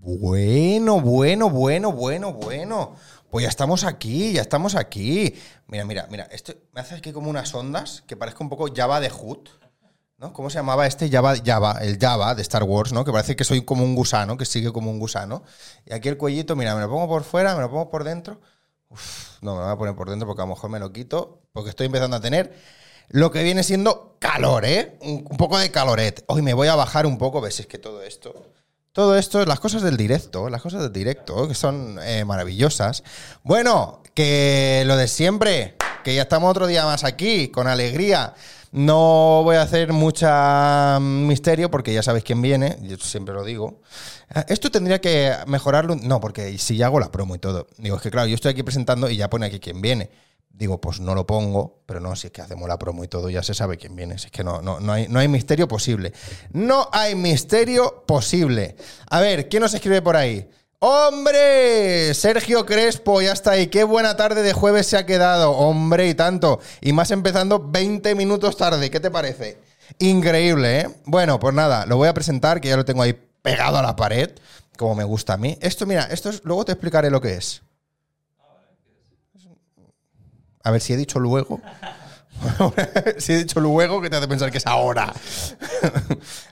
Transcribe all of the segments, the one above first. Bueno, bueno, bueno, bueno, bueno. Pues ya estamos aquí, ya estamos aquí. Mira, mira, mira, esto me hace aquí como unas ondas que parezca un poco Java de Hood. ¿no? ¿Cómo se llamaba este Java, Java, el Java de Star Wars, ¿no? Que parece que soy como un gusano, que sigue como un gusano. Y aquí el cuellito, mira, me lo pongo por fuera, me lo pongo por dentro. Uf, no, me lo voy a poner por dentro porque a lo mejor me lo quito, porque estoy empezando a tener lo que viene siendo calor, ¿eh? Un, un poco de caloret. Hoy me voy a bajar un poco, ves, es que todo esto... Todo esto, las cosas del directo, las cosas del directo, que son eh, maravillosas. Bueno, que lo de siempre, que ya estamos otro día más aquí, con alegría. No voy a hacer mucha mm, misterio porque ya sabéis quién viene, yo siempre lo digo. Eh, Esto tendría que mejorarlo, no, porque si ya hago la promo y todo. Digo, es que claro, yo estoy aquí presentando y ya pone aquí quién viene. Digo, pues no lo pongo, pero no, si es que hacemos la promo y todo, ya se sabe quién viene. Si es que no, no, no, hay, no hay misterio posible. No hay misterio posible. A ver, ¿quién nos escribe por ahí? ¡Hombre! Sergio Crespo, ya está ahí. Qué buena tarde de jueves se ha quedado. Hombre, y tanto. Y más empezando 20 minutos tarde. ¿Qué te parece? Increíble, ¿eh? Bueno, pues nada, lo voy a presentar, que ya lo tengo ahí pegado a la pared, como me gusta a mí. Esto, mira, esto es, luego te explicaré lo que es. A ver si he dicho luego. si he dicho luego, ¿qué te hace pensar que es ahora?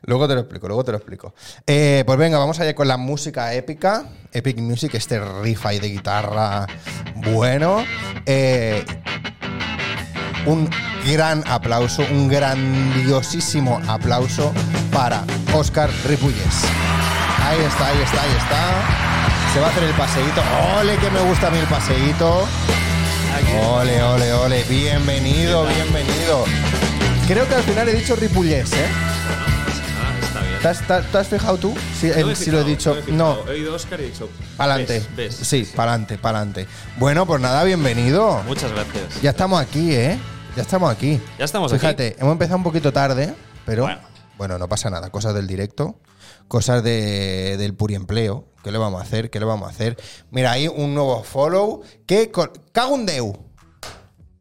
luego te lo explico, luego te lo explico. Eh, pues venga, vamos allá con la música épica. Epic Music, este riff ahí de guitarra bueno. Eh, un gran aplauso, un grandiosísimo aplauso para Oscar Ripuyes. Ahí está, ahí está, ahí está. Se va a hacer el paseíto. ¡Ole, que me gusta a mí el paseíto! Ole, ole, ole. Bienvenido, bienvenido. Creo que al final he dicho Ripullés, ¿eh? Ah, está bien. ¿Te has, te has- te has fijado tú? Sí, No me eh, he sí lo he fijado, dicho. me he No, fijado. He oído Oscar y he dicho. pa'lante. ¿Ves? ves. Sí, pa'lante, pa'lante. Bueno, pues nada, bienvenido. Muchas gracias. Ya estamos aquí, ¿eh? Ya estamos aquí. Ya estamos aquí. Fíjate, hemos empezado un poquito tarde, pero bueno. Bueno. no pasa nada. Cosas del directo, cosas de, del puriempleo. ¿Qué le vamos a hacer? ¿Qué le vamos a hacer? Mira, ahí un nuevo follow que... co- Cago un deu.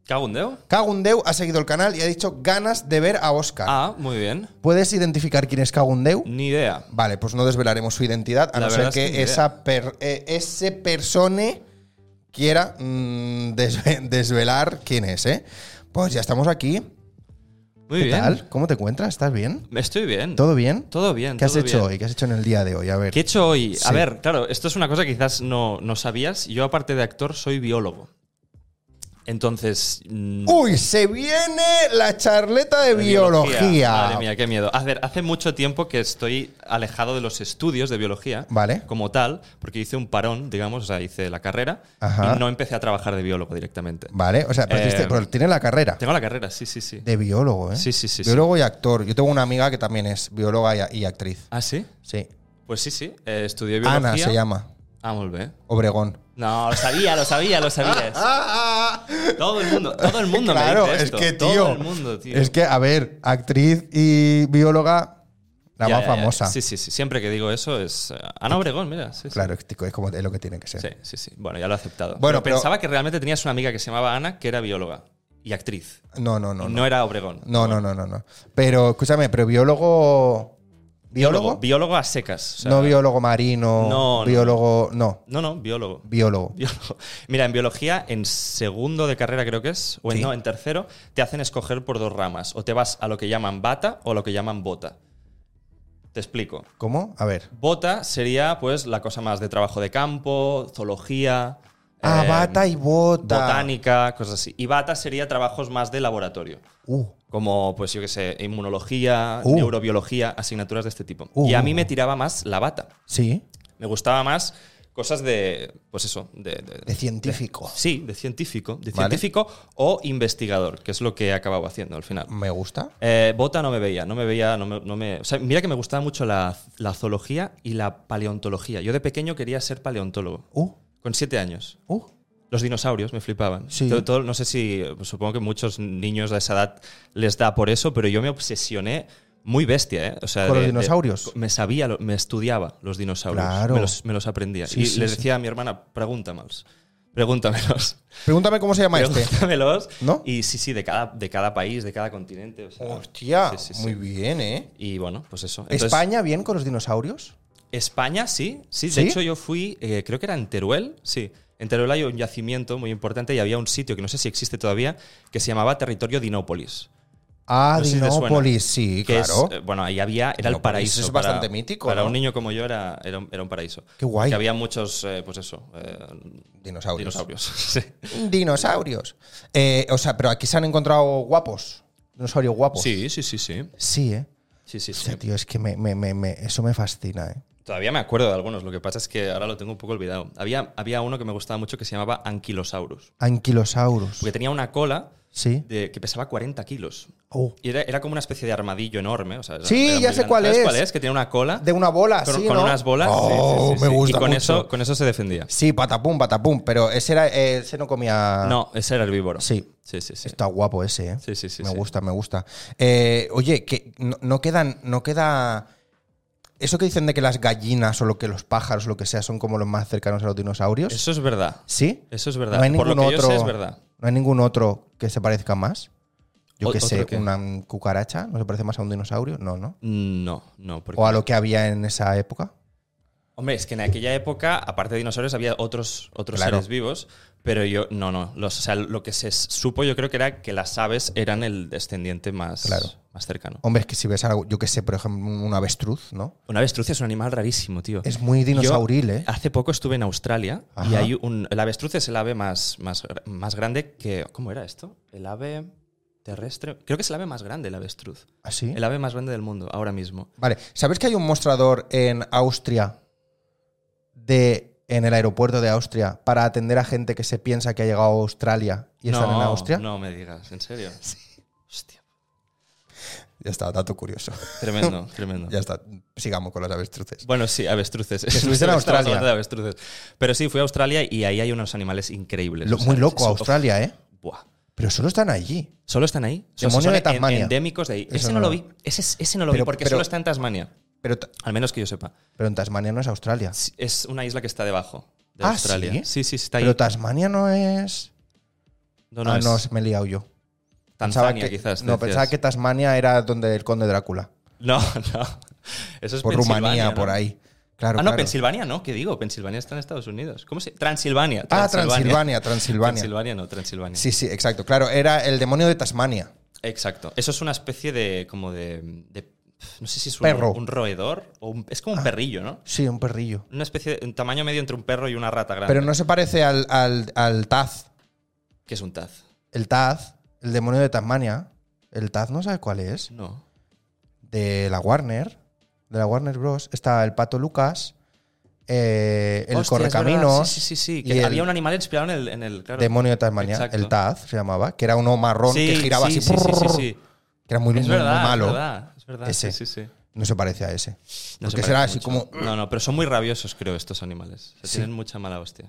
¿Cago un dedo? Cagundeu ha seguido el canal y ha dicho ganas de ver a Oscar. Ah, muy bien. ¿Puedes identificar quién es Cagundeu? Ni idea. Vale, pues no desvelaremos su identidad, a La no ser verdad que, es que ni esa per- eh, ese persone quiera mm, desve- desvelar quién es, ¿eh? Pues ya estamos aquí. Muy ¿Qué bien. tal? ¿Cómo te encuentras? ¿Estás bien? Estoy bien. ¿Todo bien? Todo bien. ¿Qué has todo hecho bien. hoy? ¿Qué has hecho en el día de hoy? A ver. ¿Qué he hecho hoy? A Sí. ver, claro, esto es una cosa que quizás no, no sabías. Yo, aparte de actor, soy biólogo. Entonces. mm, ¡Uy! Se viene la charleta de, de biología. Madre mía, qué miedo. A ver, hace mucho tiempo que estoy alejado de los estudios de biología. Vale. Como tal, porque hice un parón, digamos, o sea, hice la carrera Ajá. y no empecé a trabajar de biólogo directamente. Vale, o sea, pero, Eh, tienes- pero tiene la carrera. Tengo la carrera, sí, sí, sí. De biólogo, ¿eh? Sí, sí, sí, sí. Biólogo y actor. Yo tengo una amiga que también es bióloga y, y actriz. ¿Ah, sí? Sí. Pues sí, sí. Eh, estudié biología. Ana se llama. Ah, molt bé. Obregón. No, lo sabía, lo sabía, lo sabías. ¡Ah! Todo el mundo, todo el mundo claro, me dice es esto. que, tío. Todo el mundo, tío. Es que, a ver, actriz y bióloga, la Ya, más ya, ya. famosa. Sí, sí, sí. Siempre que digo eso es eh, Ana Obregón, mira. Sí, sí. Claro, es tico, es como es lo que tiene que ser. Sí, sí, sí. Bueno, ya lo he aceptado. Bueno, Pero pero- pensaba que realmente tenías una amiga que se llamaba Ana, que era bióloga y actriz. No, no, no. No, No, era Obregón. no, no, no, no, no. Pero, escúchame, pero biólogo. ¿Biólogo? Biólogo a secas. o sea, no biólogo marino. No, no. biólogo. No, No, no, biólogo. biólogo. Biólogo. Mira, en biología, en segundo de carrera creo que es, o en, Sí. no, en tercero, te hacen escoger por dos ramas. O te vas a lo que llaman bata o lo que llaman bota. Te explico. ¿Cómo? A ver. Bota sería pues la cosa más de trabajo de campo, zoología. Ah, eh, bata y bota. Botánica, cosas así. Y bata sería trabajos más de laboratorio. Uh. Como, pues yo qué sé, inmunología, Uh. neurobiología, asignaturas de este tipo. Uh, y a uh, mí uh. me tiraba más la bata. Sí, Me gustaba más cosas de, pues eso, de... de- de científico. sí, de científico. De Vale. científico o investigador, que es lo que he acabado haciendo al final. Me gusta. Eh, bota no me veía, no me veía, no me... no me- o sea, mira que me gustaba mucho la, la zoología y la paleontología. Yo de pequeño quería ser paleontólogo, Uh, con siete años. uh. Los dinosaurios me flipaban. Sí. Todo- todo- no sé si, pues, supongo que muchos niños de esa edad les da por eso, pero yo me obsesioné muy bestia, ¿eh? O sea, ¿Con los de- de- dinosaurios? me sabía, lo- me estudiaba los dinosaurios. Claro. Me los, me los aprendía. Sí, y sí, les sí. decía a mi hermana, pregúntamelos. Pregúntamelos. Pregúntame cómo se llama este. Pregúntamelos. ¿No? Y sí, sí, de cada, de cada país, de cada continente. o sea, Hostia, Sí, sí, sí. muy bien, ¿eh? Y bueno, pues eso. Entonces, ¿España bien con los dinosaurios? España, sí, sí. De ¿Sí? hecho, yo fui, eh, creo que era en Teruel, sí. En Teruel hay un yacimiento muy importante y había un sitio que no sé si existe todavía que se llamaba Territorio Dinópolis. Ah, No sé si te suena. Dinópolis, sí, que es, claro. eh, bueno, ahí había, era el Dinópolis paraíso. es para- bastante mítico, Para ¿no? un niño como yo era, era, un, era un paraíso. Qué guay. Que había muchos, eh, pues eso, eh, Dinosaurios. dinosaurios. sí. Dinosaurios. Eh, o sea, pero aquí se han encontrado guapos. Dinosaurios guapos. sí, sí, sí, sí. Sí, ¿eh? Sí, sí, sí. Hostia, tío, es que me- me- me- me- eso me fascina, ¿eh? Todavía me acuerdo de algunos, lo que pasa es que ahora lo tengo un poco olvidado. Había, había uno que me gustaba mucho que se llamaba Anquilosaurus, Anquilosaurus. porque tenía una cola Sí. de- que pesaba 40 kilos. Oh. Y era, era como una especie de armadillo enorme. o sea, era- Sí, era ya muy sé grande. cuál ¿Sabes es? cuál es? Que tiene una cola De una bola, con, sí, con ¿no? unas bolas. Sí, Oh, sí, sí, sí. me gusta Y con, mucho. Eso, con eso se defendía. Sí, patapum, patapum. Pero ese, era, eh, ese no comía... No, ese era herbívoro. Sí. Sí, sí, sí. Está guapo ese, ¿eh? Sí, sí, sí, Me sí. gusta, me gusta. Eh, oye, que no, no quedan, no queda. Eso que dicen de que las gallinas o lo que los pájaros o lo que sea son como los más cercanos a los dinosaurios. Eso es verdad. ¿Sí? Eso es verdad. No hay Por lo ningún que otro. yo sé es verdad. No hay ningún otro que se parezca más. Yo O- que sé, ¿otro qué? una cucaracha no se parece más a un dinosaurio. No, no. No, no. Porque, O a lo que había en esa época. Hombre, es que en aquella época, aparte de dinosaurios, había otros, otros Claro. seres vivos. Pero yo, no, no. Los, o sea, lo que se supo yo creo que era que las aves eran el descendiente más, Claro. más cercano. Hombre, es que si ves algo, yo que sé, por ejemplo, un avestruz, ¿no? Una avestruz es un animal rarísimo, tío. Es muy dinosauril, Yo ¿eh? Hace poco estuve en Australia y Ajá. hay un. El avestruz es el ave más, más, gr- más grande que. ¿Cómo era esto? El ave terrestre. Creo que es el ave más grande, el avestruz. Así. El ave más grande del mundo, ahora mismo. Vale, ¿sabes que hay un mostrador en Austria de en el aeropuerto de Austria para atender a gente que se piensa que ha llegado a Australia y están en Austria? No me digas, ¿en serio? Hostia. Ya está, dato curioso. Tremendo, tremendo. Ya está, sigamos con las avestruces. Bueno, sí, avestruces. estuviste en Estamos Australia. hablando de avestruces. Pero sí, fui a Australia y ahí hay unos animales increíbles. Lo- o sea, muy loco son- Australia, ¿eh? Buah. Pero solo están allí. Solo están ahí. O sea, Demonio son de en- Tasmania. endémicos de ahí. Eso ese no no lo lo- vi. Ese, ese no lo Pero- vi porque pero- solo está en Tasmania. Pero, ta- Al menos que yo sepa. pero en Tasmania no es Australia. Es- Es una isla que está debajo de Ah, Australia. ¿sí? sí, sí, está ahí. Pero Tasmania no es. no, no, ah, es no, se me he liado yo. Pensaba Tanzania, que, quizás. no, decías. pensaba que Tasmania era donde el conde Drácula. No, no. Eso es Por Pensilvania, Rumanía, ¿no? por ahí. Claro, ah, no, claro. Pensilvania no, ¿qué digo? Pensilvania está en Estados Unidos. ¿Cómo se Transilvania. Ah, Transilvania, Transilvania. Transilvania no, Transilvania. Sí, sí, exacto. Claro, era el demonio de Tasmania. Exacto. Eso es una especie de. como de. de- no sé si es un, Perro. Ah. un roedor o un- es como un perrillo, ¿no? Sí, un perrillo. Una especie de un tamaño medio entre un perro y una rata grande. Pero no se parece al, al, al Taz. Que es un taz. El Taz, el demonio de Tasmania. El Taz no sabe cuál es. No. De la Warner. De la Warner Bros. Está el Pato Lucas. eh, el Hostia, es verdad. Correcaminos. Sí, sí, sí. sí. y Que el había un animal inspirado en el. En el claro. Demonio de Tasmania. Exacto. El Taz se llamaba. Que era uno marrón Sí, que giraba sí, así. sí, sí, sí, prrr, sí. Que era muy, Es muy- muy verdad, malo. es verdad. Es verdad. Ese. Sí, sí, sí. No se parece a ese. No se Porque será parece así mucho. como. No, no, pero son muy rabiosos, creo, estos animales. O sea, Sí. Tienen mucha mala hostia.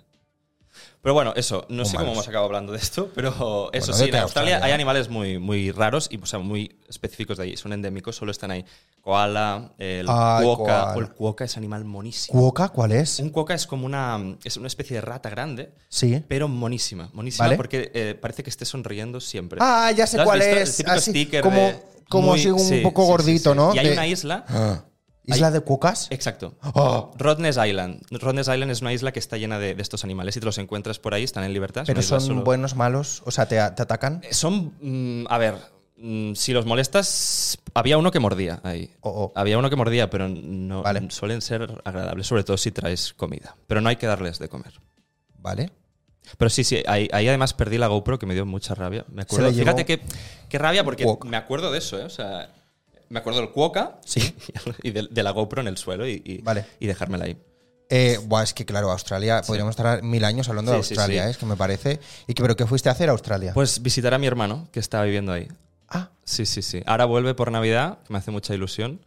Pero bueno, eso, no sé cómo malos. hemos acabado hablando de esto, pero eso Bueno, sí, vete en a Australia Australia. hay animales muy, muy raros y o sea, muy específicos de ahí. Son endémicos, solo están ahí. Koala, el Ay, cuoca. koala. o El cuoca es animal monísimo. ¿Cuoca cuál es? Un cuoca es como una, es una especie de rata grande, Sí. pero monísima. Monísima Vale. porque eh, parece que esté sonriendo siempre. Ah, ya sé ¿Lo has cuál visto? El es. típico Así, sticker como, de- como muy- así un sí, poco sí, sí, gordito, sí. ¿no? Y hay De- una isla Ah. ¿Isla de cucas? Exacto. Oh. Rodnes Island. Rodnes Island es una isla que está llena de, de estos animales. Si te los encuentras por ahí, están en libertad. es Pero una isla son solo- buenos, malos, o sea, te, te atacan. Eh, Son. mm, a ver, mm, si los molestas. Había uno que mordía ahí. Oh, oh. Había uno que mordía, pero no Vale. suelen ser agradables, sobre todo si traes comida. Pero no hay que darles de comer. Vale. Pero sí, sí, ahí, ahí además perdí la GoPro que me dio mucha rabia. Me acuerdo. la llevó Fíjate qué qué rabia, porque Cuoca. me acuerdo de eso, ¿eh? O sea, me acuerdo del cuoca y de, de la GoPro en el suelo y, y- Vale. y dejármela ahí. Eh, buah, es que claro, Australia, podríamos estar mil años hablando de Sí, sí, Australia, sí. eh, es que me parece. ¿Y que, pero qué fuiste a hacer a Australia? Pues eh, visitar a mi hermano, que estaba viviendo ahí. ah, Sí, sí, sí. Ahora vuelve por Navidad, que me hace mucha ilusión.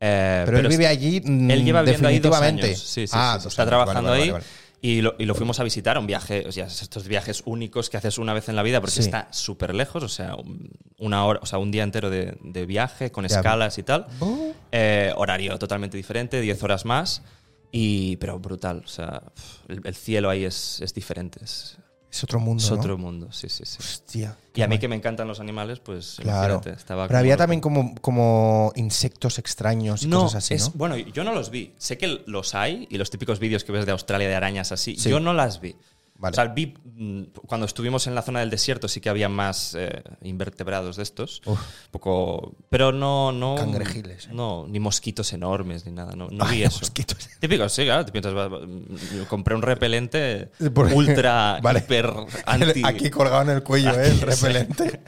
Eh, pero, él vive es- allí mm, él lleva viviendo ahí dos definitivamente. años. Sí, sí, Ah, sí, sí. dos Está años. Vale, trabajando vale, ahí. vale, vale. Y lo, y lo fuimos a visitar, un viaje, o sea, estos viajes únicos que haces una vez en la vida, porque Sí. está súper lejos, o sea, un- una hora, o sea, un día entero de, de viaje, con Ya. Oh. escalas y tal. Bu- Eh, horario totalmente diferente, 10 horas más, y, pero brutal, o sea, pf, el, el cielo ahí es, es diferente. es- Es otro mundo. Es ¿no? otro mundo, sí, sí, sí. Hostia. Y a mí que me encantan los animales, pues Claro. imagínate, estaba Pero había como- también como, como insectos extraños y no, cosas así, es- ¿no? Bueno, yo no los vi. Sé que los hay y los típicos vídeos que ves de Australia de arañas así. Sí. Yo no las vi. Vale. O sea, vi mm, cuando estuvimos en la zona del desierto sí que había más eh, invertebrados de estos. Uf. Poco, pero no, no. Cangrejiles, ¿eh? No, ni mosquitos enormes ni nada. No, no vi Ay, eso. mosquitos. Típico, sí, claro. Te piensas, va, va, mm, compré un repelente Por- ultra, Vale. hiper, anti. Aquí colgado en el cuello, ¿eh? el Aquí, sí. repelente.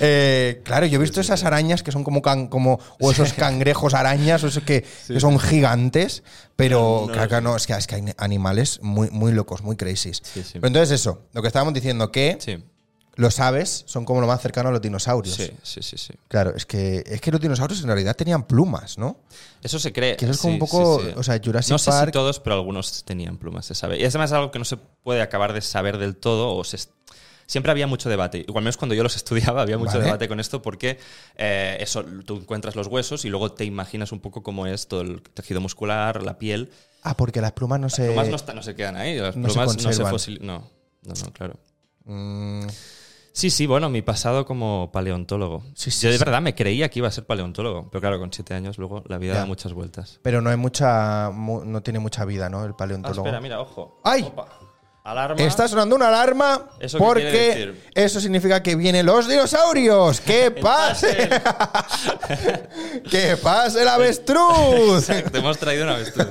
Eh, claro, yo he visto esas arañas que son como, can- como o esos cangrejos arañas, o esos que, que son gigantes, pero No, no claro, los claro, no, es que, es que hay animales muy, muy locos, muy crazy. Sí, sí. Pero entonces eso, lo que estábamos diciendo, que Sí, los aves son como lo más cercano a los dinosaurios. sí, sí, sí, sí. Claro, es que, es que los dinosaurios en realidad tenían plumas, ¿no? Eso se cree. Que eso es como sí, un poco, sí, sí. o sea, Jurassic no sé Park- si todos, pero algunos tenían plumas, se sabe. Y además es algo que no se puede acabar de saber del todo. O se est- Siempre había mucho debate. Igual menos cuando yo los estudiaba, había mucho Vale. debate con esto porque eh, eso, tú encuentras los huesos y luego te imaginas un poco cómo es todo el tejido muscular, la piel. Ah, porque las plumas no se... Las plumas no, está- no se quedan ahí, las no se plumas no se conservan. fosil- No, no, no, claro. Mm, Sí, sí, bueno, mi pasado como paleontólogo. Sí, sí, yo de sí. verdad me creía que iba a ser paleontólogo, pero claro, con siete años luego la vida Ya. da muchas vueltas. pero no hay mucha, mu- no tiene mucha vida, Pues ¿no? El Ah, paleontólogo. espera, mira, ojo. ¡Ay! Opa. Alarma. Está sonando una alarma ¿Eso qué quiere porque decir? eso significa que vienen los dinosaurios. ¡Que pase! Pasen. ¡Que pase el avestruz! Te hemos traído una avestruz.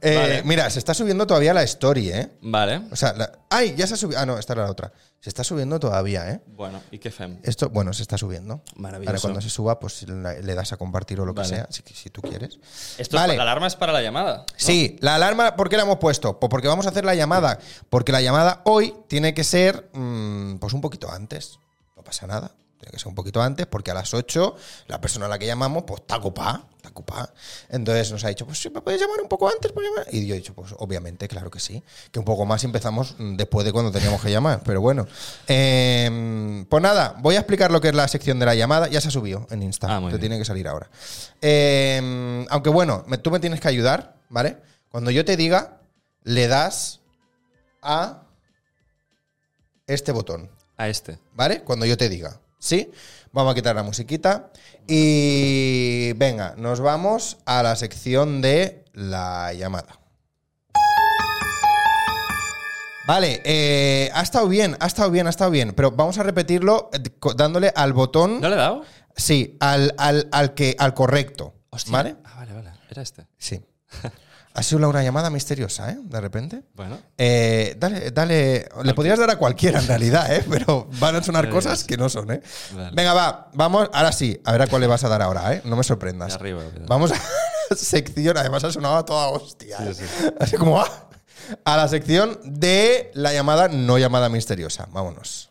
Eh, Vale. Mira, se está subiendo todavía la story, ¿eh? Vale. O sea, la- ¡ay! Ya se ha subido. Ah, no, esta era la otra. Se está subiendo todavía, ¿eh? Bueno, ¿y qué fem? Esto, bueno, se está subiendo. Maravilloso. Ahora cuando se suba, pues la- le das a compartir o lo que Vale. sea, si, si tú quieres. Esto es pa- la alarma es para la llamada. Sí, la alarma, ¿por qué la hemos puesto? Pues porque vamos a hacer la llamada. Porque la llamada hoy tiene que ser mm, pues un poquito antes. No pasa nada. Tiene que ser un poquito antes, porque a las 8 la persona a la que llamamos, pues está ocupada, está ocupada. Entonces nos ha dicho, pues sí, me puedes llamar un poco antes. por llamar? Y yo he dicho, pues obviamente, claro que sí. Que un poco más y empezamos mm, después de cuando teníamos que llamar. Pero bueno. Eh, pues nada, voy a explicar lo que es la sección de la llamada. Ya se ha subido en Insta. Ah, muy Te bien. tiene que salir ahora. Eh, aunque bueno, me- tú me tienes que ayudar, ¿vale? Cuando yo te diga, le das a este botón, A este. ¿vale? Cuando yo te diga, ¿sí? Vamos a quitar la musiquita y venga, nos vamos a la sección de la llamada. Vale, eh, ha estado bien, ha estado bien, ha estado bien, pero vamos a repetirlo eh, co- dándole al botón. ¿No le he dado? Sí, al, al- al que, al correcto. Hostia. ¿Vale? Ah, vale, vale. Era este. Sí. Ha sido una llamada misteriosa, ¿eh? De repente. Bueno. Eh, dale, dale. Le podrías dar a cualquiera en realidad, ¿eh? Pero van a sonar Ya cosas verás. que no son, ¿eh? Vale. Venga, va, vamos. Ahora sí, a ver a cuál le vas a dar ahora, ¿eh? No me de sorprendas. arriba. voy a dar. Vamos a la sección. Además, ha sonado a toda hostia. ¿eh? Sí, Así como ah, a la sección de la llamada no llamada misteriosa. Vámonos.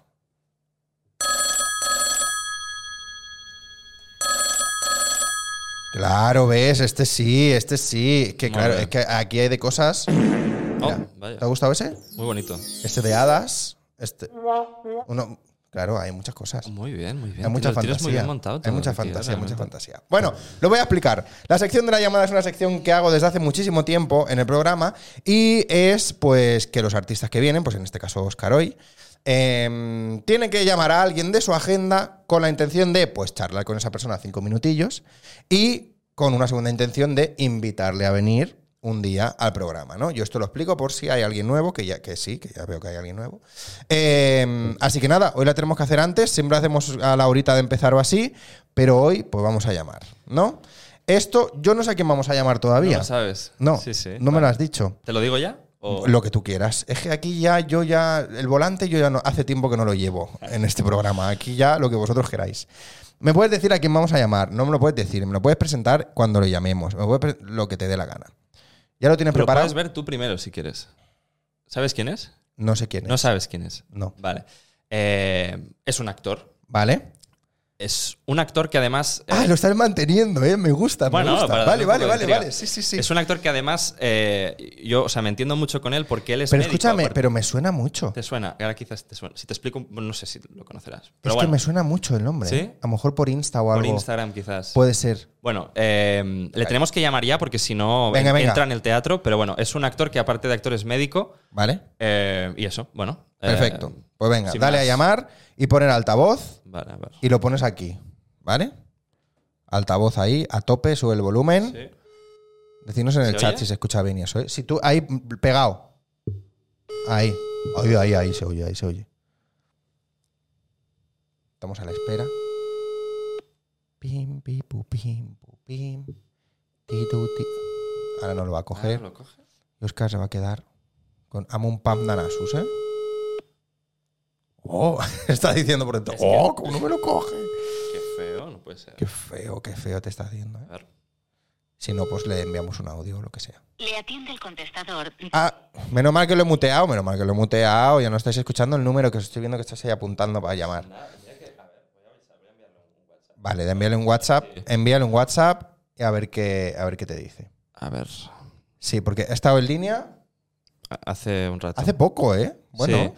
Claro, ves, este sí, este sí. Que Muy claro, bien. es que aquí hay de cosas. Oh, Mira, vaya. ¿Te ha gustado ese? Muy bonito. Este de hadas. Este. Uno, claro, hay muchas cosas. Muy bien, muy bien. Hay mucha Lo tienes fantasía. muy bien montado. hay todo, mucha tío, fantasía, realmente. mucha fantasía. Bueno, lo voy a explicar. La sección de la llamada es una sección que hago desde hace muchísimo tiempo en el programa y es pues que los artistas que vienen, pues en este caso Oscar hoy, em, tienen que llamar a alguien de su agenda con la intención de pues charlar con esa persona cinco minutillos y con una segunda intención de invitarle a venir un día al programa, ¿no? Yo esto lo explico por si hay alguien nuevo, que ya que sí, que ya veo que hay alguien nuevo. Eh, así que nada, hoy la tenemos que hacer antes, siempre la hacemos a la horita de empezar o así, pero hoy pues vamos a llamar, ¿no? Esto yo no sé a quién vamos a llamar No todavía. lo sabes. No, Sí, sí. no me lo has dicho. ¿Te lo digo ya? O- Lo que tú quieras. Es que aquí ya yo ya el volante yo ya no hace tiempo que no lo llevo en este programa. Aquí ya lo que vosotros queráis. Me puedes decir a quién vamos a llamar. No me lo puedes decir. Me lo puedes presentar cuando lo llamemos. Me puedes pre- lo que te dé la gana. Ya lo tienes Lo preparado. puedes ver tú primero si quieres. ¿Sabes quién es? No sé quién es. No sabes quién es. No. Vale. Eh, es un actor. Vale. Es un actor que además. eh, Ah, lo estás manteniendo, ¿eh? Me gusta, Bueno, me gusta. para darle Vale, un poco vale, de vale, intriga. vale. Sí, sí, sí. Es un actor que además eh, yo, o sea, me entiendo mucho con él porque él es. pero médico, escúchame, aparte. pero me suena mucho. Te suena, ahora quizás te suena. Si te explico, un- no sé si lo conocerás. Pero es bueno, que me suena mucho el nombre. eh. ¿Sí? A lo mejor por Insta o por algo. Instagram quizás. Puede ser. Bueno, eh, le tenemos que llamar ya porque si no Venga, en- venga. entra en el teatro. Pero bueno, es un actor que aparte de actor es médico ¿Vale? eh, y eso, bueno. Eh, Perfecto. Pues venga, sin dale más. a llamar y poner altavoz Vale, a ver. y lo pones aquí, ¿vale? Altavoz ahí, a tope, sube el volumen. Sí. Decidnos en el ¿Se chat oye? si se escucha bien y eso. ¿eh? Si tú, ahí, m- pegado. Ahí. Ahí, ahí, ahí se oye, ahí se oye. Estamos a la espera. Pim, pi, pu, pim, pu, pim. Ti, tu, ti. Ahora no lo va a coger. Ah, ¿lo coge? Y Oscar se va a quedar con Amun Pam Danasus, ¿eh? Oh, está diciendo por dentro. Es que- Oh, ¿cómo no me lo coge? Qué feo, no puede ser. Qué feo, qué feo te está haciendo. ¿eh? A ver. Si no, pues le enviamos un audio o lo que sea. Le atiende el contestador. Ah, menos mal que lo he muteado, menos mal que lo he muteado. Ya no estáis escuchando el número que os estoy viendo que estáis ahí apuntando para llamar. Vale, de envíale un WhatsApp, envíale un WhatsApp y a ver qué, a ver qué te dice. A ver. Sí, porque ha estado en línea Ha- Hace un rato. hace poco, ¿eh? Bueno, Sí.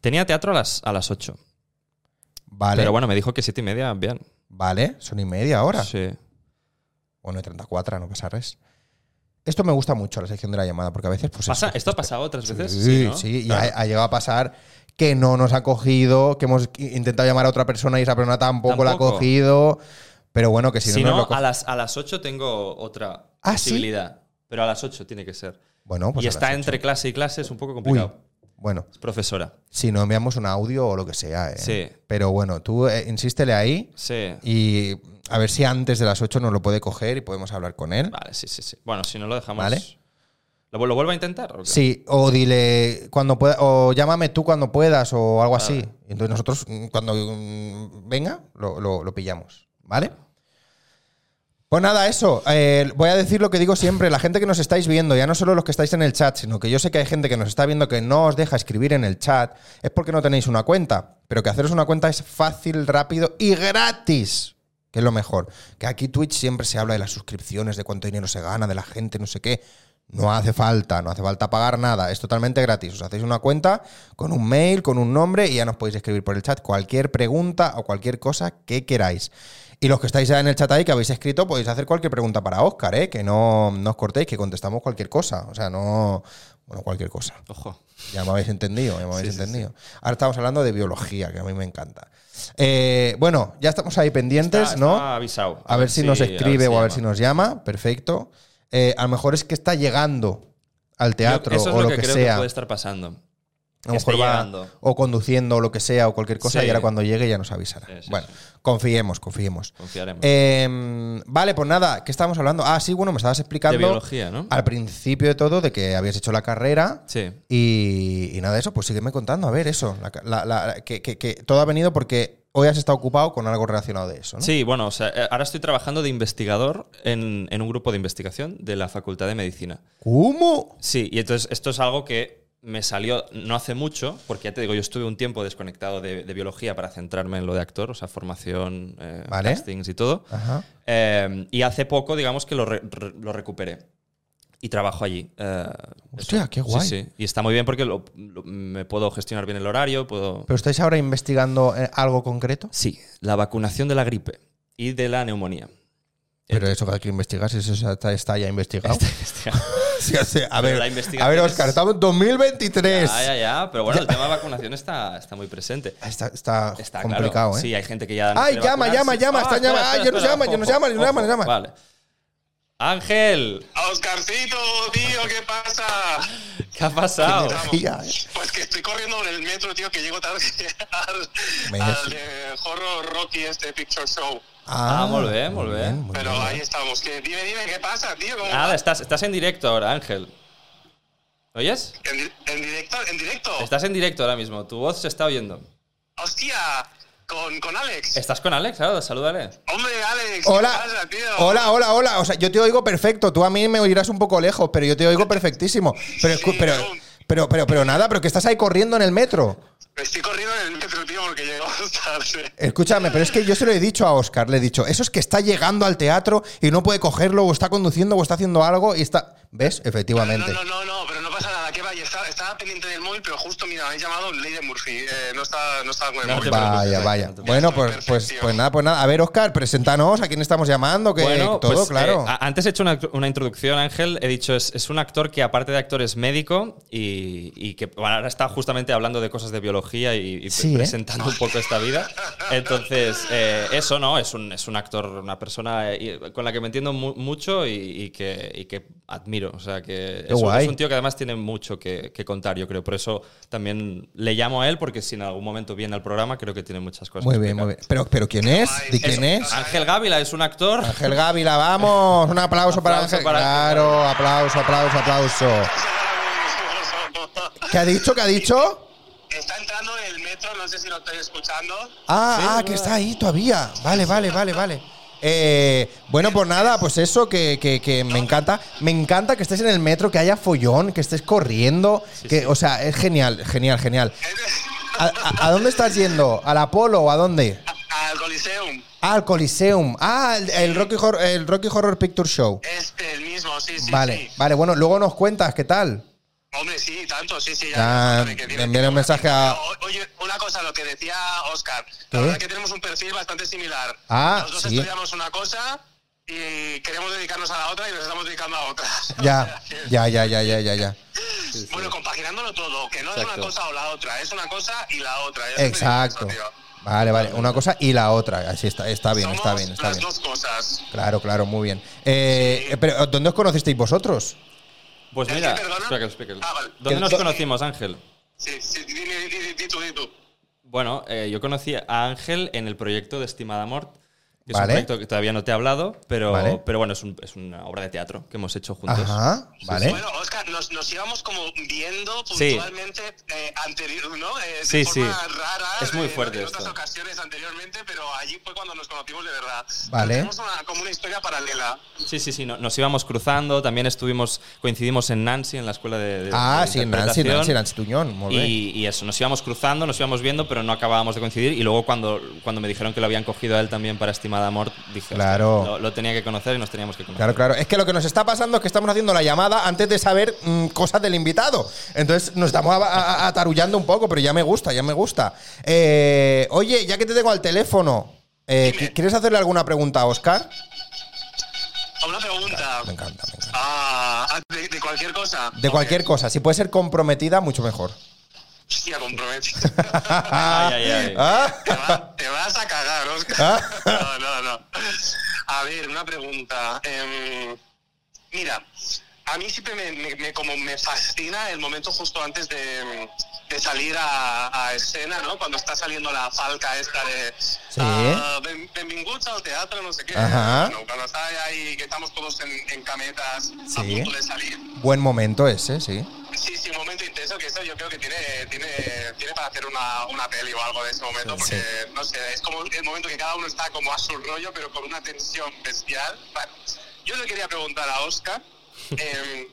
Tenía teatro a las, a las 8. vale, Pero bueno, me dijo que 7 y media, bien. vale, son y media ahora. Sí. Bueno, y 34, no pasa res. Esto me gusta mucho, la sección de la llamada, porque a veces pues Pasa- eso, ¿Esto ha pasado otras veces? Sí, ¿no? sí, y Claro. ha, ha llegado a pasar que no nos ha cogido, que hemos intentado llamar a otra persona y esa persona tampoco, la ha Tampoco. cogido. Pero bueno, que si, Si no, no, nos lo a coge- las, a las 8 tengo otra Ah, ¿sí? posibilidad. Pero a las 8 tiene que ser. Bueno, pues y a las está ocho. entre clase y clase, es un poco Uy, complicado. bueno, Es profesora. si no enviamos un audio o lo que sea, ¿eh? Sí. Pero bueno, tú eh, insístele ahí Sí. y a ver si antes de las 8 nos lo puede coger y podemos hablar con él. Vale, sí, sí, sí. Bueno, si no lo dejamos. Vale. ¿Lo, vu- lo vuelvo a intentar? o qué? Sí, o dile cuando pueda, o llámame tú cuando puedas o algo así. Entonces nosotros mm, cuando mm, venga lo, lo- lo pillamos, ¿vale? Pues nada, eso. eh, voy a decir lo que digo siempre. La gente que nos estáis viendo, ya no solo los que estáis en el chat, sino que yo sé que hay gente que nos está viendo que no os deja escribir en el chat, es porque no tenéis una cuenta. Pero que haceros una cuenta es fácil, rápido y gratis. Que es lo mejor. Que aquí Twitch siempre se habla de las suscripciones, de cuánto dinero se gana, de la gente, no sé qué. No hace falta, no hace falta pagar nada, es totalmente gratis. Os hacéis una cuenta con un mail, con un nombre y ya nos podéis escribir por el chat cualquier pregunta o cualquier cosa que queráis. Y los que estáis ya en el chat ahí que habéis escrito, podéis hacer cualquier pregunta para Oscar, ¿eh? que no, no os cortéis, que contestamos cualquier cosa. O sea, no. Bueno, cualquier cosa. Ojo. Ya me habéis entendido, ya me habéis Sí, sí, entendido. Ahora estamos hablando de biología, que a mí me encanta. Eh, bueno, ya estamos ahí pendientes, Está- ¿no? está avisado. A ver si nos escribe o a ver si llama. nos llama. Perfecto. Eh, a lo mejor es que está llegando al teatro Yo- Eso es o lo lo que, que, creo que sea. puede estar a pasando. lo que esté mejor va llegando. o conduciendo o lo que sea o cualquier cosa Sí. y ahora cuando llegue ya nos avisará. Sí, sí, bueno, sí. confiemos, confiemos. Confiaremos. Eh, vale, pues nada, ¿qué estábamos hablando? Ah, sí, bueno, me estabas explicando de biología, ¿no? al principio de todo de que habías hecho la carrera Sí. y, y nada de eso, pues sígueme contando, a ver eso, la- la- la- que, que- que todo ha venido porque hoy has estado ocupado con algo relacionado de eso, ¿no? Sí, bueno, o sea, eh, ahora estoy trabajando de investigador en, en un grupo de investigación de la Facultad de Medicina. ¿Cómo? Sí, y entonces esto es algo que me salió no hace mucho, porque ya te digo, yo estuve un tiempo desconectado de, de biología para centrarme en lo de actor, o sea, formación, eh, Vale. castings y todo. Ajá. Eh, y hace poco, digamos que lo, re- re- lo recuperé. Y trabajo allí. Eh, Hostia, eso. qué guay. Sí, sí. Y está muy bien porque lo- lo- me puedo gestionar bien el horario, puedo... ¿Pero estáis ahora investigando eh, algo concreto? sí, la vacunación de la gripe y de la neumonía. Pero eso que hay que investigar, si eso ya está, está ya investigado. Este, Sí, o sea, a, Pero ver, la a investigación ver, es- Oscar, estamos en 2023. Ya, ya, ya. Pero bueno, el tema de vacunación está, está muy presente. Ah, Está, está Está complicado, claro. ¿eh? Sí, hay gente que ya. Ay, quiere llama, llama, vacunarse. Ah, llama, están llamando. Ay, yo nos espera, llaman, yo nos llaman, yo nos llaman, yo nos llaman. Vale. Ángel, Oscarcito, tío, ¿qué pasa? ¿qué ha pasado? Estamos. Tía, eh. Pues que estoy corriendo en el metro, tío, que llego tarde al, Me al, eh, Horror Rocky, este Picture Show. Ah, molt bé, molt bé. muy Pero bien. Ah. ahí estamos. Que, dime, dime, ¿qué pasa, tío? ¿Cómo Nada, va? estás, estás en directo ahora, Ángel. ¿Oyes? ¿En, di- en directo? ¿En directo? Estás en directo ahora mismo. Tu voz se está oyendo. ¡Hostia! Con, con Alex. ¿Estás con Alex? Claro, salúdale. Hombre, Alex, Hola, ¿qué pasa, tío? hola, hola, hola. O sea, yo te oigo perfecto. Tú a mí me oirás un poco lejos, pero yo te oigo perfectísimo. Pero, escu- Sí, pero, aún. pero, pero, pero nada, pero que estás ahí corriendo en el metro. Estoy corriendo en el metro, tío, porque llego tarde. Escúchame, pero es que yo se lo he dicho a Oscar, le he dicho, eso es que está llegando al teatro y no puede cogerlo, o está conduciendo, o está haciendo algo y está. ¿Ves? Efectivamente. No, no, no, no, pero no pasa nada, que vaya, estaba, estaba pendiente del móvil, pero justo, mira, me habéis llamado Ley de Murphy, eh, no, estaba, no estaba con el No móvil. te preocupes. Vaya, vaya. Bueno, pues, pues, pues nada, pues nada. A ver, Oscar, preséntanos a quién estamos llamando, que Bueno, todo, pues, claro. eh, a- antes he hecho una, una introducción, Ángel. He dicho, es, es un actor que, aparte de actor, es médico y, y que bueno, ahora está justamente hablando de cosas de biología y, y Sí, ¿eh? presentando un poco esta vida. Entonces, eh, eso no, es un, es un actor, una persona eh, y- con la que me entiendo mu- mucho y, y que, y que admiro. O sea, que es un, guay. es un tío que además tiene mucho que, que contar, yo creo. Por eso también le llamo a él, porque si en algún momento viene al programa, creo que tiene muchas cosas. muy que bien, explicar. muy bien. Pero, pero ¿quién es? ¿De quién es? Eso, Ángel Gávila es un actor. Ángel Gávila, vamos. Un aplauso para Aplauso Ángel. para Ángel. Claro, aplauso, aplauso, aplauso. ¿Qué ha dicho? ¿Qué ha dicho? Está entrando el metro, no sé si lo estáis escuchando. Ah, ah, que está ahí todavía. Vale, vale, vale, vale. Eh, bueno, pues nada, pues eso, que, que- que me encanta. Me encanta que estés en el metro, que haya follón, que estés corriendo. que, O sea, es genial, genial, genial. ¿A, a- a dónde estás yendo? ¿Al Apolo o a dónde? Al Coliseum. Ah, al Coliseum. Ah, el, el Rocky, Horror, el Rocky Horror Picture Show. Es este, el mismo, sí, sí. vale, sí. vale, bueno, luego nos cuentas, ¿qué tal? Hombre, sí, tanto, sí, sí. Ya, me me enviaron Ah, un mensaje a- Oye, una cosa, lo que decía Oscar. ¿Qué? La verdad que tenemos un perfil bastante similar. Ah, Los dos sí. estudiamos una cosa y queremos dedicarnos a la otra y nos estamos dedicando a otra. Ya, ya, ya, ya, ya, ya, ya. Bueno, compaginándolo todo, que no es Exacto. una cosa o la otra, es una cosa y la otra. Yo siempre digo Exacto. eso, tío. Vale, vale, una cosa y la otra. Así está, está bien, está Somos bien, está las bien. dos cosas. Claro, claro, muy bien. Eh, eh, pero ¿dónde os conocisteis vosotros? Pues ¿El mira, qué, perdona? explícalo, explícalo. Ah, vale. ¿Dónde El nos do- conocimos, Ángel? Sí, sí, di, di- di- di tú, di tú. Bueno, eh, yo conocí a Ángel en el proyecto de Estimada Mort, que es un Vale. proyecto que todavía no te he hablado, pero, Vale. pero bueno, es, un- es una obra de teatro que hemos hecho juntos. Ajá, vale. Bueno, Oscar, nos, nos íbamos como viendo Sí. puntualmente eh, anterior, ¿no? Eh, de Sí, forma sí. rara. Es muy eh, fuerte En otras esto. ocasiones anteriormente, pero allí fue cuando nos conocimos de verdad. Vale. Tenemos una, como una historia paralela. Sí, sí, sí, no- nos íbamos cruzando, también estuvimos, coincidimos en Nancy, en Eh, la escuela de... de- Ah, de sí, Nancy, interpretación. Nancy, Nancy Tuñón, muy bien. Y, y eso, nos íbamos cruzando, nos íbamos viendo, pero no acabábamos de coincidir. Y luego cuando, cuando me dijeron que lo habían cogido a él también para Estimada Mort, dije, Claro. "Hostia, lo, lo tenía que conocer y nos teníamos que conocer. Claro, claro. Es que lo que nos está pasando es que estamos haciendo la llamada antes de saber mm, cosas del invitado. Entonces nos estamos a- a- atarullando un poco, pero ya me gusta, ya me gusta. Eh, oye, ya que te tengo al teléfono, eh, ¿qui- ¿quieres hacerle alguna pregunta a Oscar? A una pregunta. Me encanta, me encanta. Ah, ah, de, de cualquier cosa. De cualquier cosa, si puede ser comprometida, mucho mejor. Hostia, comprometida. Ay, ay, ay. ¿Ah? te, va- te vas a cagar, Oscar. No, no, no. A ver, una pregunta. Em, mira, a mí siempre me, me- me- como me fascina el momento justo antes de, de salir a, a escena, ¿no? Cuando está saliendo la falca esta de... Sí. ah, ben- benvinguts al teatro, no sé qué. Ajá. Bueno, cuando está ahí, que estamos todos en, en cametas a Sí. punto de salir. Buen momento ese, sí. Sí, sí, un momento intenso que eso yo creo que tiene, tiene, tiene para hacer una, una peli o algo de ese momento, porque no sé, es como el momento que cada uno está como a su rollo, pero con una tensión bestial. Bueno, yo le quería preguntar a Oscar, em,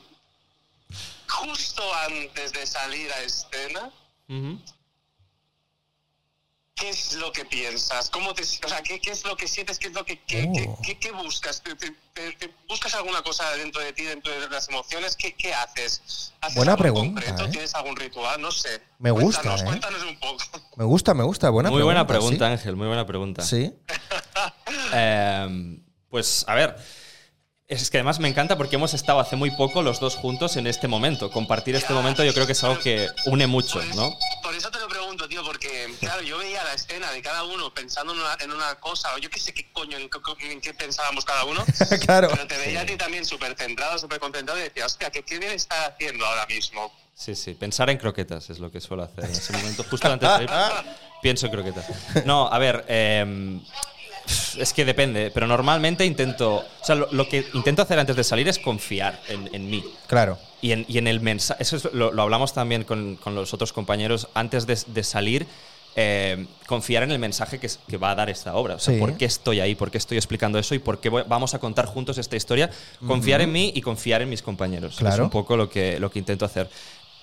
justo antes de salir a escena, Ujú. ¿qué es lo que piensas? ¿Cómo te, o sea, ¿qué, qué es lo que sientes? ¿Qué es lo que qué, Oh. qué- qué- qué buscas? ¿Te, te- te- te buscas alguna cosa dentro de ti, dentro de las emociones? ¿Qué, qué haces? ¿Haces Buena algo en pregunta, concreto? ¿eh? ¿Tienes algún ritual? No sé. Me gusta, Cuéntanos, ¿eh? cuéntanos un poco. Me gusta, me gusta. Buena muy buena pregunta, pregunta. Ángel, muy buena pregunta. Sí. Sí. Eh, pues a ver. Es que además me encanta porque hemos estado hace muy poco los dos juntos en este momento. Compartir este momento yo creo que es algo que une mucho, Por eso- Pues, ¿no? Por eso te lo pregunto, tío, porque, claro, yo veía la escena de cada uno pensando en una, en una cosa, o yo qué sé qué coño, en, qué- en qué pensábamos cada uno, claro. pero te veía a ti también súper centrado, súper concentrado y decía, hostia, ¿qué, qué bien está haciendo ahora mismo? Sí, sí. Pensar en croquetas es lo que suelo hacer en ese momento. Justo antes de ir, pienso en croquetas. No, a ver. eh, es que depende, pero normalmente intento. O sea, lo, lo que intento hacer antes de salir es confiar en, en mí. Claro. Y en, y en el mensaje, eso es lo, lo hablamos también con, con los otros compañeros antes de, de salir, eh, confiar en el mensaje que, es- que va a dar esta obra. O sea, Sí. ¿por qué estoy ahí? ¿Por qué estoy explicando eso? ¿Y por qué voy- vamos a contar juntos esta historia? Confiar en mí y confiar en mis compañeros. Es Claro. un poco lo que, lo que intento hacer.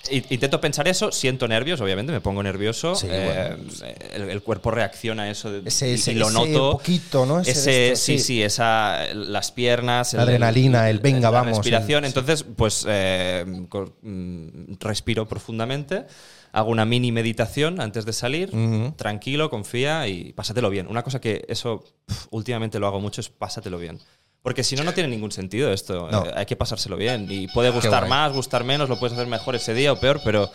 I- Intento pensar eso, siento nervios, obviamente, me pongo nervioso. Sí, eh, bueno. el, el cuerpo reacciona a eso de- Ese- y- ese- y lo ese noto. poquito, ¿no? Ese Ese- de esto, sí, sí. sí, esa, las piernas. La adrenalina, el venga, la vamos, Respiración. el- Entonces, pues eh, cor- mm, respiro profundamente, hago una mini meditación antes de salir, Ujú. tranquilo, confía y pásatelo bien. Una cosa que eso pf, últimamente lo hago mucho es pásatelo bien. Porque si no, no tiene ningún sentido esto. No. Eh, Hay que pasárselo bien. Y puede gustar guay. más, gustar menos, lo puedes hacer mejor ese día o peor, pero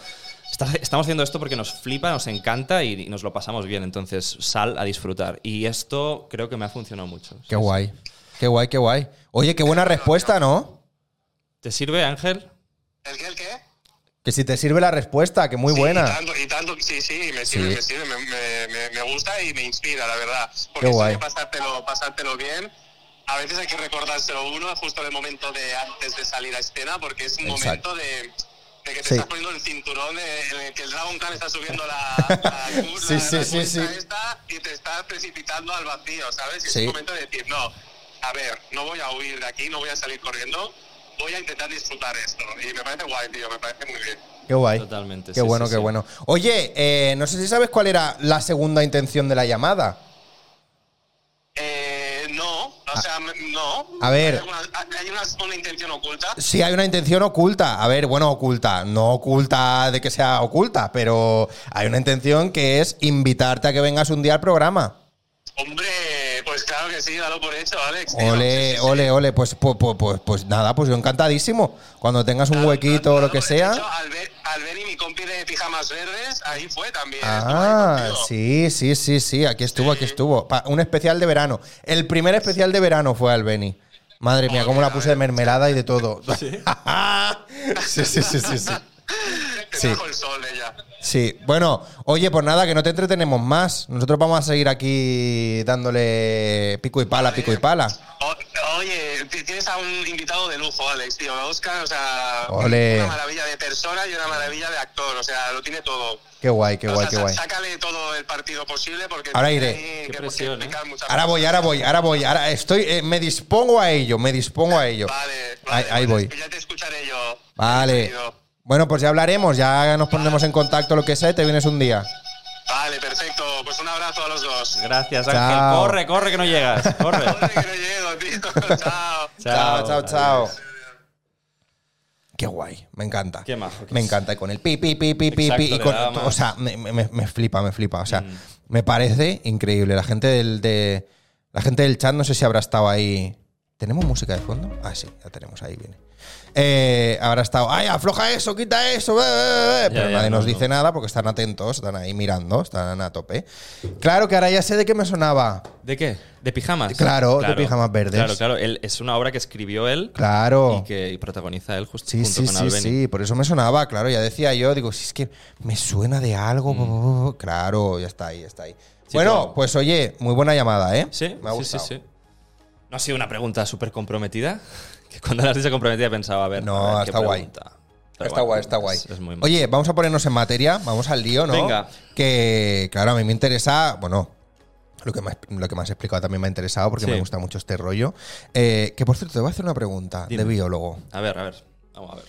está- estamos haciendo esto porque nos flipa, nos encanta y, y nos lo pasamos bien. Entonces, sal a disfrutar. Y esto creo que me ha funcionado mucho. Qué guay. Qué guay, qué guay. Oye, qué buena respuesta, ¿no? ¿Te sirve, Ángel? ¿El qué? ¿El qué? Que si te sirve la respuesta, que muy Sí, Y buena. tanto, y tanto- sí, sí, me sirve, Sí. me sirve, me, me- me- me gusta y me inspira, la verdad. Porque Qué guay. sí que pasártelo, pasártelo bien. A veces hay que recordárselo uno justo en el momento de antes de salir a escena, porque es un Exacto. momento de, de que te Sí. estás poniendo el cinturón, de- en el que el Dragon Khan está subiendo la, la curva, Sí, sí, la sí, cuesta sí. esta, y te estás precipitando al vacío, ¿sabes? Sí. Y es un momento de decir, no, a ver, no voy a huir de aquí, no voy a salir corriendo, voy a intentar disfrutar esto. Y me parece guay, tío, me parece muy bien. Qué guay. Totalmente, Qué sí, bueno, sí, qué sí. bueno. Oye, eh, no sé si sabes cuál era la segunda intención de la llamada. Eh, no, o sea, m- no. Ah. A ver. Hay, alguna- hay una, una intención oculta. Sí, hay una intención oculta. A ver, bueno, oculta. No oculta de que sea oculta, pero hay una intención que es invitarte a que vengas un día al programa. Hombre, pues claro que sí, dalo por hecho, Alex. tío. Sí, sí, Ole, sí. ole, ole. Pues, pues, pues, pues, pues nada, pues yo encantadísimo. Cuando tengas un Dalo- huequito o dalo lo que por hecho. sea. Albert, Albert y mi compi de pijamas verdes, ahí fue también. estuvo ahí Ah, contigo. sí, sí, sí, sí. Aquí estuvo, aquí estuvo. Pa- un especial de verano. El primer especial de verano fue al Beni. Madre mía, cómo la puse de mermelada y de todo. sí, sí, sí, sí, sí. Te sí. trajo el sol ella. Sí, bueno, oye, pues nada, que no te entretenemos más. Nosotros vamos a seguir aquí dándole pico y pala, pico y pala. O- oye, ti- tienes a un invitado de lujo, Alex, tío. Oscar, o sea, Ole. una maravilla de persona y una maravilla de actor, o sea, lo tiene todo. Qué guay, qué O guay, sea, qué sa- guay. Sácale todo el partido posible porque. Ahora iré. tiene ahí Qué que presión, explicar ¿eh? muchas Ahora voy, ahora voy, ahora voy, ahora estoy, eh, me dispongo a ello, me dispongo a ello. Vale, Ahí- vale, ahí pues voy. Ya te escucharé yo. Vale. querido. Bueno, pues ya hablaremos, ya nos pondremos en contacto, lo que sea, y te vienes un día. Vale, perfecto. Pues un abrazo a los dos. Gracias, Chao. Ángel. Corre, corre, que no llegas. Corre. Joder, que no llego, tío. Chao. Chao, chao, chao. Adiós. Qué guay, me encanta. Qué majo que me es. encanta, y con el pi, pi, pi, pi, pi, Exacto, pi, y le con- da más. Mm. o sea, me, me- me- me flipa, me flipa. O sea, me parece increíble. La gente del, de, la gente del chat, no sé si habrá estado ahí. ¿Tenemos música de fondo? Ah, sí, la tenemos, ahí viene. Eh, habrá estado, ¡ay, afloja eso, quita eso! eh, eh, eh", Ya, Pero ya, nadie no, nos no. dice nada porque están atentos, están ahí mirando, están a tope. Claro que ahora ya sé de qué me sonaba. ¿De qué? ¿De pijamas? Claro, de pijamas verdes. Claro, claro. Él, es una obra que escribió él Claro. y que y protagoniza él justo Sí, junto sí, con sí, Albeni. sí, por eso me sonaba, claro, ya decía yo, digo, si es que me suena de algo, bu, bu, bu, bu. claro, ya está ahí, ya está ahí. Mm. Sí, bueno, claro. pues oye, muy buena llamada, ¿eh? Sí, me ha sí, sí, gustado. sí. No ha sido una pregunta súper comprometida. Que cuando la has dicho comprometida pensaba, a ver. No, a ver, ¿qué está guay. pregunta? Está guay, está guay. Es, es muy mal. Oye, vamos a ponernos en materia, vamos al lío, ¿no? Venga. Que, claro, a mí me interesa, bueno, lo que, más, lo que me has explicado también me ha interesado porque Sí. me gusta mucho este rollo. Eh, que por cierto, te voy a hacer una pregunta Dime. de biólogo. A ver, a ver. Vamos a ver.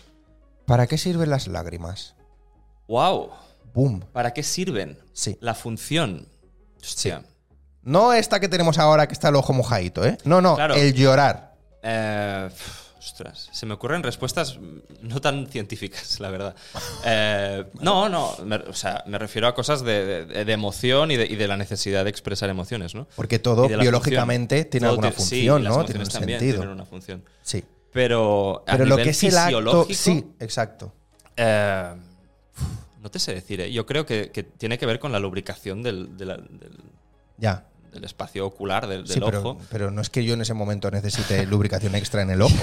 ¿Para qué sirven las lágrimas? ¡Wow! Boom. ¿Para qué sirven? Sí. La función. Hostia. No esta que tenemos ahora que está el ojo mojadito, ¿eh? No, no, Claro. el llorar. Eh, pf, ostras, se me ocurren respuestas mm, no tan científicas, la verdad. Eh, no, no, me, o sea, me refiero a cosas de, de- de emoción y de, y de la necesidad de expresar emociones, ¿no? Porque todo Y de la biológicamente función. tiene Todo alguna ti- sí, función, y las ¿no? Tiene un emociones también sentido. tienen una función. Sí. Pero, a Pero lo nivel que es el acto. fisiológico, Sí, exacto. eh, uf, no te sé decir, ¿eh? yo creo que, que tiene que ver con la lubricación del, de la- del- Ya. del espacio ocular, del, del Sí, pero, ojo. pero no es que yo en ese momento necesite lubricación extra en el ojo.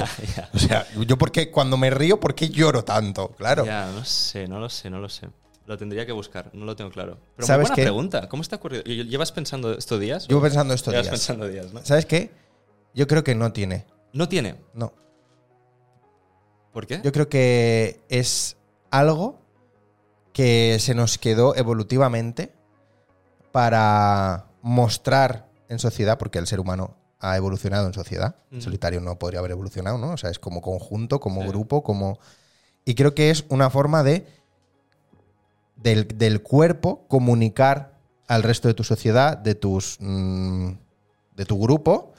O sea, yo porque cuando me río, ¿por qué lloro tanto? Claro. Ya, no sé, no lo sé, no lo sé. Lo tendría que buscar, no lo tengo claro. Pero ¿Sabes muy buena qué? pregunta. ¿Cómo está ocurrido? ¿Y- ¿Llevas pensando estos días? Yo pensando estos Llevas días. pensando días, ¿no? ¿Sabes qué? Yo creo que no tiene. No tiene. No. ¿Por qué? Yo creo que es algo que se nos quedó evolutivamente para mostrar en sociedad, porque el ser humano ha evolucionado en sociedad. Ujú. Solitario no podría haber evolucionado, ¿no? O sea, es como conjunto, como Sí. grupo, como. Y creo que es una forma de del, del cuerpo comunicar al resto de tu sociedad, de tus mm, de tu grupo,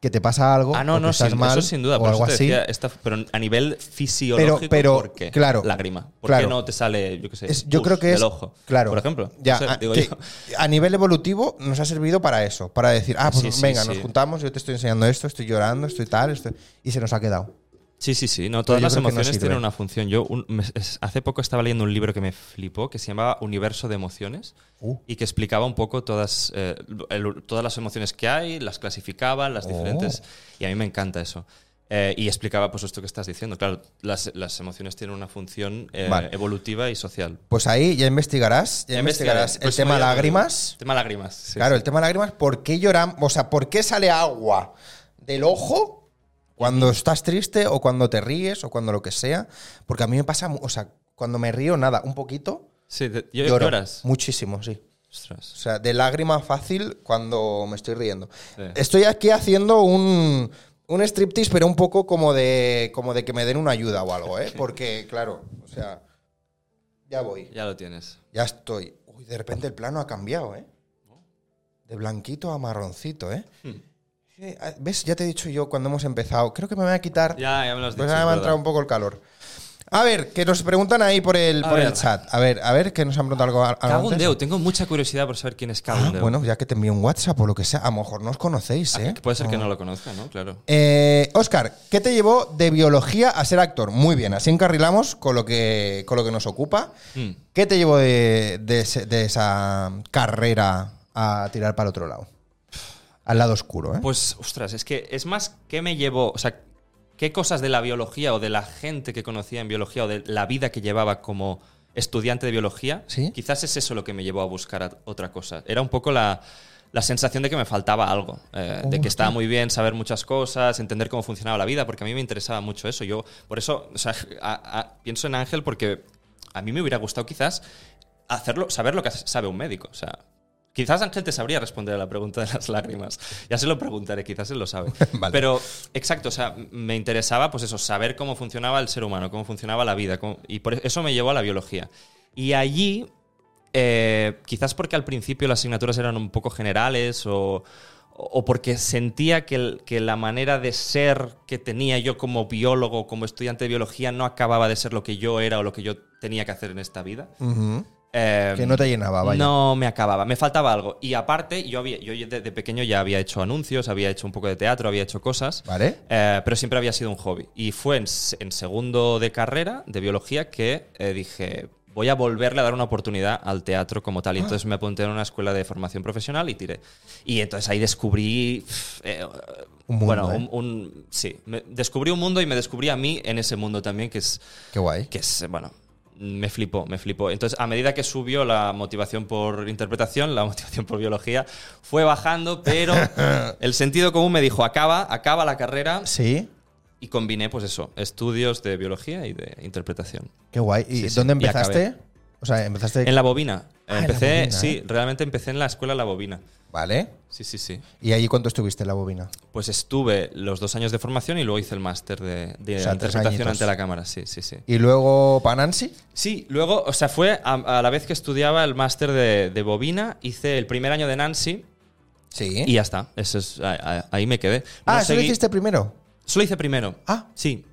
que te pasa algo, Ah, o no, que no, estás sin, mal, eso sin duda. o por eso algo te así. decía esta- pero a nivel fisiológico, pero, ¿por qué? claro, Lágrima. ¿Por claro. qué no te sale, yo qué sé, Es- yo pus creo que del es ojo? claro Por ejemplo. ya ah, O sea, a, digo que yo. a nivel evolutivo nos ha servido para eso para decir ah pues Sí, sí, venga sí. nos juntamos yo te estoy enseñando esto estoy llorando estoy tal estoy- y se nos ha quedado Sí, sí, sí. No, yo todas las creo que no emociones sirve. tienen una función. Yo un- me- es- hace poco estaba leyendo un libro que me flipó que se llamaba Universo de Emociones Uh. y que explicaba un poco todas, eh, el- todas las emociones que hay, las clasificaba, las Oh. diferentes. Y a mí me encanta eso. Eh, y explicaba pues esto que estás diciendo. Claro, las, las emociones tienen una función eh, Vale. evolutiva y social. pues ahí ya investigarás ya Investigaré. investigarás el Pues tema voy a- lágrimas Tema lágrimas. sí, claro sí. el tema lágrimas por qué lloramos o sea por qué sale agua del ojo cuando estás triste o cuando te ríes o cuando lo que sea porque a mí me pasa mu- o sea cuando me río nada un poquito Sí, de- yo- lloro lloras. muchísimo sí O Ostras. sea, de lágrima fácil cuando me estoy riendo. Sí. Estoy aquí haciendo un, un striptease, pero un poco como de, como de que me den una ayuda o algo, ¿eh? Porque, claro, o sea, ya voy, Ya lo tienes. ya estoy. Uy, de repente el plano ha cambiado, ¿eh? De blanquito a marroncito, ¿eh? Hmm. Eh, ah, ¿Ves? Ya te he dicho yo cuando hemos empezado. Creo que me voy a quitar. Ya, ya me lo has dicho. Pues es ahora me ha verdad. entrado un poco el calor. A ver, que nos preguntan ahí por el, A por el ver. chat. A ver, a ver, que nos han preguntado algo. algo antes. Cagundeu, tengo mucha curiosidad por saber quién es Ah, Cagundeu. bueno, ya que te envío un WhatsApp o lo que sea, a lo mejor no os conocéis, ¿eh? Ah, Puede ser que no lo conozca, ¿no? Claro. Eh, Oscar, ¿qué te llevó de biología a ser actor? Muy bien, así encarrilamos con lo que, con lo que nos ocupa. Mm. ¿Qué te llevó de, de ese- de esa carrera a tirar para el otro lado? Al lado oscuro, ¿eh? Pues, ostras, es que es más qué me llevó, o sea, qué cosas de la biología o de la gente que conocía en biología o de la vida que llevaba como estudiante de biología, Sí. quizás es eso lo que me llevó a buscar a- otra cosa. Era un poco la, la sensación de que me faltaba algo, eh, de que estaba muy bien saber muchas cosas, entender cómo funcionaba la vida, porque a mí me interesaba mucho eso. Yo, por eso, o sea, a- a- pienso en Ángel porque a mí me hubiera gustado quizás hacerlo, saber lo que hace- sabe un médico, o sea, Quizás Ángel te sabría responder a la pregunta de las lágrimas. Ya se lo preguntaré, quizás él lo sabe. Vale. Pero, exacto, o sea, me interesaba, pues eso, saber cómo funcionaba el ser humano, cómo funcionaba la vida. cómo- y por e-, eso me llevó a la biología. Y allí, eh, quizás porque al principio las asignaturas eran un poco generales o, o porque sentía que, el- que la manera de ser que tenía yo como biólogo, como estudiante de biología, no acababa de ser lo que yo era o lo que yo tenía que hacer en esta vida. Ujú. Eh, Que no te llenaba, vaya. No me acababa, me faltaba algo. Y aparte, yo, había, yo de, de pequeño ya había hecho anuncios, había hecho un poco de teatro, había hecho cosas, ¿Vale? eh, pero siempre había sido un hobby. Y fue en, se- en segundo de carrera de biología que eh, dije, voy a volverle a dar una oportunidad al teatro como tal. Y Ah. entonces me apunté en una escuela de formación profesional y tiré. Y entonces ahí descubrí... pf, eh, Un mundo, bueno, ¿eh? un, un- sí, me- descubrí un mundo y me descubrí a mí en ese mundo también, que es, Qué guay. que es, bueno, me flipó, me flipó. Entonces, a medida que subió la motivación por interpretación, la motivación por biología fue bajando, pero el sentido común me dijo, acaba, acaba la carrera Sí, y combiné, pues eso, estudios de biología y de interpretación. qué guay. ¿Y Sí, sí, dónde y empezaste? acabé. O sea, empezaste. En La Bobina. Ah, en La empecé, Bobina, sí, ¿eh? realmente empecé en la escuela La Bobina. Vale. Sí, sí, sí. ¿Y allí cuánto estuviste en la bobina? Pues estuve los dos años de formación y luego hice el máster de, de O sea, tres interpretación añitos. ante la cámara. Sí, sí, sí. ¿Y luego Panansi? Sí, luego, o sea, fue a, a la vez que estudiaba el máster de, de bobina, hice el primer año de Nancy Sí. y ya está. Eso es, a- a- ahí me quedé. No ah, ¿eso lo seguí- hiciste primero? Solo hice primero. Ah. Sí.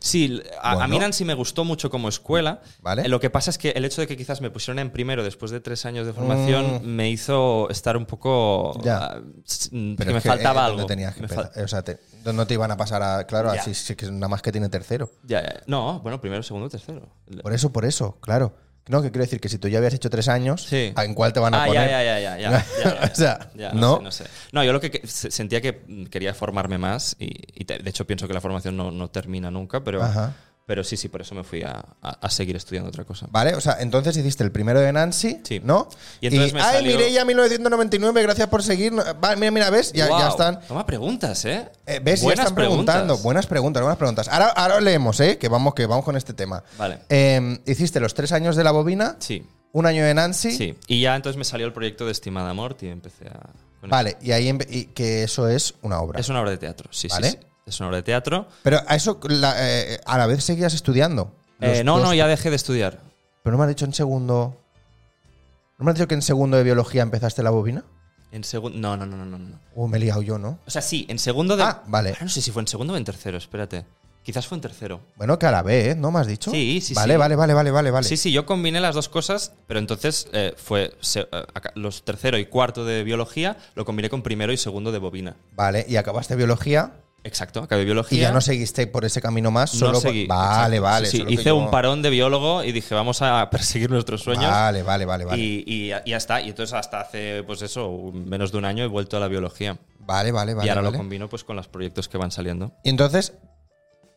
Sí, a, a mí Bueno. Nancy me gustó mucho como escuela. Vale. Eh, Lo que pasa es que el hecho de que quizás me pusieron en primero después de tres años de formación me hizo estar un poco. Mm. Ya. ah, s- mm, Pero que me es que faltaba es algo. donde tenías que Me fal- empezar. O sea, te- no- no te iban a pasar a. Claro, Ya. así sí que nada más que tiene tercero. Ya, ya. No, bueno, primero, segundo, tercero. Por eso, por eso, claro. No, que quiero decir que si tú ya habías hecho tres años, Sí. ¿en cuál te van a ah, poner? Ya, ya, ya, ya, ya, ya, ya. O sea, Ya, ¿no? sé, no sé. No, yo lo que que se- sentía que mm, quería formarme más y, y te- de hecho pienso que la formación no, no termina nunca, pero, Ajá. pero sí, sí, por eso me fui a, a- a seguir estudiando otra cosa. Vale, o sea, entonces hiciste el primero de Nancy, Sí. ¿no? Y entonces me ay, salió- Mireia 1999, gracias por seguir. Va, mira, mira, ¿ves? Ya, ya Guau, están. Toma preguntas, ¿eh? Eh, ¿Ves? Ya Buenas están preguntando. preguntas. Buenas preguntas, buenas preguntas. Ahora, ahora leemos, ¿eh? Que vamos, que vamos con este tema. Vale. Eh, hiciste los tres años de la bobina, Sí, un año de Nancy. sí. Y ya entonces me salió el proyecto de Estimada Mort y empecé a... con Vale, y ahí empe- y que eso es una eso. obra. Es una obra de teatro, sí, sí, Vale. sí, Es una obra de teatro. Pero a eso la- eh, a la vez seguías estudiando. Eh, Los no, dos- no, ya dejé de estudiar. Pero no me han dicho en segundo. ¿No me has dicho que en segundo de biología empezaste la bobina? En segundo. No, no, no, no, no, no. O me he liado yo, ¿no? O sea, sí, en segundo de. Ah, vale. no sé si fue en segundo o en tercero, espérate. Quizás fue en tercero. Bueno, que a la B, ¿eh? ¿No me has dicho? Sí, sí, vale, sí. Vale, vale, vale, vale, vale. Sí, sí, yo combiné las dos cosas, pero entonces eh, fue se- eh, acá- los tercero y cuarto de biología, lo combiné con primero y segundo de bobina. Vale, y acabaste biología Exacto, acabé y biología. ya no seguiste por ese camino más. no Solo por- seguí. Vale, Exacto. vale. Sí, sí, solo que hice yo- un parón de biólogo y dije, vamos a perseguir nuestros sueños. Vale, vale, vale, vale. Y, y ya está. Y entonces hasta hace, pues eso, un- menos de un año he vuelto a la biología. Vale, vale, vale. y ahora vale. lo combino pues con los proyectos que van saliendo. Y entonces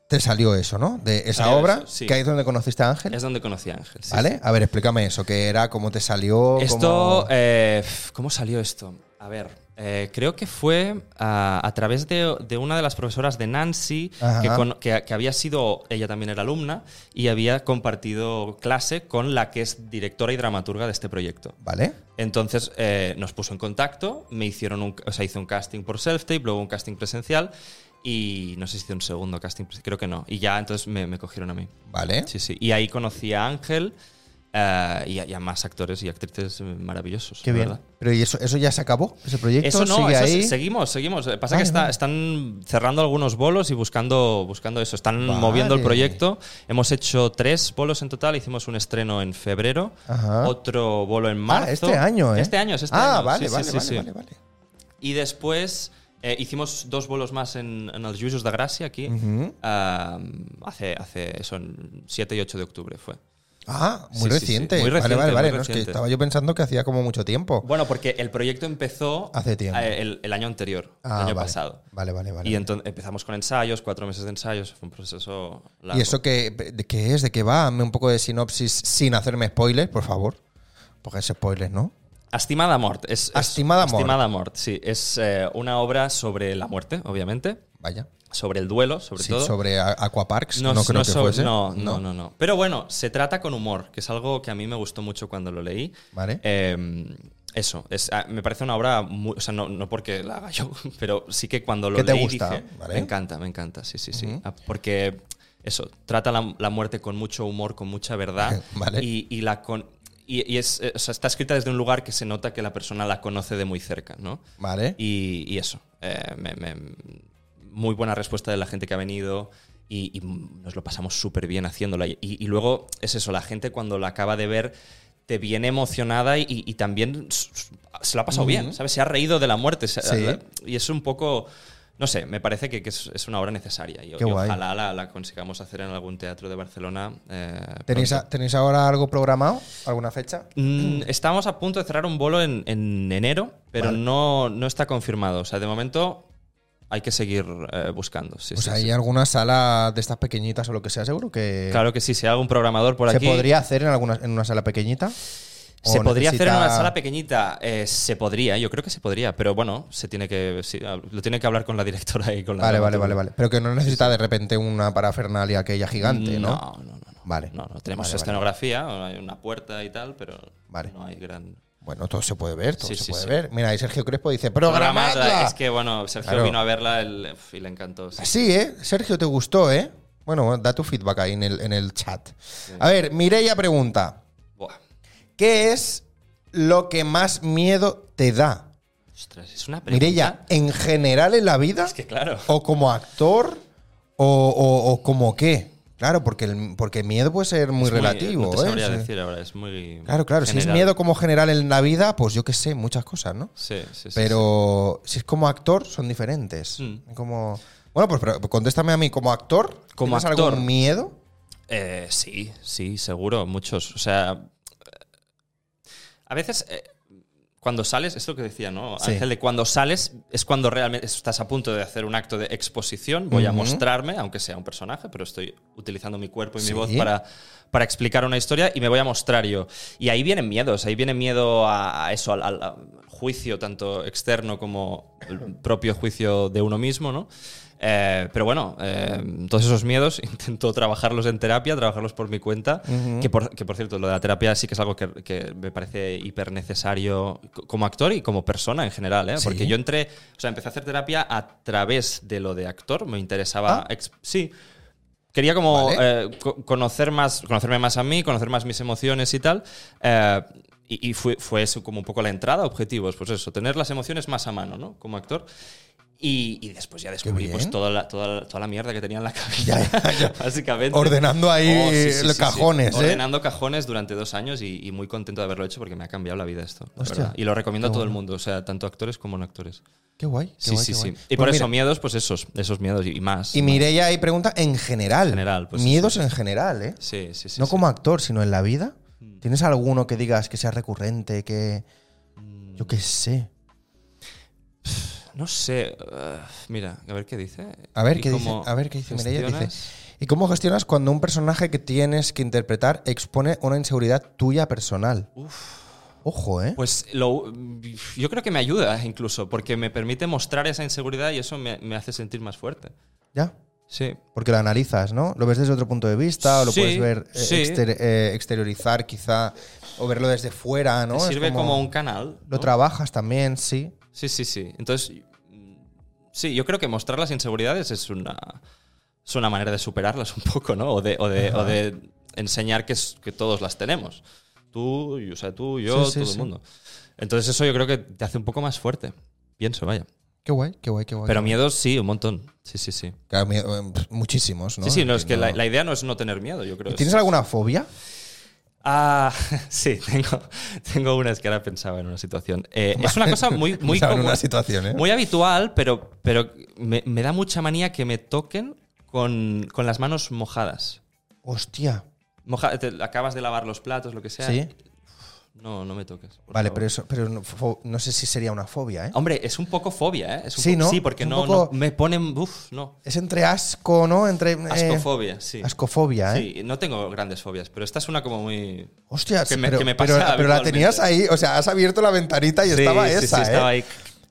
te salió eso, ¿no? De esa Salió obra, eso, Eh, sí. que ahí es donde conociste a Ángel. Es donde conocí a Ángel. sí, ¿Vale? A ver, explícame eso, ¿qué era? ¿Cómo te salió? Esto, cómo- eh, ¿cómo salió esto? A ver, eh, creo que fue ah, a, a través de, de una de las profesoras de Nancy, Ajá. que, con- que- que había sido, ella también era alumna, y había compartido clase con la que es directora y dramaturga de este proyecto. ¿Vale? Entonces eh, nos puso en contacto, me hicieron un, o sea, hice un casting por self-tape, luego un casting presencial y no sé si hice un segundo casting, presen- creo que no. Y ya entonces me, me cogieron a mí. ¿Vale? Sí, sí. Y ahí conocí a Ángel eh, y, a, y a más actores y actrices eh, maravillosos. Qué la bien. verdad. Pero ¿y eso, eso ya se acabó? ¿Ese proyecto Eso no, sigue eso ahí? se- seguimos, seguimos. Eh, Pasa Vale, que está- vale. están cerrando algunos bolos y buscando, buscando eso. Están Vale. moviendo el proyecto. Hemos hecho tres bolos en total. Hicimos un estreno en febrero, Ajá. otro bolo en Ah, marzo. este año, ¿eh? Este año, es este ah, año. vale, Sí, sí, vale, sí, vale, sí. vale, vale. Y después eh, hicimos dos bolos más en, en els Jusos de Gracia aquí. Ujú. Ah, hace, hace eso, en 7 y 8 de octubre fue. Ah, muy Sí, sí, sí. reciente. Muy vale, reciente, vale, vale. muy No, es que reciente. estaba yo pensando que hacía como mucho tiempo. Bueno, porque el proyecto empezó Hace tiempo. eh, el, el año anterior, Ah, el año vale. pasado. Vale, vale, vale. Y entonces empezamos con ensayos, cuatro meses de ensayos, fue un proceso largo. ¿Y eso qué, de qué es? ¿De qué va? Hazme un poco de sinopsis sin hacerme spoilers, por favor. Porque es spoilers, ¿no? Estimada Mort. Es, es- Estimada Mort. Estimada Mort, sí. Es eh, una obra sobre la muerte, obviamente, Vaya. sobre el duelo, sobre Sí, todo. sobre a- Aquaparks, no, s- creo que so- fuese. No, no, no, no. Pero bueno, se trata con humor, que es algo que a mí me gustó mucho cuando lo leí. Vale. Eh, eso, es, ah, me parece una obra, muy- o sea, no, no porque la haga yo, pero sí que cuando lo Que te leí gusta, dije, ¿vale? me encanta, me encanta, sí, sí, sí. Ah, Porque eso, trata la, la muerte con mucho humor, con mucha verdad. Vale. Y, y la con- y- y es, eh, o sea, está escrita desde un lugar que se nota que la persona la conoce de muy cerca, ¿no? Vale. Y, y eso. eh, me- me- muy buena respuesta de la gente que ha venido y, y nos lo pasamos súper bien haciéndola. Y, y luego es eso, la gente cuando la acaba de ver te viene emocionada y, y también s- s- se lo ha pasado bien, ¿sabes? Se ha reído de la muerte. se- Sí. y es un poco... No sé, me parece que, que es, es una obra necesaria. Y, Qué y guay. ojalá la, la consigamos hacer en algún teatro de Barcelona. eh, ¿Tenéis, a- ¿Tenéis ahora algo programado? ¿Alguna fecha? Mm, estamos a punto de cerrar un bolo en, en enero, pero Vale. no, no está confirmado. O sea, de momento hay que seguir eh, buscando. Sí, Pues sí, hay sí. alguna sala de estas pequeñitas o lo que sea, seguro que Claro que sí, si hay algún programador por se aquí. podría hacer en, alguna, en una sala pequeñita. ¿Se ¿O podría hacer en una necesita- sala pequeñita? Eh, se podría, yo creo que se podría, pero bueno, se tiene que, sí, lo tiene que hablar con la directora y con la. Vale, vale, vale, dramaturga. vale. Pero que no necesita de repente una parafernalia aquella gigante, ¿no? Mm, No, no, no. no. Vale. No, no, tenemos Vale, vale. escenografía, hay una puerta y tal, pero Vale. no hay gran. Bueno, todo se puede ver, todo Sí, se sí, puede sí. ver. Mira, ahí Sergio Crespo dice, ¡programadla! Es que bueno, Sergio Claro. vino a verla el- y le encantó. sí. Sí, ¿eh? Sergio, te gustó, ¿eh? Bueno, da tu feedback ahí en el, en el chat. A ver, Mireia pregunta, Buah. ¿qué es lo que más miedo te da? Ostras, es una pregunta. Mireia, ¿en general en la vida? Es que claro. ¿O como actor? ¿O, o- o como qué? Claro, porque el, porque el miedo puede ser muy Es relativo, no te ¿eh? sabría O sea, decir ahora, es muy. Claro, claro, si es general. miedo como general en la vida, pues yo qué sé, muchas cosas, ¿no? Sí, sí, sí. Pero si es como actor, son diferentes. Mm. Como... Bueno, pues pero contéstame a mí, como actor, Como ¿tienes actor. algún miedo? Eh, sí, sí, seguro, muchos. O sea. eh, A veces. eh, cuando sales, esto que decía, ¿no? Sí. Ángel, de cuando sales es cuando realmente estás a punto de hacer un acto de exposición. Voy a Ujú. mostrarme, aunque sea un personaje, pero estoy utilizando mi cuerpo y Sí. mi voz para, para explicar una historia y me voy a mostrar yo. Y ahí vienen miedos, ahí viene miedo a, a eso, al, al- al juicio tanto externo como el propio juicio de uno mismo, ¿no? Eh, pero bueno, eh, todos esos miedos intento trabajarlos en terapia, trabajarlos por mi cuenta, que, por, que por cierto, lo de la terapia sí que es algo que, que me parece hiper necesario co- como actor y como persona en general, ¿eh? Sí. porque yo entré, o sea, empecé a hacer terapia a través de lo de actor, me Ah. interesaba, ex- sí, Quería como Vale. eh, co- conocer más, conocerme más a mí, conocer más mis emociones y tal. eh, Y, y fue, fue eso como un poco la entrada, objetivos, pues eso, tener las emociones más a mano, ¿no? Como actor. Y, y después ya descubrí bien. pues toda la, toda, la- toda la mierda que tenía en la cabeza. Ya, ya, Básicamente. Oh, Ordenando ahí los cajones, ¿eh? Ordenando cajones durante dos años y, y muy contento de haberlo hecho porque me ha cambiado la vida esto. la Hostia, verdad. Y lo recomiendo a qué todo el bueno. mundo, o sea, tanto actores como no actores. Qué guay. qué Sí, guay, sí, qué sí. guay. Y Pues por mira, eso miedos, pues esos, esos miedos y y más. Y más. Mireia ahí pregunta en general. General, pues Miedos eso. en general, ¿eh? Sí, sí, sí. Mm. no sí. como actor, sino en la vida. ¿Tienes alguno que digas que sea recurrente, que. Mm. Yo qué sé. No sé. eh, mira, a ver qué dice. A ver ¿Y qué dice, cómo a ver qué dice Mireia. Dice, gestionas? ¿y cómo gestionas cuando un personaje que tienes que interpretar expone una inseguridad tuya personal? Ojo, ¿eh? Pues lo, yo creo que me ayuda incluso, porque me permite mostrar esa inseguridad y eso me, me hace sentir más fuerte. ya. Sí. Porque lo analizas, ¿no? Lo ves desde otro punto de vista, o lo Sí, puedes ver eh, sí. exter- eh, exteriorizar quizá, o verlo desde fuera, ¿no? Te Es sirve como, un canal. Lo ¿no? trabajas también, sí. Sí, sí, sí. Entonces, mm, sí, yo creo que mostrar las inseguridades es una, es una manera de superarlas un poco, ¿no? O de, o de, o de enseñar que, es- que todos las tenemos. Tú, y- o sea, tú, yo, Sí, sí, todo sí. el mundo. Entonces eso yo creo que te hace un poco más fuerte. Pienso, vaya. Qué guay, qué guay, qué guay. Pero miedos sí, un montón. Sí, sí, sí. Claro, mi- eh, pf, muchísimos, ¿no? sí, sí, no, es que la, no. la idea no es no tener miedo, yo creo. ¿Tienes Es- alguna fobia? Ah, sí, tengo, tengo una, es que ahora pensaba en una situación. Eh, es una cosa muy, muy, Pensaba en común, una situación, ¿eh? muy habitual, pero, pero me, me da mucha manía que me toquen con, con las manos mojadas. Hostia. Moja- te- acabas de lavar los platos, lo que sea. Sí. No, no me toques. por Vale, favor. pero eso, pero no, fo- no sé si sería una fobia, ¿eh? Hombre, es un poco fobia, ¿eh? Es un Sí, poco- ¿no? Sí, porque Es un no, poco- no- me ponen. Uf, no. Es entre asco, ¿no? Entre. eh, Ascofobia, sí. ascofobia, ¿eh? Sí, no tengo grandes fobias, pero esta es una como muy. Hostia, Que sí, me- pero, que me pero- pasa pero la tenías ahí, habitualmente. o sea, has abierto la ventanita y Sí, estaba sí, sí, esa, ¿eh? estaba ahí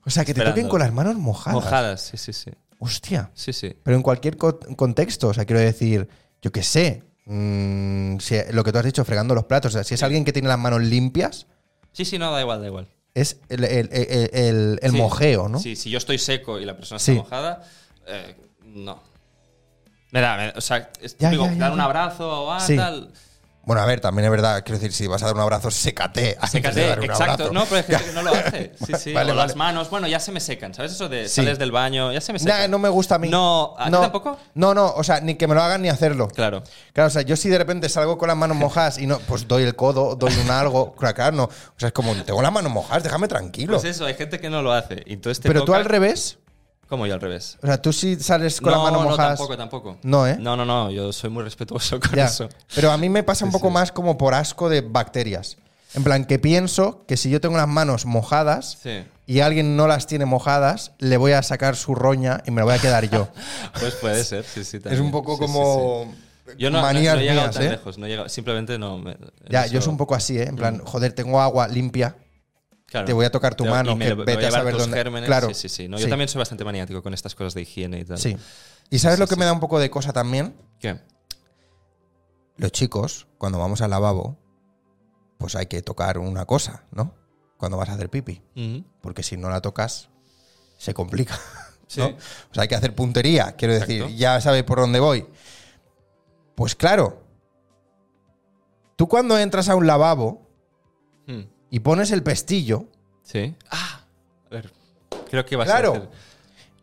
O sea, que te esperando. toquen con las manos mojadas. mojadas. Sí, sí, sí. Hostia. Sí, sí. Pero en cualquier co- contexto, o sea, quiero decir, yo qué sé, mm, si- lo que tú has dicho, fregando los platos, o sea, si es alguien que tiene las manos limpias, Sí, sí, no, da igual, da igual. es el, el- el- el- el Sí. mojeo, ¿no? Sí, si yo estoy seco y la persona Sí. está mojada, eh, no. Me da, me- o sea, es Ya, típico, ya, ya, dar ya. un abrazo o ah, Sí. tal. Bueno, a ver, también es verdad, quiero decir, si vas a dar un abrazo, sécate. antes de Sécate, dar un exacto. abrazo. No, pero hay gente que no lo hace. Sí, sí. Vale, o vale. las manos, bueno, ya se me secan, ¿sabes? Eso de Sí. sales del baño, ya se me Nah, secan. no me gusta a mí. No, ¿a ti tampoco? No, no, o sea, ni que me lo hagan ni hacerlo. Claro. Claro, o sea, yo si de repente salgo con las manos mojadas y no, pues doy el codo, doy un algo, claro, claro, no. O sea, es como, tengo las manos mojadas, déjame tranquilo. Pues eso, hay gente que no lo hace. y Entonces te pero tú toca- al revés, ¿Cómo yo al revés? o sea, tú si sales con no, las manos no, mojadas. tampoco, tampoco. No, ¿eh? No, no, no, yo soy muy respetuoso con Ya, eso. Pero a mí me pasa un Sí, poco sí. más como por asco de bacterias. En plan, que pienso que si yo tengo las manos mojadas Sí. y alguien no las tiene mojadas, le voy a sacar su roña y me la voy a quedar yo. Pues puede ser, sí, sí. es también. un poco Sí, sí, sí. como Yo no, no- manías no he llegado mías, tan ¿eh? lejos, no he llegado- simplemente no. me- en Ya, eso- yo soy un poco así, ¿eh? En plan, joder, tengo agua limpia. Claro. te voy a tocar tu Te- y mano, me que voy vete a llevar saber tus dónde- gérmenes. claro. Sí, sí, sí. No, Sí. Yo también soy bastante maniático con estas cosas de higiene y tal. Sí. ¿Y sabes Sí, lo que sí, me sí. da un poco de cosa también? ¿Qué? Los chicos, cuando vamos al lavabo, pues hay que tocar una cosa, ¿no? Cuando vas a hacer pipi. Ujú. Porque si no la tocas, se complica. Sí. ¿no? O sea, hay que hacer puntería, quiero decir, Exacto. ya sabéis por dónde voy. Pues claro, tú cuando entras a un lavabo Mm. y pones el pestillo, Sí. Ah, a ver. Creo que va a Claro. ser.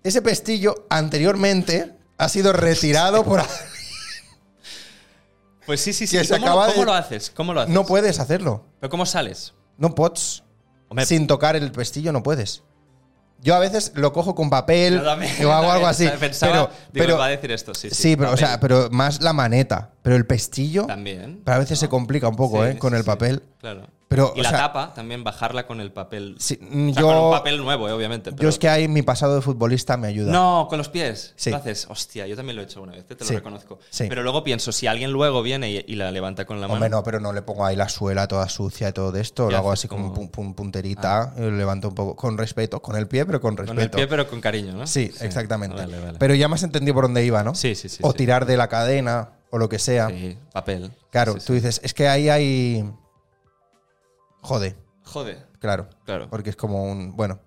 ese pestillo anteriormente ha sido retirado por... Pues sí, sí, sí. Que se ¿Cómo, lo- acaba de- cómo lo haces? ¿Cómo lo haces? No puedes hacerlo. ¿Pero cómo sales? No pots. Hombre, Sin tocar el pestillo no puedes. Yo a veces lo cojo con papel yo también- o hago algo así. Pensaba, pero, digo, pero- va a decir esto, sí. sí, Sí, pero, o papel. sea, pero más la maneta. Pero el pestillo, También. pero a veces ¿no? se complica un poco, Sí, ¿eh? Con sí, el sí. papel. Claro. Pero, y o la sea- tapa, también bajarla con el papel. Sí, O sea, yo- con un papel nuevo, eh, obviamente. Yo pero- es que ahí mi pasado de futbolista me ayuda. No, con los pies. Sí. Lo haces. Hostia, yo también lo he hecho una vez, eh, te lo Sí. reconozco. Sí. Pero luego pienso, si alguien luego viene y, y la levanta con la mano. Hombre, no, pero no le pongo ahí la suela toda sucia y todo de esto. ¿Qué Lo hago haces? así como Como- Ah. pum, pum, punterita. y Lo levanto un poco con respeto. Con el pie, pero con respeto. con el pie, pero con cariño, ¿no? Sí, exactamente. Vale, vale. Pero ya me has entendido por dónde iba, ¿no? Sí, sí, sí, O sí. tirar de la cadena o lo que sea. Sí, papel. Claro, Sí, sí. tú dices, es que ahí hay. Jode, Jode. claro. Claro. Porque es como un. Bueno.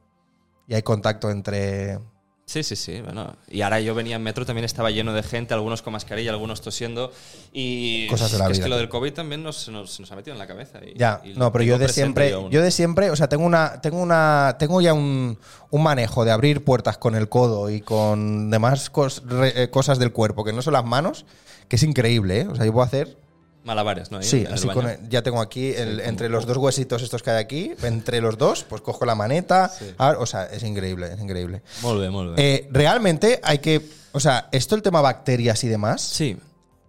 Y hay contacto entre. Sí, sí, sí. Bueno, y ahora yo venía en metro, también estaba lleno de gente, algunos con mascarilla, algunos tosiendo. Y Cosas de la que es vida, que lo tío. del COVID también nos, nos, nos ha metido en la cabeza. y- Ya, y no, lo pero yo tengo de presente siempre, aún. yo de siempre, o sea, tengo una, tengo una, tengo ya un, un manejo de abrir puertas con el codo y con demás cos- re- eh, cosas del cuerpo que no son las manos, que es increíble, ¿eh? O sea, yo puedo hacer, Malabares, ¿no? Ahí sí, en el así baño. con, el- ya tengo aquí el- como- entre los dos huesitos estos que hay aquí, entre los dos, pues cojo la maneta, Sí. ah, o sea, es increíble, es increíble. Molt bé, molt bé. Eh, realmente hay que, o sea, esto el tema bacterias y demás sí,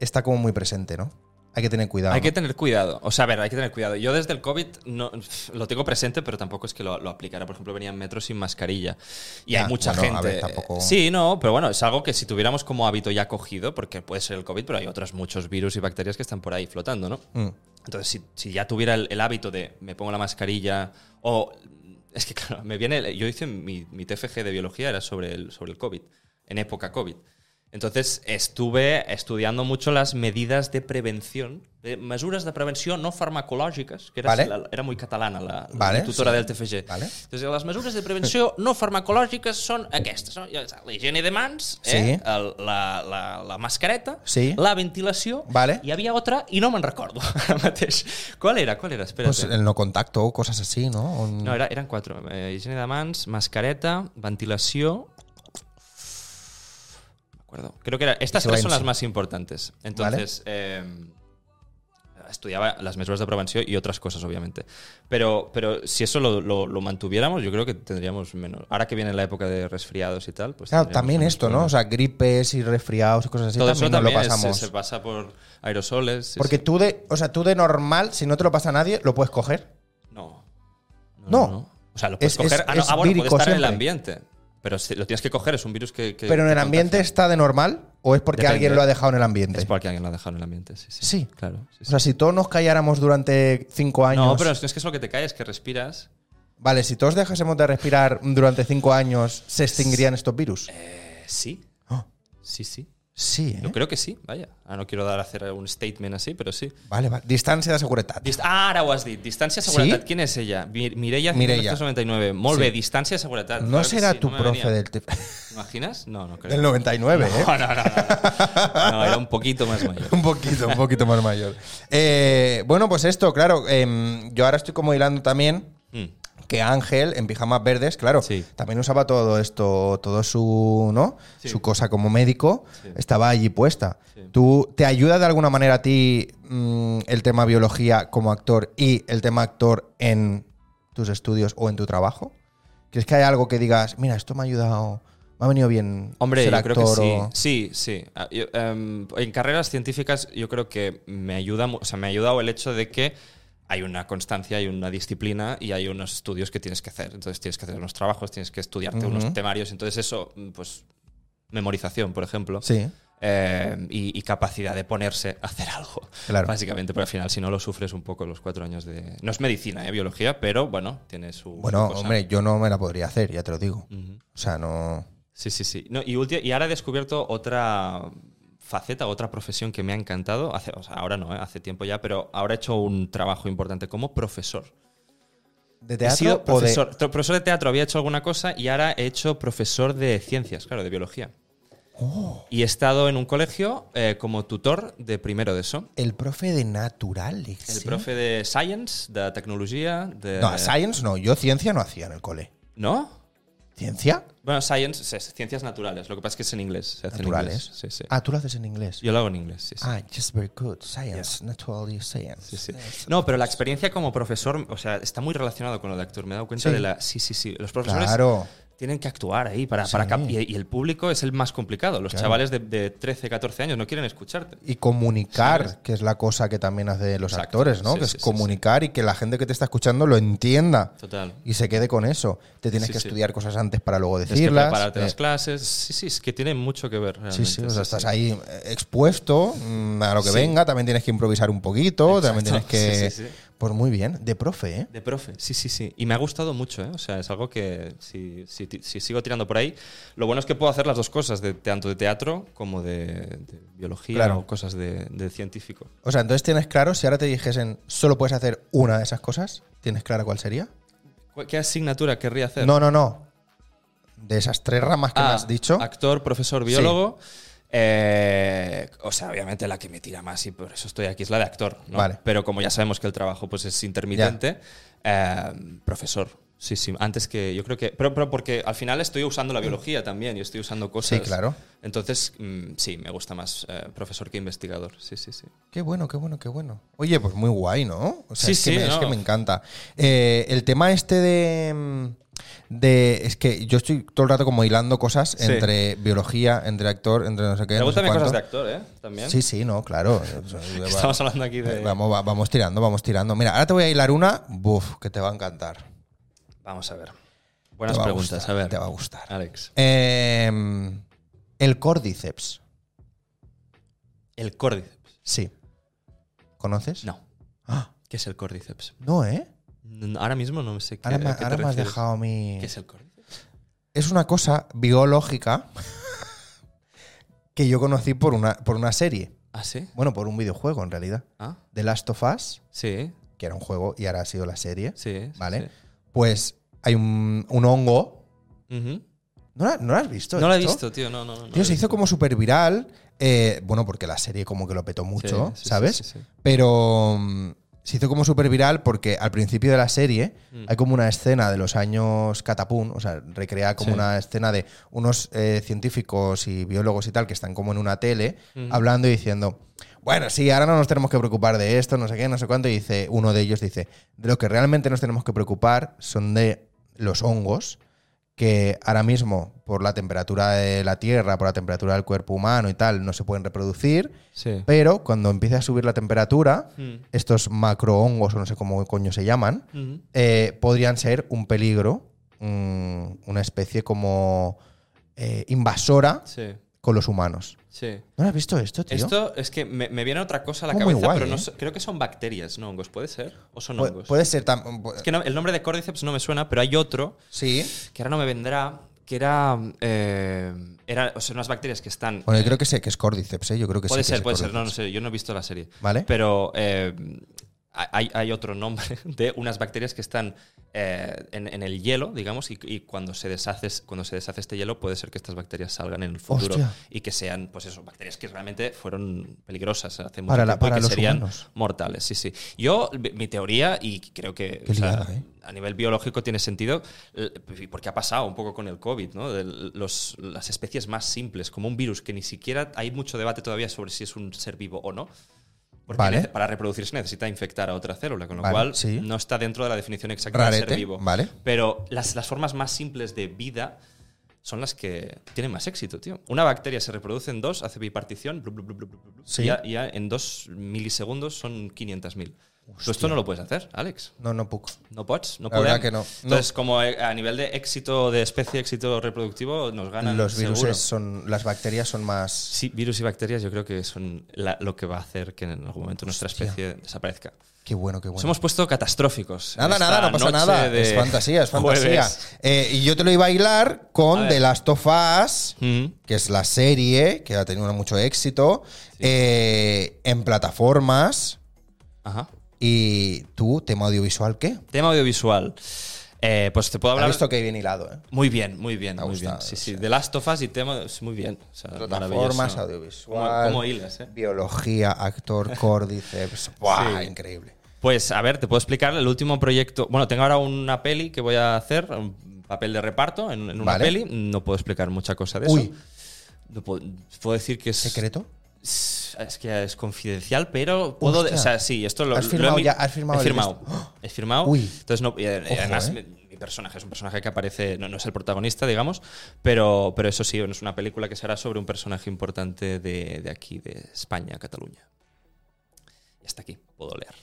está como muy presente, ¿no? Hay que tener cuidado. ¿no? hay que tener cuidado. O sea, a ver, hay que tener cuidado. Yo desde el COVID no, pf, lo tengo presente, pero tampoco es que lo, lo aplicara. Por ejemplo, venía en metro sin mascarilla. Y Ya, hay mucha bueno, a gente. ver, tampoco- Sí, no, pero bueno, es algo que si tuviéramos como hábito ya cogido, porque puede ser el COVID, pero hay otros muchos virus y bacterias que están por ahí flotando, ¿no? Mm. Entonces, si, si ya tuviera el, el hábito de me pongo la mascarilla o... Es que, claro, me viene... el- Yo hice mi, mi TFG de biología, era sobre el, sobre el COVID, en época COVID. Entonces, estuve estudiando mucho las medidas de prevención, de mesures de prevenció no farmacològiques, que era, Vale. la- era muy catalana la, la Vale, tutora sí. del TFG. Vale. Entonces, les mesures de prevenció no farmacològiques són aquestes. No? Ja saps, La higiene de mans, Sí. eh? el, la, la, la mascareta, Sí. la ventilació Vale. hi havia otra i no me'n recordo ara mateix. Qual era? Qual era? Espera't. eh. Pues el no contacto o cosas así, ¿no? O un- No, era, eren quatre. Eh, higiene de mans, mascareta, ventilació... No me acuerdo. Creo que era... Estas tres Silenci. son las más importantes. Entonces, eh, estudiaba las mesuras de prevención y otras cosas, obviamente. Pero, pero si eso lo, lo- lo mantuviéramos, yo creo que tendríamos menos... Ahora que viene la época de resfriados y tal, pues... Claro, tendríamos también menos esto, ¿no? problemas. O sea, gripes y resfriados y cosas así Todo también, eso nos lo también es- pasamos. se pasa por aerosoles. sí, Porque sí. tú de, o sea, tú de normal, si no te lo pasa a nadie, lo puedes coger. No. No. O sea, lo puedes Es- coger. es- ah, no, es ah, bueno, puede vírico estar en el siempre. ambiente. Pero si lo tienes que coger, es un virus que. que- Pero en que el ambiente contagia. está de normal o es porque Depende. alguien lo ha dejado en el ambiente. Es porque alguien lo ha dejado en el ambiente, sí. Sí, Sí. claro. sí, O sí. sea, si todos nos calláramos durante cinco años. no, pero es, es que es lo que te cae, es que respiras. Vale, si todos dejásemos de respirar durante cinco años, ¿se extinguirían estos virus? Eh, sí. Oh, Sí, sí. sí, ¿eh? Yo creo que sí, vaya. Ah, no quiero dar a hacer un statement así, pero sí. Vale, vale. Distancia de seguridad. Dist- ah, ara ho has dit. Distància, seguretat. Sí? ¿Quién es ella? Mi- Mireia, Mireia. 1999. Molt Sí. bé, distància, seguretat. no Claro que será sí, tu me profe venía. del, tip- ¿Imaginas? No, no creo. del 99, ¿eh? No, no, no, no, no. No, era un poquito más mayor. Un poquito, un poquito más mayor. Eh, bueno, pues esto, claro, em, yo ahora estoy como hilando también Mm. que Ángel en pijamas verdes, claro, Sí. también usaba todo esto, todo su, ¿no? Sí. Su cosa como médico Sí. estaba allí puesta. Sí. ¿Tú te ayuda de alguna manera a ti mm, el tema biología como actor y el tema actor en tus estudios o en tu trabajo? ¿Crees que hay algo que digas, mira, esto me ha ayudado, me ha venido bien Hombre, ser yo actor creo que sí. o- Sí, sí. Ah, yo, em, en carreras científicas yo creo que me ayuda, mu- o sea, me ha ayudado el hecho de que hay una constancia, hay una disciplina y hay unos estudios que tienes que hacer. Entonces tienes que hacer unos trabajos, tienes que estudiarte Ujú. unos temarios. Entonces eso, mm, pues, memorización, por ejemplo. Sí, Eh, y, y capacidad de ponerse a hacer algo. Claro. Básicamente, pero al final, si no lo sufres un poco los cuatro años de... No es medicina, eh, biología, pero bueno, tiene su... Bueno, su cosa. hombre, yo no me la podría hacer, ya te lo digo. Ujú. O sea, no. Sí, sí, sí. No, y, ulti- y ahora he descubierto otra faceta, otra profesión que me ha encantado. Hace, o sea, ahora no, ¿eh? hace tiempo ya, pero ahora he hecho un trabajo importante como profesor. ¿De He teatro sido o de- profesor, tro- profesor de teatro, había hecho alguna cosa y ahora he hecho profesor de ciencias, claro, de biología. Oh. Y he estado en un colegio eh, como tutor de primero de eso. El profe de naturales. El ¿sí? profe de science, de tecnología, de... No, science no. Yo ciencia no hacía en el cole. ¿No? ¿Ciencia? Bueno, science, es ciencias naturales. Lo que pasa es que es en inglés. se hace en Naturales. inglés. Sí, sí. Ah, tú lo haces en inglés. Yo lo hago en inglés, sí, sí. Ah, just very good. Science, naturally science. Sí, sí. No, pero la experiencia como profesor, o sea, está muy relacionado con lo de actor. Me he dado cuenta Sí. de la. Sí, sí, sí. Los profesores Claro. tienen que actuar ahí para, Sí. para cap- y, y el público es el más complicado. Los Claro. chavales de, de 13, 14 años no quieren escucharte. Y comunicar, que es la cosa que también hacen los Exacto. actores, ¿no? Sí, que sí, es sí, comunicar y que la gente que te está escuchando lo entienda Total. y se quede con eso. Te tienes Sí, que sí. estudiar cosas antes para luego Tienes que decirlas. prepararte Eh, las clases. Sí, sí, es que tiene mucho que ver. Sí, Realmente. sí, o sea, estás sí. ahí eh, expuesto mm, a lo que Sí. venga, también tienes que improvisar un poquito, Exacto, también tienes que... sí, sí, sí. Pues muy bien, de profe, ¿eh? De profe, sí, sí, sí. Y me ha gustado mucho, ¿eh? O sea, es algo que si, si ti- si sigo tirando por ahí, lo bueno es que puedo hacer las dos cosas, de, tanto de teatro como de, de biología Claro. o cosas de, de científico. O sea, entonces tienes claro, si ahora te dijesen, solo puedes hacer una de esas cosas, ¿tienes clara cuál sería? ¿Qué asignatura querría hacer? No, no, no. de esas tres ramas que me Ah, has dicho. Actor, profesor, biólogo. Eh, o sea, obviamente la que me tira más y por eso estoy aquí es la de actor. ¿no? Vale. Pero como ya sabemos que el trabajo pues, es intermitente, eh, profesor. Sí, sí, antes que yo creo que... Pero, pero porque al final estoy usando la biología también y estoy usando cosas. Sí, claro. Entonces, mm, sí, me gusta más eh, profesor que investigador. Sí, sí, sí. Qué bueno, qué bueno, qué bueno. Oye, pues muy guay, ¿no? O sea, Sí, es, que sí, me, es no. que me encanta. Eh, el tema este de, mm, de. Es que yo estoy todo el rato como hilando cosas Sí. entre biología, entre actor, entre no sé qué. Me no sé gustan cuánto. cosas de actor, ¿eh? También. Sí, sí, no, claro. O sea, va- Eh, Estamos hablando aquí de... Vamos, Vamos, va- vamos tirando, vamos tirando. Mira, ahora te voy a hilar una, buf, que te va a encantar. a ver. Buenas Te va a preguntas, gustar, a ver. Te va a gustar. Alex. Eh, el córdiceps, El córdiceps. sí. ¿Conoces? No. Ah, ¿Qué es el córdiceps? no, ¿eh? N- Ahora mismo no sé qué, Ahora, me, a qué te ahora me has refieres. dejado mi... ¿Qué es el córdiceps? es una cosa biológica que yo conocí por una, por una serie. ¿Ah, sí? Bueno, por un videojuego en realidad. ¿Ah? The Last of Us, Sí, que era un juego y ahora ha sido la serie. sí. sí, ¿Vale? sí. Pues hay un, un hongo. Ujú. ¿No, la- no lo has visto? No lo he esto? visto, tío. No, no, no. no lo Tío, he se hizo visto. como súper viral. eh, bueno, porque la serie como que lo petó mucho, Sí, sí, sí, ¿sabes? sí, sí. Pero mm, se hizo como súper viral porque al principio de la serie Mm. hay como una escena de los años catapún, o sea, recrea como Sí. una escena de unos eh, científicos y biólogos y tal que están como en una tele Ujú. hablando y diciendo, bueno, sí, ahora no nos tenemos que preocupar de esto, no sé qué, no sé cuánto. Y dice, uno de ellos dice, de lo que realmente nos tenemos que preocupar son de los hongos que ahora mismo por la temperatura de la Tierra, por la temperatura del cuerpo humano y tal, no se pueden reproducir, Sí. pero cuando empiece a subir la temperatura, Mm. estos macrohongos, o no sé cómo coño se llaman, Ujú. eh, podrían ser un peligro, mm, una especie como eh, invasora Sí, con los humanos. sí. ¿No has visto esto, tío? Esto es que me, me viene otra cosa a la Muy cabeza, guay, pero no ¿eh? so- creo que son bacterias, no hongos, ¿puede ser? ¿O son Pu- hongos? puede ser tan... pues. Es que no- el nombre de Cordyceps no me suena, pero hay otro Sí. que ahora no me vendrá, que era. eh, era o sea, unas bacterias que están. Bueno, yo creo que sé que es Cordyceps, ¿eh? Yo creo que puede sí que ser, es puede ser. No, no Cordyceps. sé, yo no he visto la serie. ¿Vale? Pero eh, hay, hay otro nombre de unas bacterias que están eh, en, en el hielo, digamos, y, y cuando, se deshace, cuando se deshace este hielo puede ser que estas bacterias salgan en el futuro Hostia. y que sean, pues eso, bacterias que realmente fueron peligrosas hace mucho Para la- tiempo y para que los serían humanos. mortales. Sí, sí. Yo, mi- mi teoría, y creo que Qué liada, ¿eh? a nivel biológico tiene sentido, l- porque ha pasado un poco con el COVID, ¿no? De los, las especies más simples, como un virus, que ni siquiera hay mucho debate todavía sobre si es un ser vivo o no. Porque Vale. nece- para reproducirse necesita infectar a otra célula, con lo Vale, cual sí. no está dentro de la definición exacta de ser Rarete, vivo. ¿vale? Pero las, las formas más simples de vida son las que tienen más éxito, tío. Una bacteria se reproduce en dos, hace bipartición, blu, blu, blu, blu, blu, blu, Sí. y ya, y ya en dos milisegundos son 500.000. Tú esto no lo puedes hacer, Alex. No, no, Puc. No pots, no La verdad podem. que no. No. Entonces, como eh, a nivel de éxito de especie, éxito reproductivo, nos ganan Los Ah, seguro. virus son... Las bacterias son más... Sí, virus y bacterias yo creo que son la- lo que va a hacer que en algún momento nuestra Hostia. especie desaparezca. Qué bueno, qué bueno. Nos hemos puesto catastróficos. en Nada, esta nada, no pasa noche nada. de Es fantasía, es fantasía. jueves. Eh, y yo te lo iba a hilar A con ver. The Last of Us, Mm. que es la serie que ha tenido mucho éxito eh, en plataformas. Ajá. ¿Y tú, tema audiovisual, qué? Tema audiovisual. Eh, pues te puedo Has hablar. visto que bien hilado, ¿eh? Muy bien, muy bien, Me ha muy gustado, bien. Sí, o sí. sea. The Last of Us y tema. sí, Muy bien. O sea, Plataformas, maravilloso. audiovisual, Como- como hilas, eh. biología, actor, córdiceps. ¡Buah! Sí. Increíble. Pues a ver, te puedo explicar el último proyecto. Bueno, tengo ahora una peli que voy a hacer, un papel de reparto en, en una Vale. peli. No puedo explicar mucha cosa de Uy. eso. No puedo, puedo decir que es. ¿Secreto? Es es que es confidencial, pero puedo. Hostia. O sea, sí, esto lo. ¿Has lo he firmado mi- ya? ¿Has firmado He el firmado. ¡Oh! He firmado. Uy. Entonces, no, y, eh, Ojo, además, eh. mi, mi personaje es un personaje que aparece, no, no es el protagonista, digamos, pero, pero eso sí, es una película que será sobre un personaje importante de, de aquí, de España, Cataluña. Y hasta aquí, puedo leer.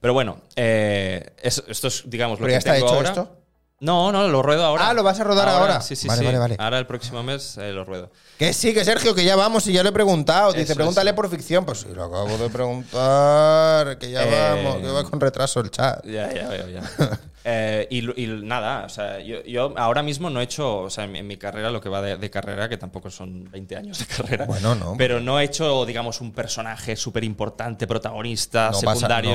Pero bueno, eh, es- esto es, digamos, lo ¿Pero que ya está tengo hecho ahora. esto? No, no, lo ruedo ahora. Ah, ¿lo vas a rodar ahora? Sí, sí, Vale, sí. vale, vale. Ahora el próximo mes eh, lo ruedo. Que sí, que Sergio, que ya vamos y ya le he preguntado. Eso, Dice, pregúntale eso. por ficción. Pues sí, lo acabo de preguntar, que ya Eh, vamos, que va con retraso el chat. Ya, ya veo, ya. Eh, y, y nada, o sea, yo, yo ahora mismo no he hecho, o sea, en, mi- en mi carrera, lo que va de, de carrera, que tampoco son 20 años de carrera, Bueno, no. pero no he hecho, digamos, un personaje súper importante, protagonista, No pasa- secundario.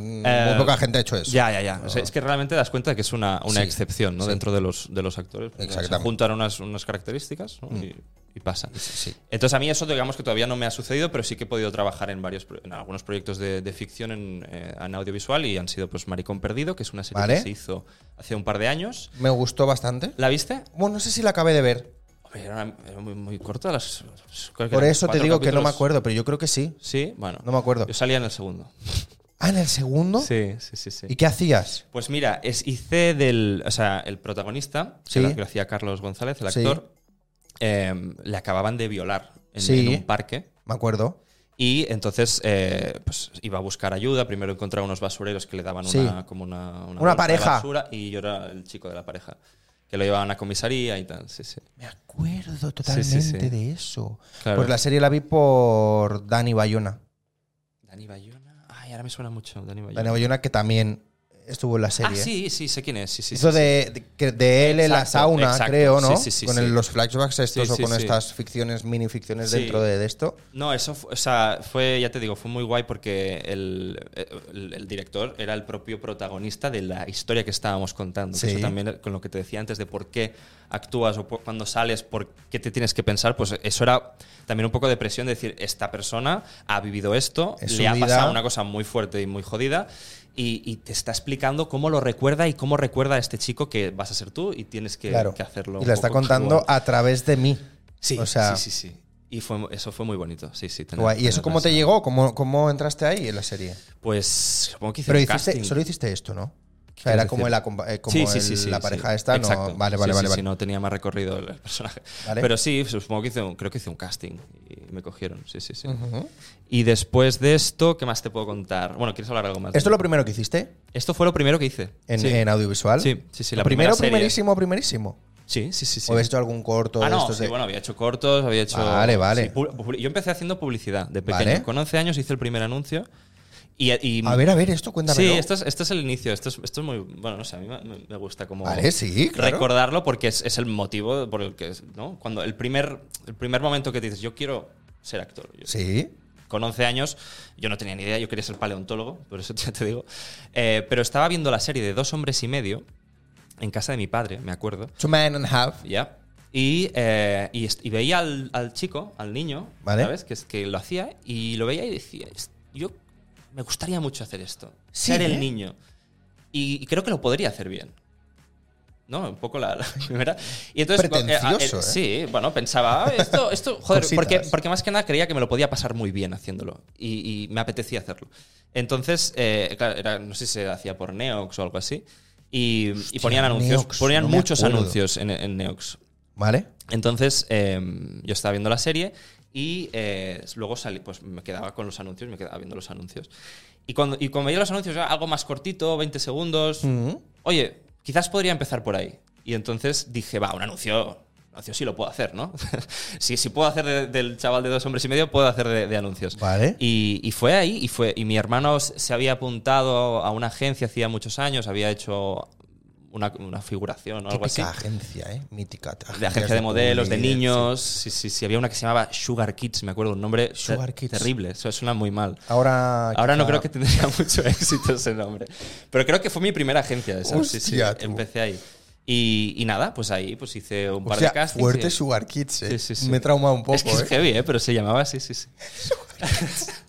Eh, no, muy poca gente ha hecho eso. Ah. Ya, ya, ya. O sea, es que realmente te das cuenta de que es una, una Sí, excepción ¿no? sí. dentro de los, de los actores. porque Se Exactamente. juntan unas, unas características ¿no? y, y pasa. Mm. sí. Entonces, a mí eso, digamos que todavía no me ha sucedido, pero sí que he podido trabajar en, varios, pro- en algunos proyectos de, de ficción en, eh, en audiovisual y han sido pues, Maricón Perdido, que es una serie Vale. que se hizo hace un par de años. Me gustó bastante. ¿La viste? Bueno, no sé si la acabé de ver. Hombre, era, una- era muy, muy corta. Las, creo que Por eran eso te cuatro digo que no me capítulos. acuerdo, pero yo creo que sí. Sí, bueno. No me acuerdo. Yo salía en el segundo. Ah, en el segundo. Sí, sí, sí. sí. ¿Y qué hacías? Pues mira, es, hice del. O sea, el protagonista, Sí. que era- que lo hacía Carlos González, el Sí. actor, eh, le acababan de violar en, Sí. en un parque. Me acuerdo. Y entonces eh, pues, iba a buscar ayuda. Primero encontraba unos basureros que le daban Sí. una, como una, una bolsa de pareja. basura, y yo era el chico de la pareja. Que lo llevaban a comisaría y tal. Sí, sí. Me acuerdo Sí, sí, sí. de eso. Claro. Pues la serie la vi por Dani Bayona. Dani Bayona. Ay, ahora me suena mucho. Dani Bayona. Dani Bayona que también estuvo en la serie. ah, sí, sí, sé quién es. Sí, sí, Hizo sí, de, de, que- de él en la Exacto, sauna, exacto. creo, ¿no? Sí, sí, sí, con sí. el- los flashbacks estos Sí, sí, o con sí. estas ficciones, mini ficciones Sí. dentro de, de esto. No, eso fu- o sea, fue, ya te digo, fue muy guay porque el, el- el director era el propio protagonista de la historia que estábamos contando. Que Sí. Eso también con lo que te decía antes de por qué actúas o por- cuando sales, por qué te tienes que pensar, pues eso era también un poco de presión de decir, esta persona ha vivido esto, Es le su ha vida. pasado una cosa muy fuerte y muy jodida. Y, y te está explicando cómo lo recuerda y cómo recuerda a este chico que vas a ser tú y tienes que, claro. que hacerlo. y un la está poco contando actual. a través de mí. Sí, O sea, sí, sí, sí. Y fue, mu- eso fue muy bonito, sí, sí. tener- guay. ¿Y eso tener cómo te esa- llegó? ¿Cómo, ¿Cómo entraste ahí en la serie? Pues supongo que hice Pero un hiciste, casting. solo hiciste esto, ¿no? O sea, quieres era como, decir? el acompa- eh, como Sí, sí, sí, el- sí, la sí. pareja esta. No, Exacto. vale, vale, Sí, sí, vale. sí, vale. no tenía más recorrido el el personaje. Vale. Pero sí, pues, supongo que hice un- creo que hice un casting y me cogieron, sí, sí, sí. Ujú. Y después de esto, ¿qué más te puedo contar? Bueno, ¿quieres hablar algo más? ¿Esto es lo primero que hiciste Esto fue lo primero que hice. en, sí. en audiovisual? Sí, sí, sí, ¿Lo la primero, primera serie. primerísimo, primerísimo. sí, sí, sí. sí. ¿O habías hecho algún corto Ah, de no, estos sí, de- bueno, había hecho cortos, había hecho. Vale, vale. sí, pu- pu- yo empecé haciendo publicidad de pequeño. Vale. Con 11 años hice el primer anuncio. Y, y- A ver, a ver, esto cuéntame. Sí, esto es, esto es el inicio. Esto es, esto es muy. Bueno, no sé, a mí me, me gusta como. Vale, sí, claro. Recordarlo porque es, es el motivo por el que. es, ¿no? Cuando el primer, el primer momento que te dices, yo quiero ser actor. Yo- Sí. Con 11 años yo no tenía ni idea, yo quería ser paleontólogo, por eso ya te digo. Eh, pero estaba viendo la serie de Dos Hombres y Medio en casa de mi padre, me acuerdo. Two men and a half. Ya. Y, eh, y, est- y veía al, al chico, al niño, Vale. ¿sabes? Que, es- que lo hacía y lo veía y decía, "Es- yo me gustaría mucho hacer esto, Sí, ser ¿eh? el niño. Y, y creo que lo podría hacer bien. ¿No? Un poco la, la primera. Y entonces, co- eh, a- Pretencioso, eh, Sí, bueno, pensaba, "Ah, esto, esto joder, Cositas. porque, porque más que nada creía que me lo podía pasar muy bien haciéndolo y, y me apetecía hacerlo. Entonces, eh, claro, era- no sé si se hacía por Neox o algo así. Y, y ponían anuncios, Neox, ponían no me muchos acuerdo. anuncios en, en Neox. ¿Vale? Entonces, eh, yo estaba viendo la serie y eh, luego salí, pues me quedaba con los anuncios, me quedaba viendo los anuncios. Y cuando, y cuando veía los anuncios, era algo más cortito, 20 segundos. Oye, quizás podría empezar por ahí. Y entonces dije, va, un anuncio, un anuncio sí lo puedo hacer, ¿no? si, si puedo hacer de- del chaval de dos hombres y medio, puedo hacer de, de anuncios. Vale. Y, y fue ahí, y, fue, y mi hermano s- se había apuntado a una agencia hacía muchos años, había hecho una, una figuración o algo así Típica agencia, ¿eh? Mítica. de agencias agencia de modelos, de publicidad, sí. niños. Sí, sí, sí. Había una que se llamaba Sugar Kids, me acuerdo, un nombre ter- Sugar Kids. Ah, terrible. Eso suena muy mal. Ahora. Ahora no quizá- creo que tendría mucho éxito ese nombre. Pero creo que fue mi primera agencia esa. Sí, sí. Hostia, tú. Empecé ahí. Y, y nada, pues ahí pues hice un par Hostia, de castings. fuerte y- Sugar Kids, ¿eh? Sí, sí, sí. Me he traumado un poco, Es que es ¿eh? heavy, ¿eh? Pero se llamaba así, sí, sí.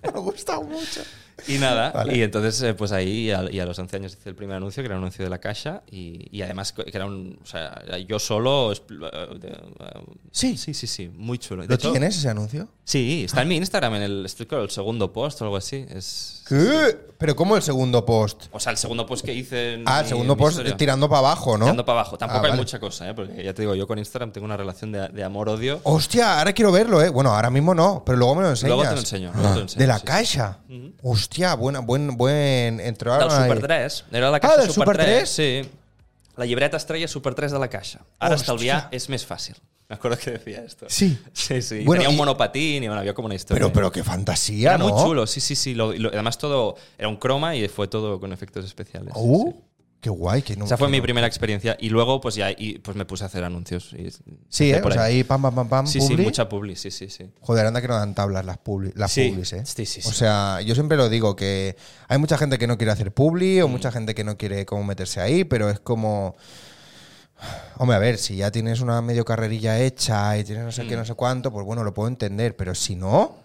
Me ha gustado mucho. Y nada, Vale. y entonces eh, pues ahí a, y a los 11 años hice el primer anuncio, que era un anuncio de la Caixa, y, y además que era un... O sea, era yo solo... expl- eh, de- eh, Sí. Sí, sí, sí, muy chulo. De ¿Lo hecho, tienes ese anuncio? Sí, está en mi Instagram, en el, estoy con el segundo post o algo así. Es, ¿Qué? ¿Pero cómo el segundo post? o sea, el segundo post que hice. en Ah, el mi- segundo en mi post historia. tirando para abajo, ¿no? Tirando para abajo. Tampoco Ah, hay vale. mucha cosa, ¿eh? porque ya te digo, yo con Instagram tengo una relación de, de amor-odio. Hostia, ahora quiero verlo, ¿eh? Bueno, ahora mismo no, pero luego me lo enseñas. Luego te lo enseño, luego te lo enseño, De la sí, sí. caixa. Hostia, buena, buen, buen. Entrar Del ahí. Super 3. Era la caixa Oh, Ah, del Super, Super 3. Sí. La llibreta estrella Super 3 de la caixa. Ara hasta el día Hostia. es més fàcil. Me acuerdo que decía esto. Sí. Sí, sí. Bueno, Tenía un y- monopatín y bueno, había como una historia. Pero, pero qué fantasía, Era ¿no? muy chulo, sí, sí, sí. lo- lo- además todo era un croma y fue todo con efectos especiales. sí, Uh, sí. Qué guay, que no. Esa fue que mi no- primera experiencia. Y luego, pues ya y, pues me puse a hacer anuncios. y- Sí, empecé ¿eh? por O sea, ahí pam, pam, pam, pam. Sí, publi. sí, mucha publi, sí, sí, sí. Joder, anda que no dan tablas las, publi, las Sí, publis, ¿eh? sí, sí, O sí. sea, yo siempre lo digo, que hay mucha gente que no quiere hacer publi Mm. o mucha gente que no quiere como meterse ahí, pero es como... Hombre, a ver, si ya tienes una medio carrerilla hecha y tienes no sé Mm. qué, no sé cuánto, pues bueno, lo puedo entender, pero si no...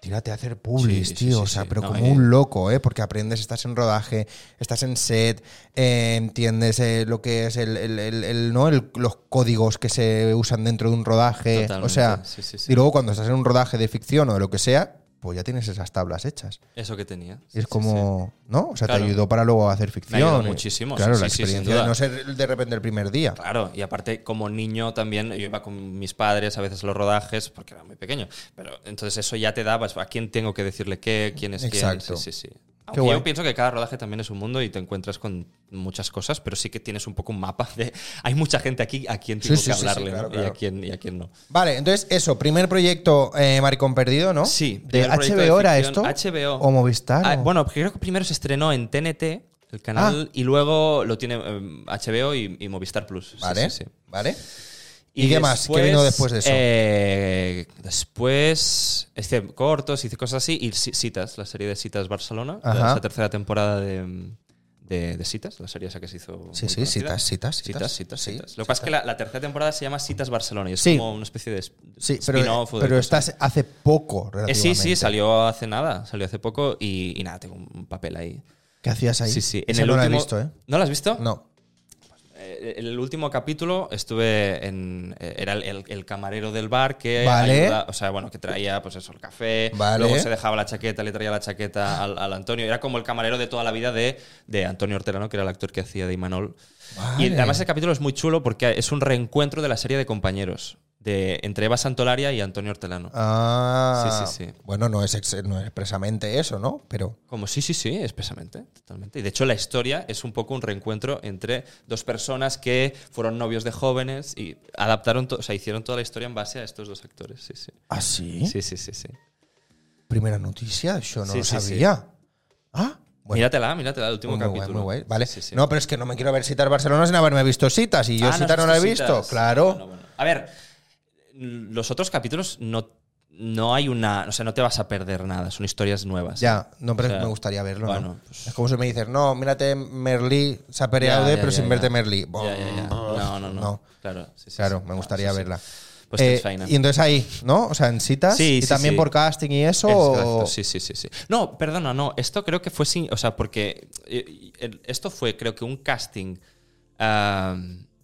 Tírate a hacer publis, Sí, sí, tío. sí, o sea, sí. pero No, como y- un loco, ¿eh? Porque aprendes, estás en rodaje, estás en set, eh, entiendes eh, lo que es el, el- el- el- ¿no? El- los códigos que se usan dentro de un rodaje. o Totalmente, sea, sí, sí, sí. y luego cuando estás en un rodaje de ficción o de lo que sea, pues ya tienes esas tablas hechas. Eso que Y tenía. es Sí, sí, sí. como, ¿no? O sea, Claro. te ayudó para luego hacer ficción. ayudó y- muchísimo, Claro, sí, la sí, sí, sin experiencia de duda. no ser de repente el primer día. Claro, y aparte como niño también, yo iba con mis padres a veces a los rodajes, porque era muy pequeño, pero entonces eso ya te daba, pues, a quién tengo que decirle qué, quién es Exacto. quién. Sí, sí, sí. Qué Aunque guay. yo pienso que cada rodaje también es un mundo y te encuentras con muchas cosas, pero sí que tienes un poco un mapa de hay mucha gente aquí a quien Sí, tengo sí, que sí, sí, hablarle ¿no? claro, y claro. a quién y a quién no. Vale, entonces eso, primer proyecto eh, Maricón Perdido, ¿no? Sí, ¿De primer proyecto HBO de era esto? ficción, HBO. ¿O Movistar? Ah, o- Ah. bueno, creo que primero se estrenó en TNT, el canal, y luego lo tiene em, HBO y, y Movistar Plus. Sí, Vale, sí, sí. vale. ¿Y qué más? ¿Qué vino después de eso? eh, después hice cortos, hice cosas así, y ci- Citas, la serie de Citas Barcelona, la- Ajá. la tercera temporada de, de- de Citas, la serie esa que se hizo. Sí, muy sí, conocida. Citas, Citas, Citas, Citas, Citas, sí, Citas. Lo que pasa es que la, la tercera temporada se llama Citas Barcelona y es Sí. como una especie de sp- Sí, pero, spin-off. o de pero cosa. estás hace poco Eh, relativamente. sí, sí, salió hace nada, salió hace poco y, y nada, tengo un papel ahí. ¿Qué hacías ahí? Sí, sí. Esa no la he último- visto, ¿eh? ¿No lo has visto? No. Eh, En el último capítulo estuve en. eh, Era el, el- el camarero del bar que. Vale. o sea, bueno, que traía, pues eso, el café. Vale. Luego se dejaba la chaqueta, le traía la chaqueta al, al Antonio. Era como el camarero de toda la vida de, de Antonio Ortega, ¿no? Que era el actor que hacía de Imanol. Y Vale. además el capítulo es muy chulo porque es un reencuentro de la serie de compañeros. De, entre Eva Santolaria y Antonio Hortelano. Ah, Sí, sí, sí. Bueno, no es, ex- no es expresamente eso, ¿no? Pero. Como sí, sí, sí, expresamente, totalmente. Y de hecho la historia es un poco un reencuentro entre dos personas que fueron novios de jóvenes y adaptaron, to- o sea, hicieron toda la historia en base a estos dos actores. Sí, sí. ¿Ah, sí? Sí, sí, sí, sí. Primera noticia, yo no Sí, lo sí, sí. sabía. Ah, bueno. míratela, míratela, el último muy guay, capítulo. muy guay. Vale. Sí, sí. No, pero es que no me quiero ver citar Barcelona sin haberme visto citas. Y yo Ah, citas no has la he visto visto. Citas. Ah, pues Claro. Bueno, bueno. A ver, los otros capítulos no, no hay una, o sea, no te vas a perder nada, son historias nuevas. Ya, no, pero O sea, me gustaría verlo. ¿no? bueno, pues- es como si me dices, no, mírate Merlí, se ha Ya, pereado de, ya, pero ya, sin ya. verte Merlí. Ya, ya, ya. No, no, no. Claro, sí, sí, Claro, sí. Ah, me gustaría sí, sí. verla. Pues Eh, tens feina. y entonces ahí, ¿no? O sea, en citas. Sí, y sí, también sí. por casting y eso. Exacto, o- sí, sí, sí, sí. No, perdona, no. Esto creo que fue sin. O sea, porque. eh, el- Esto fue, creo que un casting. ah,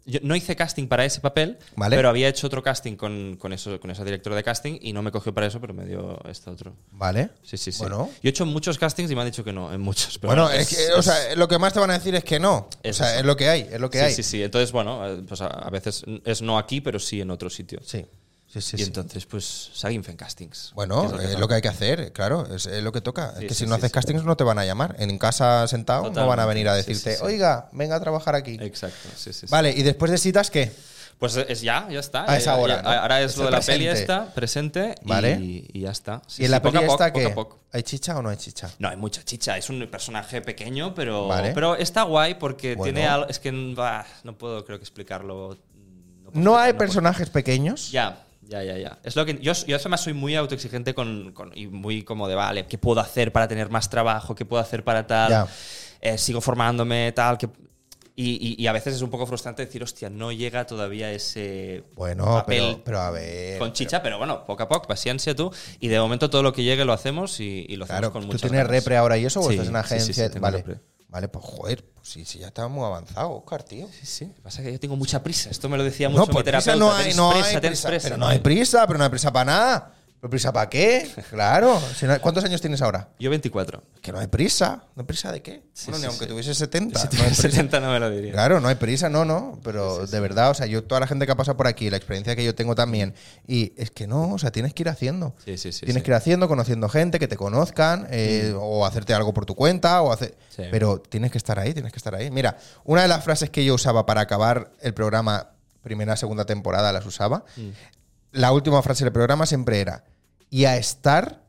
yo no hice casting para ese papel, Vale. pero había hecho otro casting con, con, eso, con esa directora de casting y no me cogió para eso, pero me dio este otro. Vale. Sí, sí, sí. Bueno. Yo he hecho muchos castings y me han dicho que no, en muchos. Pero Bueno, es, que, o sea, lo que más te van a decir es que no. Es o sea, eso. es lo que hay, es lo que sí, hay. sí, sí. Entonces, bueno, eh, pues a, a veces es no aquí, pero sí en otro sitio. Sí, sí, sí, y sí. entonces, pues, seguim fent castings. Bueno, eh, que es lo que, toca. hay que hacer, claro, es, es lo que toca. Sí, es que si sí, no sí, haces sí. castings no te van a llamar. En casa sentado no van a Totalmente, venir a sí, sí, decirte, sí. oiga, venga a trabajar aquí. Exacto, sí, sí. sí. Vale, y después de citas, ¿qué? Pues es ya, ya está. Ah, es Ya- ahora, ya- ¿no? Ahora es Es lo el de la peli presente. esta, presente, y- Vale. y, ya está. Sí, y en sí, la poco peli a poco, esta, poco ¿qué? a poco. ¿Hay chicha o no hay chicha? No, hay mucha chicha. Es un personaje pequeño, pero, Vale. pero está guay porque Bueno. tiene algo... Es que bah, no puedo, creo que explicarlo. No, puedo ¿No hay explicarlo, personajes pequeños? porque- Ya, ya, ya, ya. Es lo que yo, yo además soy muy autoexigente con, con- y muy como de, vale, ¿qué puedo hacer para tener más trabajo? ¿Qué puedo hacer para tal? Ya. Eh, sigo formándome, tal. Que, y, y- y a veces es un poco frustrante decir, hostia, no llega todavía ese Bueno, papel pero, pero a ver. con chicha, pero bueno, poco a poco, paciencia tú. Y de momento todo lo que llegue lo hacemos y, y lo hacemos Claro, con ¿tú muchas tienes ganas. repre ahora y eso o Sí, estás en sí, sí, sí, agencia? tengo vale. repre. Vale, pues joder, pues sí, sí, ya está muy avanzado, Oscar, tío. Sí, sí. Lo que Pasa es que yo tengo mucha prisa. Esto me lo decía No, mucho mi pues prisa terapeuta. no hay, Tens no presa, hay tens prisa, presa, pero ¿no? no hay prisa, pero no hay prisa para nada. ¿Pero prisa para qué? Claro. si no- ¿Cuántos años tienes ahora? Yo 24. Que no hay prisa. ¿No hay prisa de qué? bueno, ni sí, aunque sí. tuviese 70. no Si hay tuviera prisa. 70 no me lo diría. Claro, no hay prisa, no, no. Pero de verdad, o sea, yo, toda la gente que ha pasado por aquí, la experiencia que yo tengo también. Y es que no, o sea, tienes que ir haciendo. Sí, sí, sí, tienes sí. Mm. que ir haciendo, conociendo gente, que te conozcan, eh, o hacerte algo por tu cuenta, o hacer. Sí. Pero tienes que estar ahí, tienes que estar ahí. Mira, una de las frases que yo usaba para acabar el programa, primera, segunda temporada, las usaba. Mm. La última frase del programa siempre era: y a estar,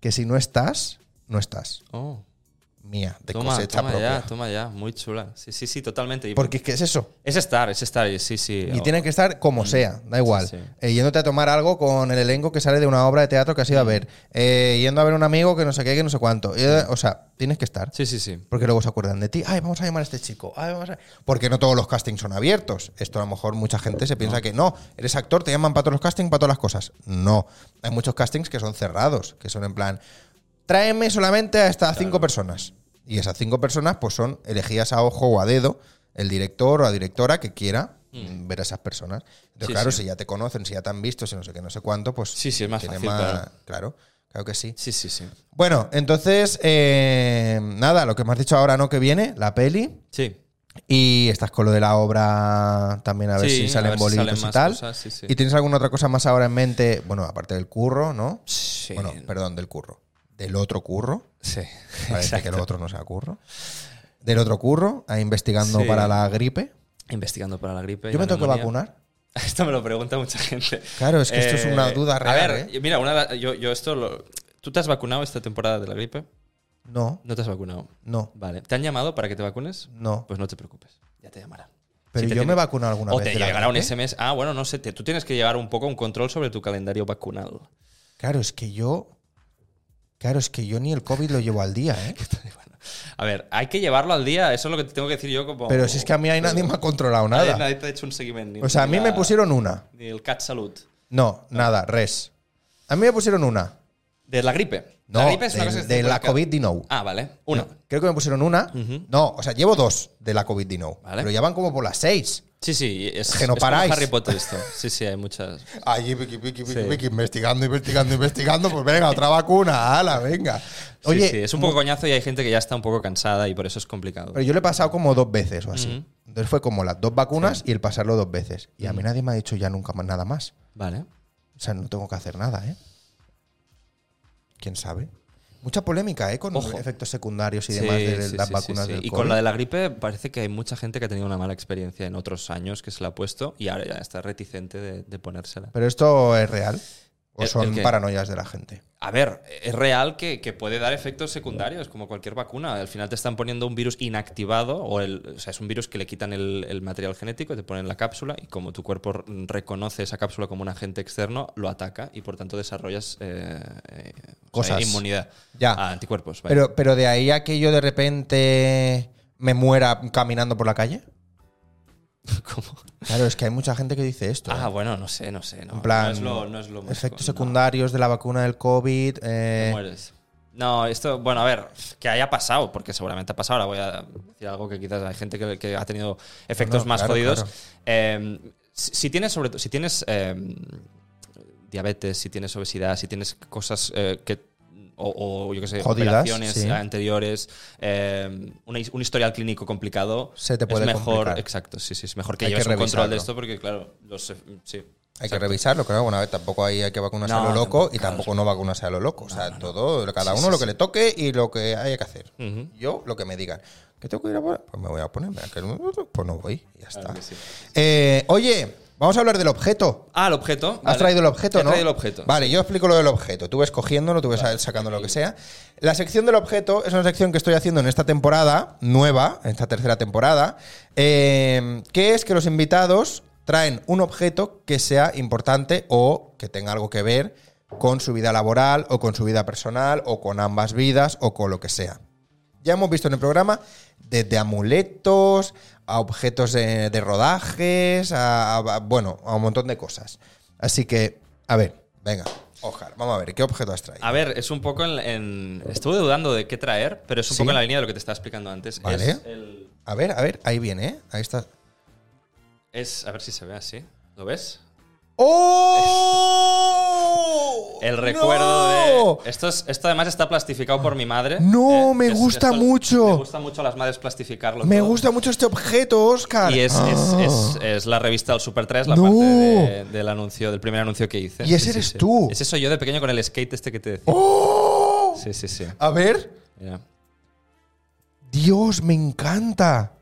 que si no estás, no estás. Oh, mía, de toma, cosecha toma propia. ya, toma ya, muy chula. Sí, sí, sí, totalmente. Y- Porque es que es eso. Es estar, es estar, y sí, sí. Mm, Y tienen que estar como sea, da igual. sí. Eh, yéndote a tomar algo con el elenco que sale de una obra de teatro que has ido a Mm. ver. Eh, yendo a ver un amigo que no sé qué, que no sé cuánto. Eh, o sea, tienes que estar. Sí, sí, sí. Porque luego se acuerdan de ti. Ay, vamos a llamar a este chico. Ay, vamos a... Porque no todos los castings son abiertos. Esto a lo mejor mucha gente se piensa que no, eres actor, te llaman para todos los castings, para todas las cosas. No. Hay muchos castings que son cerrados, que son en plan, tráeme solamente a estas cinco personas. Y esas cinco personas pues son elegidas a ojo o a dedo el director o la directora que quiera mm, ver a esas personas. Entonces, Sí, claro, sí. si ya te conocen, si ya te han visto, si no sé qué, no sé cuánto, pues... Sí, sí, es más tiene fácil, claro. Claro, claro que sí. Sí, sí, sí. Bueno, entonces, eh, nada, lo que me has dicho ahora no que viene, la peli. Sí. Y estás con lo de la obra también a ver Sí, si a salen ver si bolitos salen y más tal. cosas, sí, sí. ¿Y tienes alguna otra cosa más ahora en mente? Bueno, aparte del curro, ¿no? Sí. Bueno, perdón, del curro. Del otro curro. sí. Parece que exacto. el otro no sea curro. Del otro curro, ahí investigando Sí. para la gripe. Investigando para la gripe. y Yo me la tengo que neumonía. vacunar. Esto me lo pregunta mucha gente. Eh, Claro, es que esto es una duda A real, ¿eh? ver, mira, una, yo, yo esto. lo- ¿Tú te has vacunado esta temporada de la gripe? No, No te has vacunado. no, Vale. ¿Te han llamado para que te vacunes? no. Pues no te preocupes. Ya te llamarán. Pero Si te yo me tiene- he vacunado alguna O vez. te de la llegará un gripe. SMS. Ah, bueno, no sé. te- tú tienes que llevar un poco un control sobre tu calendario vacunal. Claro, es que yo. Claro, es que yo ni el COVID lo llevo al día, ¿eh? A ver, hay que llevarlo al día. Eso es lo que te tengo que decir yo. Como, Pero si es que a mí ahí nadie me ha controlado Nadie- nada. nadie te ha hecho un seguimiento. ni- O sea, a ni mí me la- pusieron una. Ni el Cat Salud. No, nada, res. A mí me pusieron una. De la gripe. No, la gripe es una de, cosa que de se la puede COVID no. ca- Ah, vale. Una. Creo que me pusieron una. Ujú. No, o sea, llevo dos de la COVID no. Vale. Pero ya van como por las seis. Sí, sí. Es, Que no es como paráis. Harry Potter esto. Sí, sí, hay muchas. Allí, piqui, piqui, piqui, Sí. piqui, investigando, investigando, investigando. Pues venga, otra vacuna, ala, venga. Sí, Oye, sí, es un poco coñazo y hay gente que ya está un poco cansada y por eso es complicado. pero yo le he pasado como dos veces o así. Ujú. Entonces fue como las dos vacunas y el pasarlo dos veces. Y a mí nadie me ha dicho ya nunca más nada más. Vale. O sea, no tengo que hacer nada, ¿eh? ¿Quién sabe? Mucha polémica, ¿eh? Con Ojo. efectos secundarios y demás Sí, de sí, las sí, sí, vacunas sí. del Y COVID. con la de la gripe parece que hay mucha gente que ha tenido una mala experiencia en otros años que se la ha puesto y ahora ya está reticente de, de ponérsela. Pero esto es real. ¿O ¿El- Eh, el son qué? paranoias de la gente? A ver, es real que, que puede dar efectos secundarios, como cualquier vacuna. Al final te están poniendo un virus inactivado, o, el, o sea, es un virus que le quitan el, el material genético, te ponen la cápsula, y como tu cuerpo r- reconoce esa cápsula como un agente externo, lo ataca y por tanto desarrollas eh, eh, o sea, Cosas. inmunidad Ya. a anticuerpos. vaya. Pero, pero de ahí a que yo de repente me muera caminando por la calle. ¿Cómo? Claro, es que hay mucha gente que dice esto. ¿eh? Ah, bueno, no sé, no sé. No, en plan, no es lo, no es lo más efectos co- no. secundarios de la vacuna del COVID. eh, Te mueres. No, esto, bueno, a ver, que haya pasado, porque seguramente ha pasado. Ahora voy a decir algo que quizás hay gente que, que ha tenido efectos No, no, más claro, jodidos. claro. Eh, si, si tienes, sobre todo, si tienes eh, diabetes, si tienes obesidad, si tienes cosas eh, que. O, o, yo qué sé, Jodidas, operaciones sí. anteriores, eh, una his- un historial clínico complicado. Se te puede Es mejor, complicar. exacto, sí, sí, es mejor que Hay que lleves un revisarlo. control de esto porque, claro, los, ef- sí. Hay que exacto. revisarlo, claro. Bueno, a ver, tampoco hay, hay que vacunarse a No, lo loco tampoco, y claro. tampoco no vacunarse a lo loco. O sea, todo, cada uno lo que le toque y lo que haya que hacer. Ujú. Yo, lo que me digan. ¿Que tengo que ir a poner? Pues me voy a poner. me aquel- Pues no voy, y ya está. que sí. Eh, oye, vamos a hablar del objeto. Ah, el objeto. Has vale. traído el objeto, He ¿no? traído el objeto. Vale, yo explico lo del objeto. Tú ves cogiéndolo, tú ves sacando lo que sea. La sección del objeto es una sección que estoy haciendo en esta temporada, nueva, en esta tercera temporada, eh, que es que los invitados traen un objeto que sea importante o que tenga algo que ver con su vida laboral o con su vida personal o con ambas vidas o con lo que sea. Ya hemos visto en el programa desde amuletos a objetos de, de rodajes, a, a- bueno, a un montón de cosas. Así que, a ver, venga, Ojar, vamos a ver, ¿qué objeto has traído? A ver, es un poco en, en- Estuve dudando de qué traer, pero es un Sí. poco en la línea de lo que te estaba explicando antes. Vale. Es, el- A ver, a ver, ahí viene, ¿eh? Ahí está. es- A ver si se ve así. ¿Lo ves? ¡Oh! El ¡No! recuerdo de. Esto, es- esto además está plastificado por mi madre. ¿eh? No, me es- gusta mucho. Me gusta mucho a las madres plastificarlo. Me todo. gusta mucho este objeto, Oscar. Y es, Ah. es- es- es la revista del Super 3, la No. parte de- del anuncio, del primer anuncio que hice. Y ese eres tú. Ese soy yo de pequeño con el skate este que te decía. ¡Oh! Sí, sí, sí. A ver, Mira. Dios, me encanta.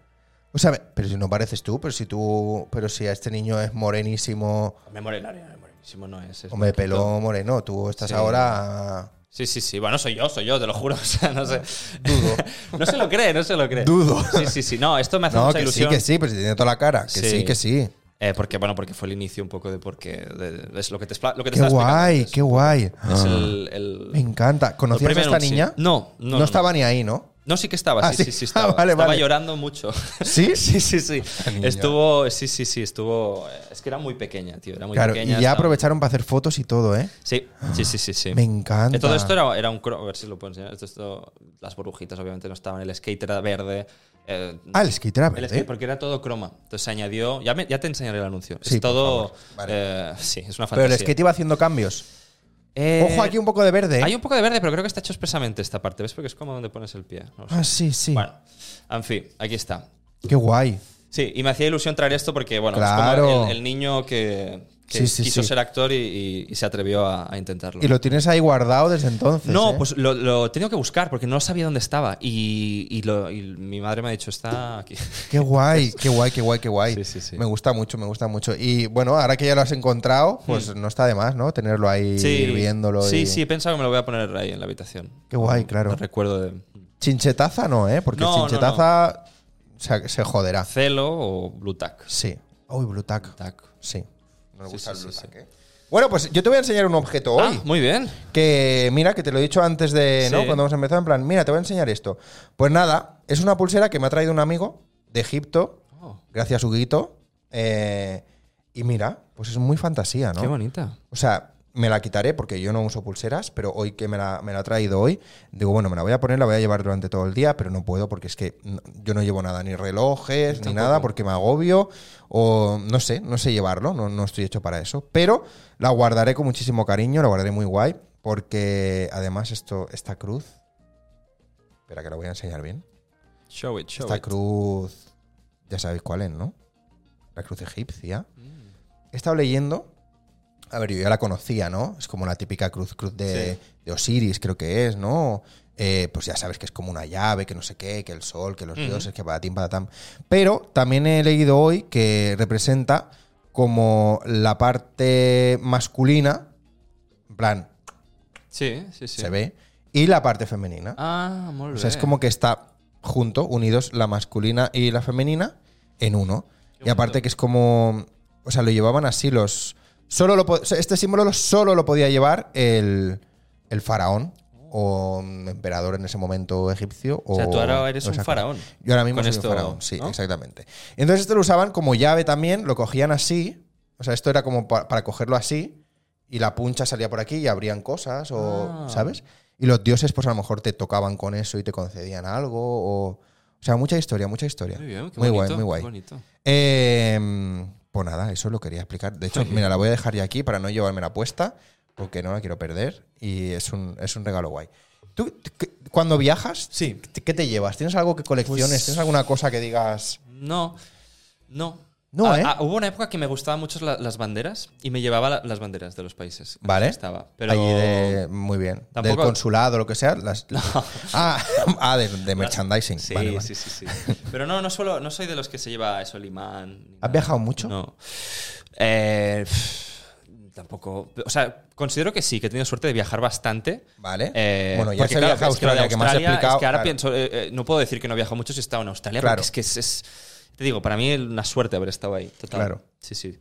O sea, me- pero si no pareces tú, pero si tú, pero si a este niño es morenísimo, Me morenario, me morenísimo no es. es hombre, blanquito. pelo moreno, tú estás Sí. ahora Sí, sí, sí. Bueno, soy yo, soy yo, te lo juro. O sea, no sé. no se lo cree, no se lo cree. Dudo. Sí, sí, sí. No, esto me hace No, mucha que sí, ilusión. que sí, pero si tiene toda la cara. Que sí, Sí. que sí. Eh, porque, bueno, porque fue el inicio un poco de porque de- es lo que te, expla- lo que te Qué estaba explicando guay, antes. qué guay. Es Ah. el, el- Me encanta. el ¿Conocías a premio esta Nutsi. niña? No, no. No, estaba ni ahí, ¿no? No, sí que estaba, Ah, sí, sí. sí, sí Ah, estaba. vale, estaba vale. llorando mucho. ¿Sí? Sí, sí, sí. niña. Estuvo, sí, sí, sí, estuvo. Es que era muy pequeña, tío. Era muy claro, y pequeña. ya estaba- aprovecharon para hacer fotos y todo, ¿eh? Sí, sí, sí, sí, sí. Me encanta. Eh, Todo esto era, era un cromo, a ver si lo puedo enseñar. Esto, esto- las burbujitas obviamente no estaban, el skate era verde. eh, Ah, el skate era el verde. skate, porque era todo croma. Entonces se añadió. Ya, me- ya te enseñaré el anuncio. Sí, es por todo. favor. Vale. eh, sí, es una Pero fantasía. el skate iba haciendo cambios. Eh, Ojo aquí un poco de verde. ¿eh? Hay un poco de verde, pero creo que está hecho expresamente esta parte. ¿Ves? Porque es como donde pones el pie. No lo sé. Ah, sí, sí. Bueno, en fin, aquí está. Qué guay. Sí, y me hacía ilusión traer esto porque, bueno, es Claro. como el, el niño que, que Sí, sí, quiso sí. ser actor y, y- y se atrevió a, a intentarlo. Y lo tienes ahí guardado desde entonces. no, ¿eh? pues lo, lo he tenido que buscar porque no sabía dónde estaba. Y, y lo- y mi madre me ha dicho, está aquí. Qué guay, qué guay, qué guay, qué guay. Sí, sí, sí. Me gusta mucho, me gusta mucho. Y bueno, ahora que ya lo has encontrado, pues no está de más, ¿no? Tenerlo ahí, ir viéndolo. Hmm. sí, y- sí, he pensado que me lo voy a poner ahí en la habitación. Qué guay, Un- claro. un recuerdo de Chinchetaza no, ¿eh? Porque No, no, chinchetaza Se, se joderá. Celo o Blue Tack. Sí. Uy, Blutac. Tac. Sí. No le Sí, gusta sí, el sí, Blutac, ¿eh? Bueno, pues yo te voy a enseñar un objeto hoy. Ah, muy bien. Que mira, que te lo he dicho antes de, ¿no? Sí. Cuando hemos empezado, en plan, mira, te voy a enseñar esto. Pues nada, es una pulsera que me ha traído un amigo de Egipto, Oh. gracias Huguito. Eh, y mira, pues es muy fantasía, Qué ¿no? bonita. O sea, me la quitaré porque yo no uso pulseras, pero hoy que me la, me la ha traído hoy, digo, bueno, me la voy a poner, la voy a llevar durante todo el día, pero no puedo porque es que no- yo no llevo nada, ni relojes, ni nada, porque me agobio o no sé, no sé llevarlo, no, no estoy hecho para eso. Pero la guardaré con muchísimo cariño, la guardaré muy guay, porque además esto, esta cruz, espera que la voy a enseñar bien, Show it, show esta it. cruz, ya sabéis cuál es, ¿no? La cruz egipcia he estado leyendo. A ver, yo ya la conocía, ¿no? Es como la típica cruz, cruz de, de Osiris, creo que es, ¿no? Eh, pues ya sabes que es como una llave, que no sé qué, que el sol, que los dioses, que patatín, patatán. Pero también he leído hoy que representa como la parte masculina, en plan, Sí, sí, sí. se ve, y la parte femenina. Ah, muy bien. O sea, es como que está junto, unidos la masculina y la femenina en uno. Y aparte que es como, o sea, lo llevaban así los solo lo po- o sea, este símbolo lo- solo lo podía llevar el, el faraón o un emperador en ese momento egipcio o, O sea, tú ahora eres o un sea, faraón. Yo ahora mismo Con soy esto, un faraón, sí, ¿no? exactamente. Entonces esto lo usaban como llave también, lo cogían así, o sea, esto era como pa- para cogerlo así y la puncha salía por aquí y abrían cosas o, Ah. ¿sabes? Y los dioses pues a lo mejor te tocaban con eso y te concedían algo o o sea, mucha historia, mucha historia. Muy bien, qué muy bonito. guay, muy guay. qué bonito. Eh, pues nada, eso lo quería explicar. De hecho, mira, la voy a dejar ya aquí para no llevarme la puesta, porque no la quiero perder y es un, es un regalo guay. ¿Tú t- qué- cuando viajas, Sí. t- qué te llevas? ¿Tienes algo que colecciones? Pues- ¿Tienes alguna cosa que digas? No, no. No, Ah, ¿eh? ah, hubo una época que me gustaban mucho la- las banderas y me llevaba la- las banderas de los países. en los Vale. que Estaba. Pero Allí de- muy bien. Del Tampoco- consulado, lo que sea. Las, Ah, ah, de, de merchandising. Sí, Vale, vale. sí, sí, sí. Pero no, no, suelo- no soy de los que se lleva eso el imán. ni ¿Has nada. viajado mucho? No. Eh, pff, tampoco. O sea, considero que sí, que he tenido suerte de viajar bastante. Vale. Eh, bueno, ya porque, se claro, viaja a es que lo de Australia, que me has Australia, explicado. Es que ahora claro. pienso, eh, eh, no puedo decir que no he viajado mucho si he estado en Australia, Claro. porque es que es, es- Te digo, para mí es una suerte haber estado ahí. Total. Claro. Sí, sí.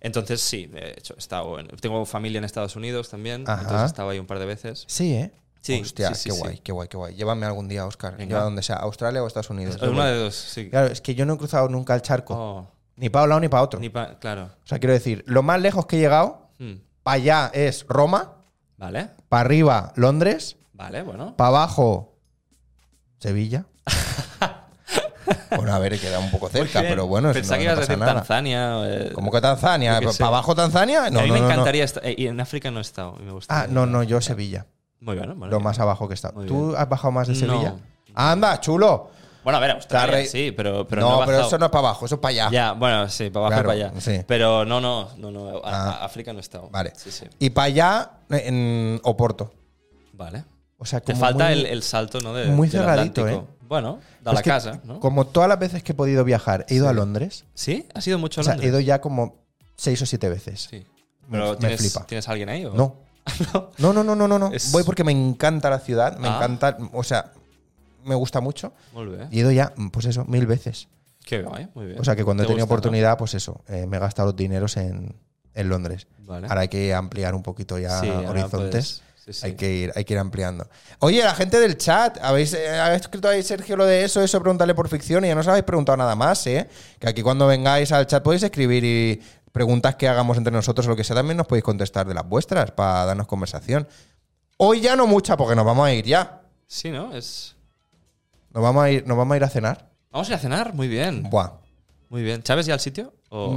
Entonces, sí, de hecho, he estado en- tengo familia en Estados Unidos también, Ajá. entonces he estado ahí un par de veces. Sí, ¿eh? Sí, Hostia, sí, sí, qué sí. guay, qué guay, qué guay. Llévame algún día, Oscar. Venga. Lleva donde sea, Australia o Estados Unidos. Yo Una voy. de dos, sí. Claro, es que yo no he cruzado nunca el charco. Oh, Ni para un lado ni para otro. ni pa- claro. O sea, quiero decir, lo más lejos que he llegado, Hmm. para allá es Roma, Vale, para arriba Londres, vale, bueno. para abajo Sevilla. bueno, a ver, queda un poco cerca, Muy bien. pero bueno, eso Pensaba no- que no ibas a pasa decir nada. Tanzania. eh, ¿Cómo que Tanzania? Yo qué sé. ¿Para abajo Tanzania? No, a mí no, me no, no. encantaría estar. eh, Y en África no he estado. y Me gustaría. Ah, no, no, yo Sevilla. Muy bueno, bueno. Lo más abajo que he estado. Muy ¿Tú bien. has bajado más de No. Sevilla? ¡Anda, chulo! Bueno, a ver, Está Australia re- sí, pero, pero no, no, he pero bajado. eso no es para abajo, eso es para allá. Ya, bueno, sí, para abajo Claro, y para allá. sí. Pero no, no, no, no. a- Ah. a- África no he estado. Vale. Sí, sí. Y para allá, en Oporto. Vale. O sea, Te como falta muy- el, el salto, ¿no? De, muy del cerradito, ¿eh? Atlántico. Bueno, da Es la que casa, ¿no? Como todas las veces que he podido viajar, he ido a Londres. ¿Sí? ¿Has ido mucho a O sea, he Londres? ido ya como seis o siete veces. Sí. Me- Pero me ¿tienes, flipa. ¿Tienes alguien ahí? O? No, No, no, no, no, no. no. Es- Voy porque me encanta la ciudad, me Ah. encanta, o sea, me gusta mucho. Molt bé. Y he ido ya, pues eso, mil veces. Qué guay, muy bien. O sea que cuando he Te tenido gusta, ¿no? oportunidad, pues eso, eh, me he gastado los dineros en, en Londres. Vale. Ahora hay que ampliar un poquito ya Sí, ahora horizontes. puedes- sí, sí. Hay, que ir, hay que ir ampliando. Oye, la gente del chat, habéis, eh, habéis escrito ahí, Sergio, lo de eso, eso, pregúntale por ficción y ya no os habéis preguntado nada más, ¿eh? Que aquí cuando vengáis al chat podéis escribir y preguntas que hagamos entre nosotros o lo que sea, también nos podéis contestar de las vuestras para darnos conversación. Hoy ya no mucha, porque nos vamos a ir ya. Sí, ¿no? Es... Nos vamos a ir, nos vamos a, ir a cenar. Vamos a ir a cenar, muy bien. Buah. Muy bien. ¿Chávez ya al sitio? ¿O...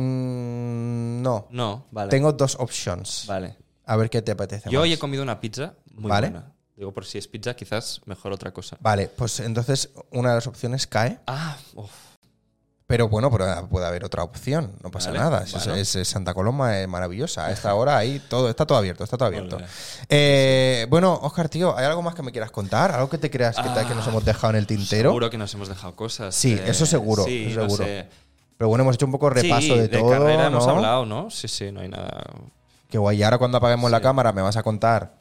Mm, no. No, vale. Tengo dos options. Vale. A ver qué te apetece. Yo más. hoy he comido una pizza muy Vale. buena. Digo, por si es pizza, quizás mejor otra cosa. Vale, pues entonces una de las opciones cae. Ah, uf, Pero bueno, pero puede haber otra opción. No pasa Vale, nada. Es- bueno. es- es Santa Coloma es maravillosa. A esta hora ahí todo, está todo abierto, está todo abierto. Vale. Eh, bueno, Oscar, tío, ¿hay algo más que me quieras contar? ¿Algo que te creas que, te- Ah, que nos hemos dejado en el tintero? seguro que nos hemos dejado cosas. eh, Sí, eso seguro, Sí, eso no seguro. sé. Pero bueno, hemos hecho un poco repaso Sí, de, todo. carrera hemos ¿no? hablado, ¿no? Sí, sí, no hay nada. Qué guay. Y ahora cuando apaguemos la cámara me vas a contar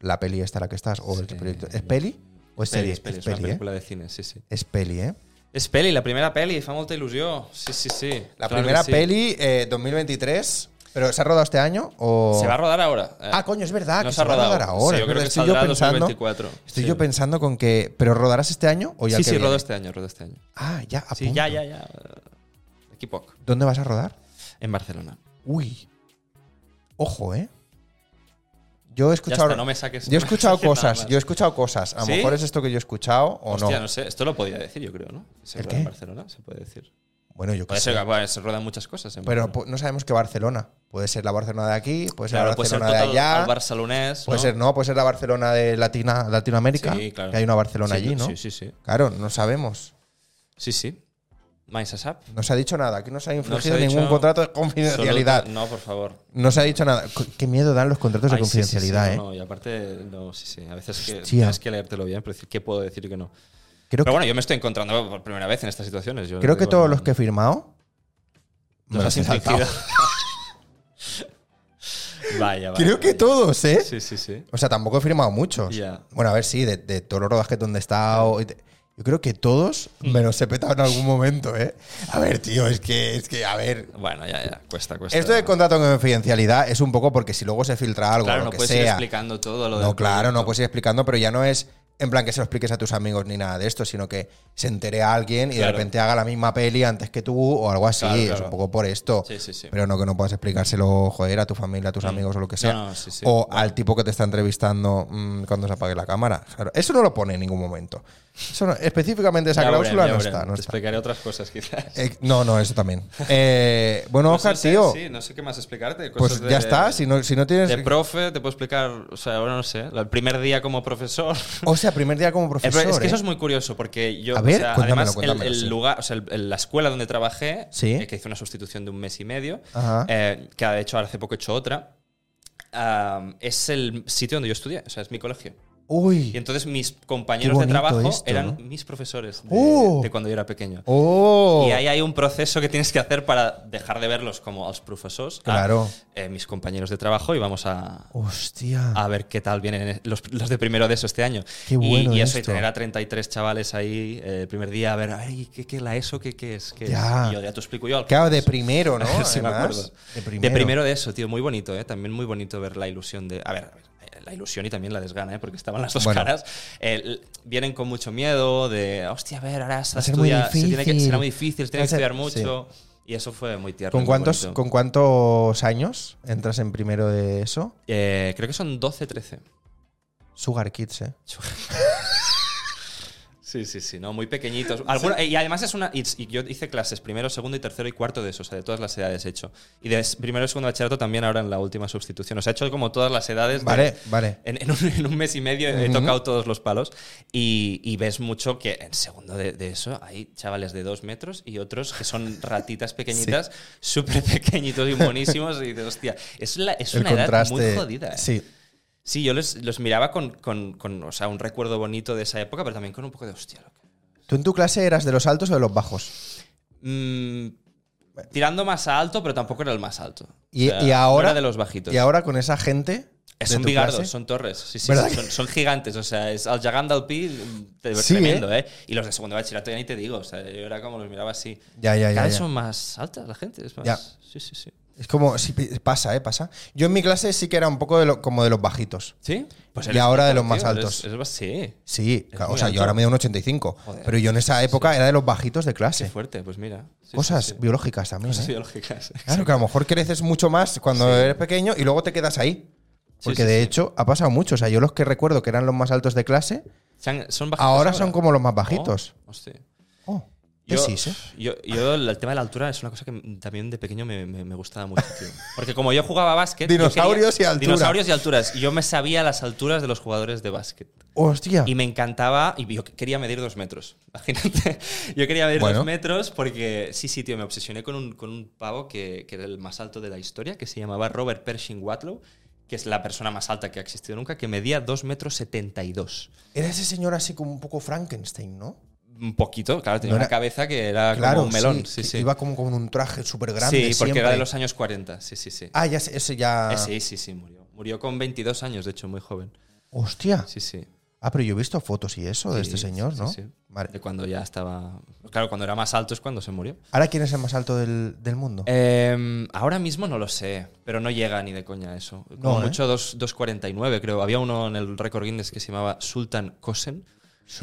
la peli esta en la que estás. O el Sí. proyecto. ¿Es peli? ¿O es Peli, serie? es peli, Es es una peli, ¿eh? película de cine, sí, sí. Es peli, ¿eh? Es peli, la primera peli, fa molta ilusión. Sí, sí, sí. La claro que primera sí. peli, eh, 2023. ¿Pero se ha rodado este año? O... Se va a rodar ahora. Eh, Ah, coño, es verdad. no que se ha va a rodado. rodar ahora. es Sí, yo creo verdad. que estoy yo saldrá pensando. 2024. Estoy Sí. yo pensando con que. ¿Pero rodarás este año o ya Sí, que sí, viene? rodo este año, rodo este año. Ah, ya, a Sí, ya, punto. ya, ya. eh, Aquí poco. ¿Dónde vas a rodar? En Barcelona. Uy. Ojo, ¿eh? Yo he Ya escuchado. está, no me saques. Yo he escuchado no me saques nada cosas, más. yo he escuchado cosas. A lo ¿Sí? mejor es esto que yo he escuchado o Hostia, no. no sé, esto lo podía decir, yo creo, ¿no? Se ¿El rueda qué? en Barcelona, se puede decir. Bueno, yo qué Puede ser sé. que bueno, se ruedan muchas cosas. En Pero Barcelona. po- no sabemos qué Barcelona. Puede ser la Barcelona de aquí, puede ser claro, la puede ser Barcelona todo de allá. el barcelonés. Puede ¿no? ser, no, puede ser la Barcelona de Latina, Latinoamérica. Sí, claro. Que hay una Barcelona Sí, allí, ¿no? Sí, sí, sí. Claro, no sabemos. Sí, sí. Mais a sap. No se ha dicho nada. Aquí no se ha infringido ha dicho ningún contrato de confidencialidad. Absoluta- No, por favor. No se ha dicho nada. Co- Qué miedo dan los contratos de Ay, sí, sí, confidencialidad, sí, ¿eh? no, no, y aparte, no, sí, sí. A veces que Hostia. tienes que leértelo bien, pero decir qué puedo decir y qué no. Creo, Pero que, bueno, yo me estoy encontrando por primera vez en estas situaciones. yo creo que digo, todos no, los que he firmado. me Los has he saltado. infligido. vaya, vaya. Creo que vaya. todos, ¿eh? Sí, sí, sí. O sea, tampoco he firmado muchos. Ya. Bueno, a ver, sí, de, de todos los rodajes donde he estado. y te- Yo creo que todos Hmm. me los he petado en algún momento, ¿eh? A ver, tío, es que, es que, a ver. Bueno, ya, ya. Cuesta, cuesta. Esto de contrato de confidencialidad es un poco porque si luego se filtra algo, Claro, lo no que puedes ir sea. explicando todo lo No, del claro, no proyecto. puedes ir explicando, pero ya no es en plan que se lo expliques a tus amigos ni nada de esto, sino que se entere a alguien y de Claro. repente haga la misma peli antes que tú o algo así. Claro, Es claro. un poco por esto. Sí, sí, sí. Pero no que no puedas explicárselo, joder, a tu familia, a tus amigos o lo que sea. no, sí, sí. O al tipo que te está entrevistando mm, cuando se apague la cámara. Claro, eso no lo pone en ningún momento. Eso no- específicamente esa Ya veremos, cláusula ya no veremos. está. No, Te está. explicaré otras cosas, quizás. Eh, no, no, eso también. Eh, bueno, No sé, Oscar, Pues sí, tío, Sí, no sé qué más explicarte. pues cosas ya de- está. Si no, si no tienes. De profe, te puedo explicar, o sea, ahora no sé, el primer día como profesor. o sea, primer día como El profesor. pro- es que eso ¿eh? es muy curioso porque yo, A ver, o sea, cuéntamelo, además, el- cuéntamelo, el, sí. lugar, o sea, el- el- la escuela donde trabajé, Sí. eh, que hice una sustitución de un mes y medio, Ajá. eh, que de hecho ahora hace poco he hecho otra, ah, es el sitio donde yo estudié, o sea, es mi colegio. Uy. Y entonces mis compañeros Qué de bonito trabajo esto, eran ¿no? mis profesores de, Oh. de cuando yo era pequeño. ¡Oh! Y ahí hay un proceso que tienes que hacer para dejar de verlos como los profesores, Ah, eh, Claro. mis compañeros de trabajo y vamos a, ¡Hostia! a ver qué tal vienen e-, los, los de primero de eso este año. Qué Y- bueno y, eso, y esto. tener a 33 chavales ahí eh, el primer día, a ver, ay, ¿qué, qué la ESO? ¿Qué, qué es? ¿Qué Ya. es? Y yo ya te explico yo. al claro, de profesor. primero, ¿no? Sí, me Además, acuerdo. De primero de eso, tío, muy bonito, ¿eh? También muy bonito ver la ilusión de. A ver, a ver, eh, la ilusión y también la desgana, ¿eh? Porque estaban las dos Bueno. caras. El- vienen con mucho miedo de. Hostia, a ver, ahora se Va a ser muy estudia- se tiene que- difícil. será muy difícil, se tiene Va que a ser- estudiar mucho. Y eso fue muy tierno. ¿Con muy cuántos, bonito. ¿Con cuántos años entras en primero de eso? Eh, creo que son 12, 13. Sugar Kids, ¿eh? Sí, sí, sí, no, muy pequeñitos. Alguna- Y además es una. y- y yo hice clases primero, segundo y tercero y cuarto de eso, o sea, de todas las edades he hecho. Y de s- primero y segundo de bachillerato también ahora en la última sustitución. O sea, he hecho como todas las edades. de- Vale, vale. en, en un, en un mes y medio he Ujú. tocado todos los palos. Y, y ves mucho que en segundo de, de eso hay chavales de dos metros y otros que son ratitas pequeñitas, súper pequeñitos y buenísimos. Y dices, hostia, es, la- es una edad muy jodida. ¿eh? Sí. Sí, yo les- los miraba con, con- con, o sea, un recuerdo bonito de esa época, pero también con un poco de hostia. Lo que... ¿Tú en tu clase eras de los altos o de los bajos? Mm, tirando más a alto, pero tampoco era el más alto. Y, O sea, y no ahora. era de los bajitos. Y ahora con esa gente Son tu bigardos, clase? son torres. Sí, sí, ¿Verdad sí, que- son, son gigantes. O sea, es al Jagan Dalpi Sí, tremendo, ¿eh? Y los de segundo bachillerato ya ni te digo. O sea, yo era como los miraba así. Ya, ya, ya, Cada vez ya. son más altas la gente. Es más. Ya. Sí, sí, sí. Es como, sí, pi- pasa, ¿eh? Pasa. Yo en mi clase sí que era un poco de lo- como de los bajitos. ¿Sí? Pues Y eres ahora de alto, los más tío, eres- altos. eres más- sí. Sí, Es claro, o muy sea, alto. yo ahora mido un 85, Joder. pero yo en esa época era de los bajitos de Qué clase. fuerte, pues mira. Sí, sí, Cosas sí. biológicas también. Cosas ¿eh? biológicas. Claro, que a lo mejor creces mucho más cuando eres pequeño y luego te quedas ahí. Porque sí, de sí. hecho ha pasado mucho. O sea, yo los que recuerdo que eran los más altos de clase, Son- son bajitos ahora son como los más bajitos. Oh, hostia. Oh, Yo, tesis, ¿eh? yo, yo el tema de la altura es una cosa que m- también de pequeño me, me- me gustaba mucho, tío. Porque como yo jugaba a básquet... yo quería- Dinosaurios y altura. Dinosaurios y alturas. Y yo me sabía las alturas de los jugadores de básquet. Hostia. Y me encantaba... Y yo quería medir dos metros. Imagínate. Yo quería medir Bueno. dos metros porque... Sí, sí, tío. Me obsesioné con un, con un pavo que, que era el más alto de la historia, que se llamaba Robert Pershing Watlow, que es la persona más alta que ha existido nunca, que medía dos metros 72. Era ese señor así como un poco Frankenstein, ¿no? Un poquito, claro. Tenía No una era- cabeza que era claro, como un sí, melón. Sí, que sí. Iba como con un traje súper grande. Sí, porque era de siempre. los años 40. Sí, sí, sí. Ah, ya, sé, ese ya. Eh, sí, sí, sí, murió. Murió con 22 años, de hecho, muy joven. Hostia. Sí, sí. Ah, pero yo he visto fotos y eso de Sí, este señor, sí, ¿no? sí. Vale. De cuando ya estaba. Claro, cuando era más alto es cuando se murió. Ahora, ¿quién es el más alto del, del mundo? Eh, ahora mismo no lo sé, pero no llega ni de coña a eso. Como No, ¿eh? mucho dos- 2.49, creo. Había uno en el récord Guinness que se llamaba Sultan Kosen,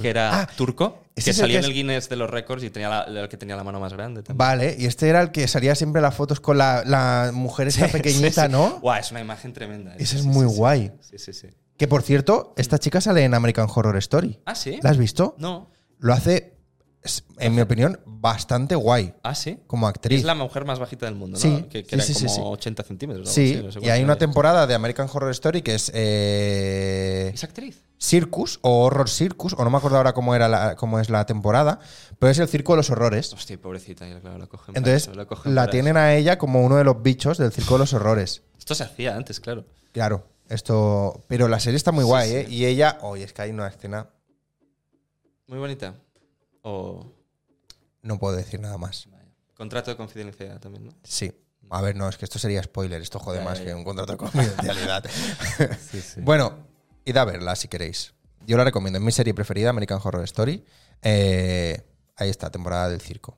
que era Ah, turco, ese que es el salió que en es- el Guinness de los récords y tenía la, el que tenía la mano más grande también. Vale, y este era el que salía siempre en las fotos con la, la mujer esa pequeñita, Sí, sí. ¿no? Guau, es una imagen tremenda. ¿eh? Ese Sí, es sí, muy sí, sí. guay. Sí, sí, sí. Que por cierto, esta chica sale en American Horror Story. Ah, sí. ¿La has visto? No. Lo hace, es- en mi opinión, bastante guay Ah, sí. como actriz. Es la mujer más bajita del mundo, Sí, ¿no? Que, que sí, era sí, sí, como sí. 80 centímetros. o algo Sí, así, no sé y hay cuánto una medía. temporada de American Horror Story que es eh, ¿Es actriz? Circus o Horror Circus, o no me acuerdo ahora cómo, era la- cómo es la temporada, pero es el Circo de los Horrores. Hostia, pobrecita, ya, claro, la cogen. para Entonces, eso, la cogen la para tienen a ella como uno de los bichos del Circo de los Horrores. eso. Esto se hacía antes, claro. Claro, esto. Pero la serie está muy Sí, guay, sí. ¿eh? Y ella. Oye, es que hay una escena. Muy bonita. O. No puedo decir nada más. vaya. Contrato de confidencialidad también, ¿no? Sí. A ver, no, es que esto sería spoiler. Esto jode Ya, más ya, que ya. un contrato de confidencialidad. Sí, sí. bueno, id a verla si queréis. Yo la recomiendo. Es mi serie preferida, American Horror Story. Eh, ahí está, temporada del circo.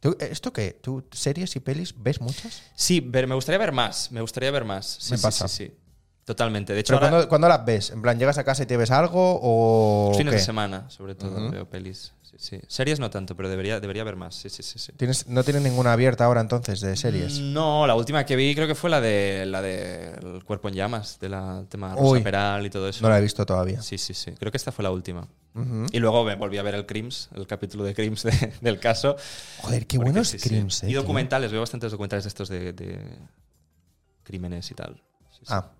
¿Tú, eh, ¿Esto qué? ¿Tú series y pelis ves muchas? Sí, ver- me gustaría ver más. Me gustaría ver más. Sí, Me sí, pasa. sí, sí. Totalmente. De hecho, Pero ahora- cuando, cuando las ves, en plan, llegas a casa y te ves algo o. los fines qué? de semana, sobre todo, Ujú. veo pelis. Sí, sí. Series no tanto, pero debería, debería ver más. Sí, sí, sí, sí. ¿Tienes, no tienes ninguna abierta ahora entonces de series. Mm, No, la última que vi creo que fue la de la de El cuerpo en llamas, de la tema Rosa Uy, Peral y todo eso. No la he visto todavía. Mm, Sí, sí, sí. Creo que esta fue la última. Ujú. Y luego me volví a ver el Crims, el capítulo de Crims de- del caso. Joder, qué Porque buenos sí, sí. crims, eh. Y tío. documentales, veo bastantes documentales de estos de, de crímenes y tal. Sí, sí. Ah,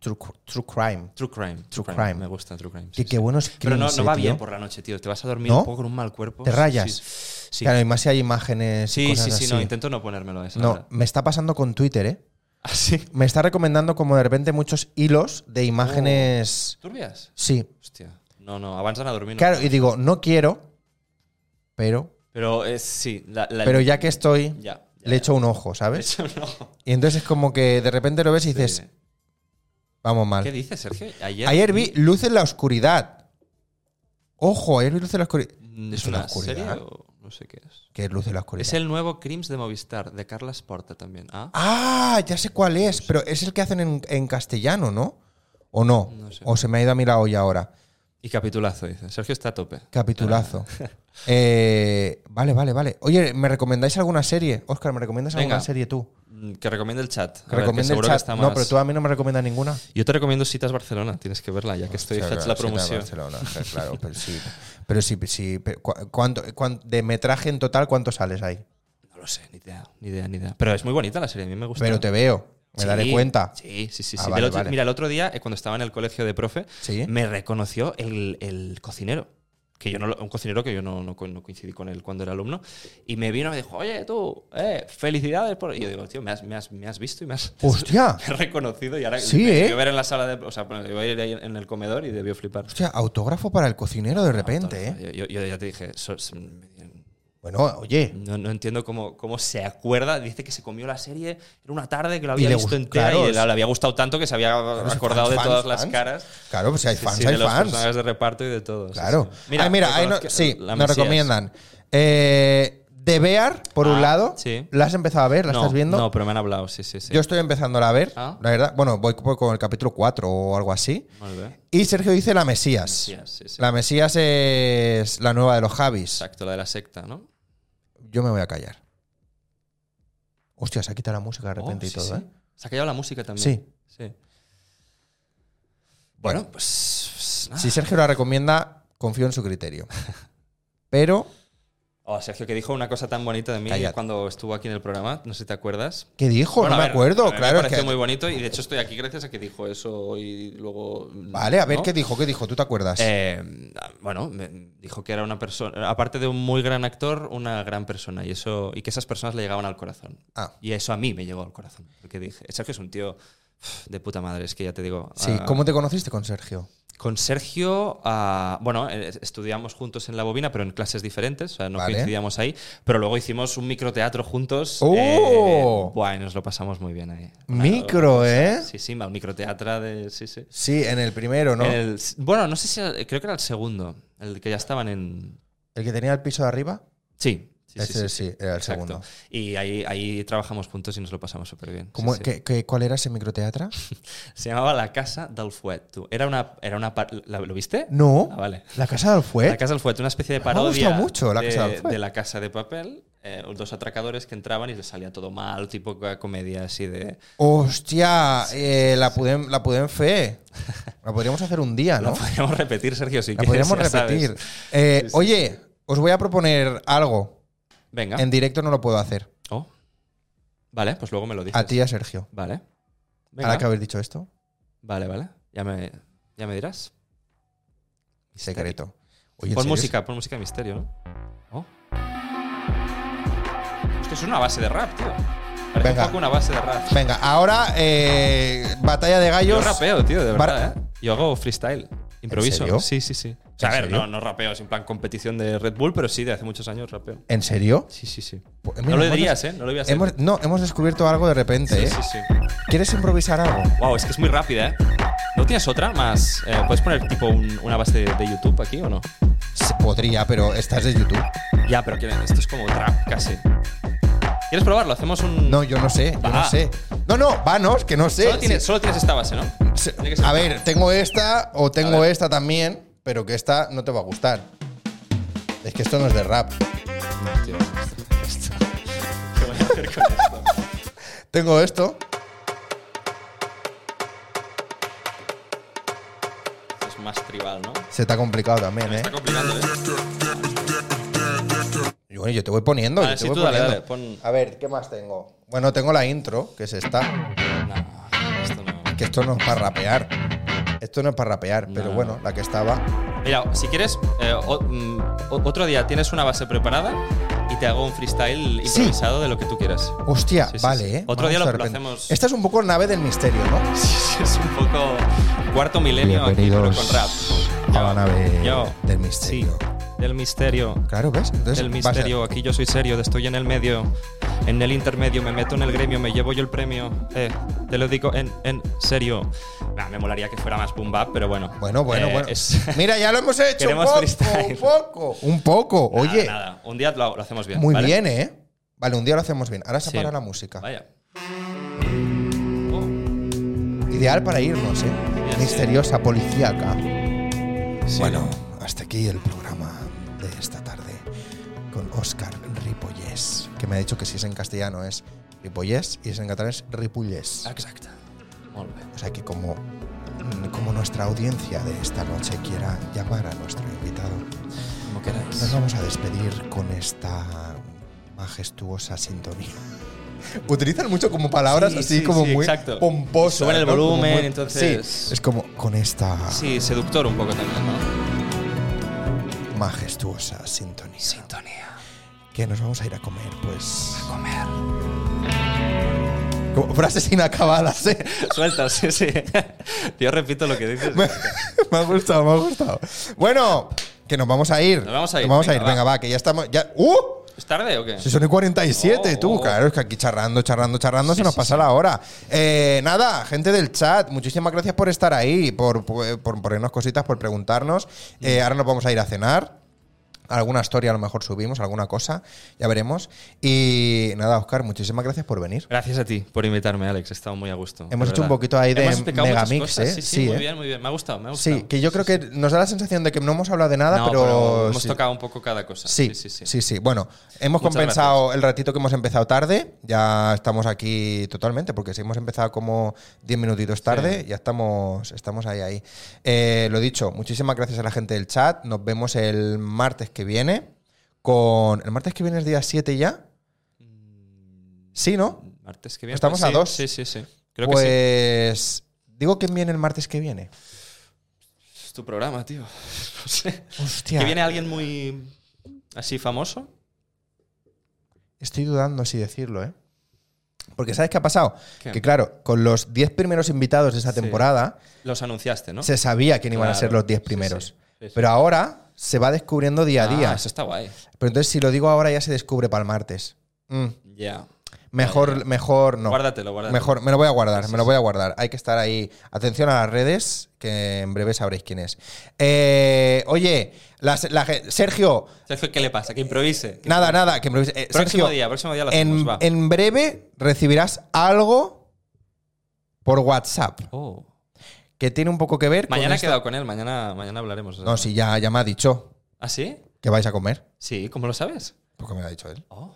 True, cr- true Crime. True Crime. True crime. Me gusta True Crime. Qué, sí, qué sí. buenos crims. Pero no, no eh, va tío. bien por la noche, tío. Te vas a dormir ¿No? un poco con un mal cuerpo. Te Sí, rayas. Sí, sí. Claro, y más si hay imágenes. y Sí, sí, cosas sí, no, así. intento no ponérmelo a esa No, hora. me está pasando con Twitter, ¿eh? ¿Ah, sí? Me está recomendando como de repente muchos hilos de imágenes. ¿Turbias? Sí. Hostia. No, no, avanzan a dormir. no. Claro, y digo, no quiero, pero, Pero es, eh, sí. la- la- pero ya que estoy, Ya, ya, le ya. echo un ojo, ¿sabes? Eso no. Y entonces es como que de repente lo ves y dices, Sí. vamos ¿Qué mal. dices, Sergio? Ayer, Ayer vi Luz en la oscuridad. Ojo, ayer vi Luz en la oscuridad. Mm, Es ¿Es una una serie oscuridad. o no sé qué es? ¿Qué es Luz en la oscuridad? Es el nuevo Crims de Movistar, de Carla Porta también. ¿Ah? Ah, ya sé cuál es, pero es el que hacen en, en castellano, ¿no? ¿O no? No sé. O se me ha ido a mí la olla ahora. Y capitulazo, dice. Sergio está a tope. Capitulazo. Ah. Eh, vale, vale, vale. Oye, ¿me recomendáis alguna serie? Oscar, ¿me recomiendas alguna Venga. serie tú? Mm, Que recomiende el chat. A ver, Que que recomiende el seguro que chat. está No, más- pero tú a mí no me recomiendas ninguna. Yo te recomiendo Citas Barcelona, tienes que verla, ya que estoy Hostia, hecha claro, la sí, está en promoción. Barcelona, ja, claro, pero sí. Pero sí, sí. pero cu- ¿cuánto, cuán- de metraje en total, ¿cuánto sales ahí? No lo sé, ni idea, ni idea, ni idea. Pero es muy bonita la serie, a mí me gusta. Pero te veo, me Sí, daré cuenta. Sí, sí, sí. Ah, sí. vale, El otro- vale. Mira, el otro día, eh, cuando estaba en el colegio de profe, Sí. me reconoció el, el cocinero. Que yo no, lo- un cocinero que yo no, no co- no coincidí con él cuando era alumno. Y me vino y me dijo, oye, tú, eh, felicidades por. Y yo digo, tío, me has, me has- me has visto y me has. Hostia. me has reconocido y ahora Sí, me ¿eh? debió ver en la sala de. O sea, bueno, debió ir ahí en el comedor y debió flipar. Hostia, autógrafo para el cocinero de repente, ¿eh? Yo, yo- yo ya te dije, so- so- Bueno, oye. No, no entiendo cómo, cómo se acuerda. Dice que se comió la serie. Era una tarde que la Y había le visto gust- entera claro, y le, es- le había gustado tanto que se había si acordado fans, de fans, todas las fans. caras. Claro, pues si hay Sí, fans, sí, hay de los fans. personajes de reparto y de todo. sí, Claro. sí. Ay, mira, ahí no- reconozco- sí, La nos Mesías. recomiendan. Eh, The Bear, por Ah, un lado. sí. ¿La has empezado a ver? ¿La no, estás viendo? No, pero me han hablado, sí, sí, sí. Yo estoy empezándola a ver, Ah. la verdad. Bueno, voy por- con el capítulo 4 o algo así. Molt bé. Y Sergio dice La Mesías. Mesías, sí, sí. La Mesías es la nueva de los Javis. Exacto, la de la secta, ¿no? Yo me voy a callar. Hostia, se ha quitado la música de repente Oh, y sí, todo, sí. ¿eh? Se ha callado la música también. Sí. Bueno, Bueno, pues. nada. si Sergio la recomienda, confío en su criterio. Pero, Oh, Sergio, que dijo una cosa tan bonita de mí Cállate. cuando estuvo aquí en el programa, no sé si te acuerdas. ¿qué dijo? Bueno, no a me ver, acuerdo, a mí claro. Me es pareció que- muy bonito y de hecho estoy aquí gracias a que dijo eso y luego. Vale, a ver ¿no? qué dijo, qué dijo, ¿tú te acuerdas? Eh, bueno, me dijo que era una persona, aparte de un muy gran actor, una gran persona y eso y que esas personas le llegaban al corazón. Ah. Y eso a mí me llegó al corazón, porque dije, Sergio es un tío uf, de puta madre, es que ya te digo. sí, ah, ¿cómo te conociste con Sergio? Con Sergio, ah, bueno, eh, estudiamos juntos en la bobina, pero en clases diferentes, o sea, no Vale. coincidíamos ahí, pero luego hicimos un microteatro juntos. eh, ¡Oh! buah, y nos lo pasamos muy bien ahí. Una- Micro, ¿eh? Sí, sí, el microteatra de... Sí, sí. Sí, en el primero, ¿no? En El, el- bueno, no sé si era- creo que era el segundo, el que ya estaban en... que tenía el piso de arriba. Sí, sí, sí, Ese sí, sí, era el exacto. segundo. Y ahí, ahí trabajamos juntos y nos lo pasamos súper bien. ¿Cómo- qué- qué- ¿Cuál era ese microteatra? Se llamaba La Casa del Fuet. tú. Era una... Era una par- ¿la- ¿Lo viste? No. Ah, vale. La casa del fue. La Casa del Fuet, una especie de ¿Eh? Me ha gustado parodia mucho La de, Casa del Fuet. de la Casa de Papel. eh, dos atracadores que entraban y les salía todo mal, tipo co- comedia así de... Hostia, eh, la pude la podem fer. La podríamos hacer un día, La Ah, ¿no? podríamos repetir, Sergio, si La quieres, podríamos ya sabes. repetir. Eh, Sí, sí. Oye, os voy a proponer algo. Venga. En directo no lo puedo hacer. Oh. Vale, pues luego me lo dices. A ti y a Sergio. Vale. Ahora que habéis dicho esto, Vale, vale. Ya me, ya me dirás. secreto. Oye, ¿en Pon serio? música, pon música de misterio, ¿no? Oh. Esto es una base de rap, tío. Parece Venga. un poco una base de rap. Venga, ahora eh, batalla de Yo gallos. rapeo, tío, de Bar- verdad, ¿eh? Yo hago freestyle. Improviso. serio? Sí, sí, sí. O sea, a ¿En ver, serio? no, no rapeo, es en plan competición de Red Bull, pero sí, de hace muchos años rapeo. ¿En serio? Sí, sí, sí. Pues, mira, No lo hemos- dirías, ¿eh? No lo dirías. Hemos, no, hemos descubierto algo de repente. Sí, ¿eh? sí, sí. ¿Quieres improvisar algo? Wow, es que es muy rápida, ¿eh? ¿No tienes otra más? Eh, ¿Puedes poner tipo un- una base de, de YouTube aquí o no? Se podría, pero estás de YouTube. Ya, pero que- esto es como trap casi. ¿Quieres probarlo? Hacemos un. No, yo no sé, yo Va. no sé. No, no, vanos, que no sé. Ah. solo, tienes, Sí. solo tienes esta base, ¿no? Se- Tiene que ser- A ver, tengo esta o A tengo ver. esta también, pero que esta no te va a gustar. Es que esto no es de rap. Tío, esto- ¿Qué voy a hacer con esto? Tengo esto. Esto Es más tribal, ¿no? Se te ha complicado también, Me ¿eh? está complicando, ¿eh? Y Bueno, yo te voy poniendo. Vale, yo te sí, voy tú dale, poniendo. dale, pon- A ver, ¿qué más tengo? Bueno, tengo la intro, que es esta. No, esto no. Que esto no es para rapear. Esto no es para rapear, pero No. bueno, la que estaba. Mira, si quieres, eh, o- mm, o- otro día tienes una base preparada y te hago un freestyle Sí. improvisado de lo que tú quieras. Hostia, Sí, sí, vale, sí. ¿eh? Otro día Vamos lo- de lo repente. hacemos. Esta es un poco nave del misterio, ¿no? es un poco cuarto milenio aquí, pero con rap. a la nave yo, del misterio. sí, del misterio. Claro, ¿ves? Entonces, Del vas a- misterio, aquí yo soy serio, estoy en el medio. En el intermedio, me meto en el gremio, me llevo yo el premio. Eh, te lo digo en, en serio. Nah, me molaría que fuera más boom bap, pero bueno. Bueno, bueno, Eh, bueno. es- Mira, ya lo hemos hecho. Queremos un poco, freestyle. un poco. Un poco. Nada, Oye, nada, Un día lo, lo hacemos bien. muy ¿vale? bien, ¿eh? Vale, un día lo hacemos bien. Ahora se Sí. para la música. Vaya. Oh, Ideal para irnos, ¿eh? sí. Misteriosa, policíaca. sí. Bueno, hasta aquí el programa de esta tarde con Oscar Ripollés, que me ha dicho que si es en castellano es Ripollés y si es en catalán es Ripollés. Exacte. Molt bé. O sea que como, como nuestra audiencia de esta noche quiera llamar a nuestro invitado, Com queráis. nos vamos a despedir con esta majestuosa sintonía. Utilizan mucho como palabras Sí, así sí, como sí, muy exacto. pomposas. Suben el ¿no? Como volumen, muy- entonces- Sí, es como con esta Sí, seductor un poco también, ¿no? majestuosa sintonía. Sintonía. que nos vamos a ir a comer, pues. Comer. Como frases inacabadas, ¿eh? Suelta, sí, sí. Yo repito lo que dices. Me, me ha gustado, me ha gustado. Bueno, que nos vamos a ir. Nos vamos a ir, vamos a venga, ir, venga, va, que ya estamos. Ya, ¡Uh! ¿Es tarde o qué? Si son y 47, Oh, tú, oh. claro, es que aquí charrando, charrando, charrando se Sí, nos sí, pasa la hora. Eh, nada, gente del chat, muchísimas gracias por estar ahí, por, por- por ponernos cositas, por preguntarnos. Eh, Mm. ahora nos vamos a ir a cenar. Alguna historia a lo mejor subimos, alguna cosa, ya veremos. Y nada, Oscar, muchísimas gracias por venir. Gracias a ti por invitarme, Alex. He estado muy a gusto. de Hemos hecho un verdad. poquito ahí de Hemos explicado muchas megamix, cosas. ¿eh? Sí, sí, Sí, muy ¿eh? bien, muy bien. Me ha gustado, me ha gustado. Sí, que yo creo que nos da la sensación de que no hemos hablado de nada, No, pero, hemos sí. tocado un poco cada cosa. Sí, sí, sí, Bueno, hemos Muchas compensado el ratito que hemos empezado tarde. Ya estamos aquí totalmente, porque si hemos empezado como 10 minutitos tarde, ya estamos, estamos ahí, ahí. Eh, lo dicho, muchísimas gracias a la gente del chat. Nos vemos el martes que viene. Con. ¿El martes que viene es día 7 ya? Sí, ¿no? Martes que viene. Estamos a sí, dos. Sí, sí, sí. Mm, Creo que pues. Digo quién viene el martes que viene. sí. Es tu programa, tío. No sé. Hostia. Que viene alguien muy así famoso. Estoy dudando si decirlo, ¿eh? Porque ¿sabes qué ha pasado? ¿Qué? Que claro, con los 10 primeros invitados de esta Sí. temporada Los anunciaste, ¿no? se sabía quién iban a Claro. ser los 10 Sí, primeros. sí. Sí, sí. Pero ahora se va descubriendo día a Ah, día. Eso está guay. Pero entonces si lo digo ahora ya se descubre para el martes. Mm. Ya. Mejor, mejor no. Guárdatelo, guárdatelo. Mejor, me lo voy a guardar, Sí, me lo sí. voy a guardar. Hay que estar ahí. Atención a las redes, que en breve sabréis quién es. Eh, oye, la- la ge- Sergio, Sergio, ¿qué le pasa? Que improvise. Que Nada, improvise. nada, que me lo- eh, Próximo Sergio, día, próximo día lo hacemos, en, va. en breve recibirás algo por WhatsApp Oh. que tiene un poco que ver Mañana he con esto. quedado con él, mañana, mañana hablaremos. No, sí, ya, ya me ha dicho ¿Ah, sí? que vais a comer. Sí, ¿cómo lo sabes? Porque me lo ha dicho él. Oh.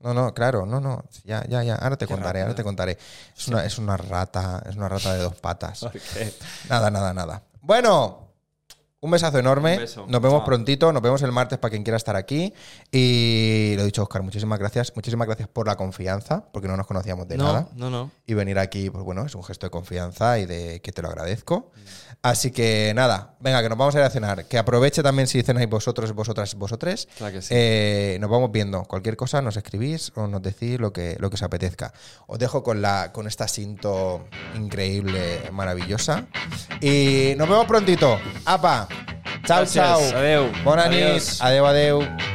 No, no, claro, no, no. Ya, ya, ya. Ahora te Qué contaré, ahora rápido. te contaré. Es una, es una rata, es una rata de dos patas. Nada, nada, nada. Bueno, un besazo enorme. Un beso. Nos vemos Chao. prontito, nos vemos el martes para quien quiera estar aquí. Y lo dicho, Oscar, muchísimas gracias. Muchísimas gracias por la confianza, porque no nos conocíamos de no, nada. no, no. y venir aquí, pues bueno, es un gesto de confianza y de que te lo agradezco. Mm. Así que nada, venga, que nos vamos a ir a cenar. Que aproveche también si cenáis vosotros, vosotras, vosotres. Claro que sí. Eh, nos vamos viendo. Cualquier cosa nos escribís o nos decís lo que, lo que os apetezca. Os dejo con, la, con esta cinto increíble, maravillosa. Y nos vemos prontito. ¡Apa! Chao, Gracias. chao. Adeu. Bona nit. Adiós. Adeu, adeu.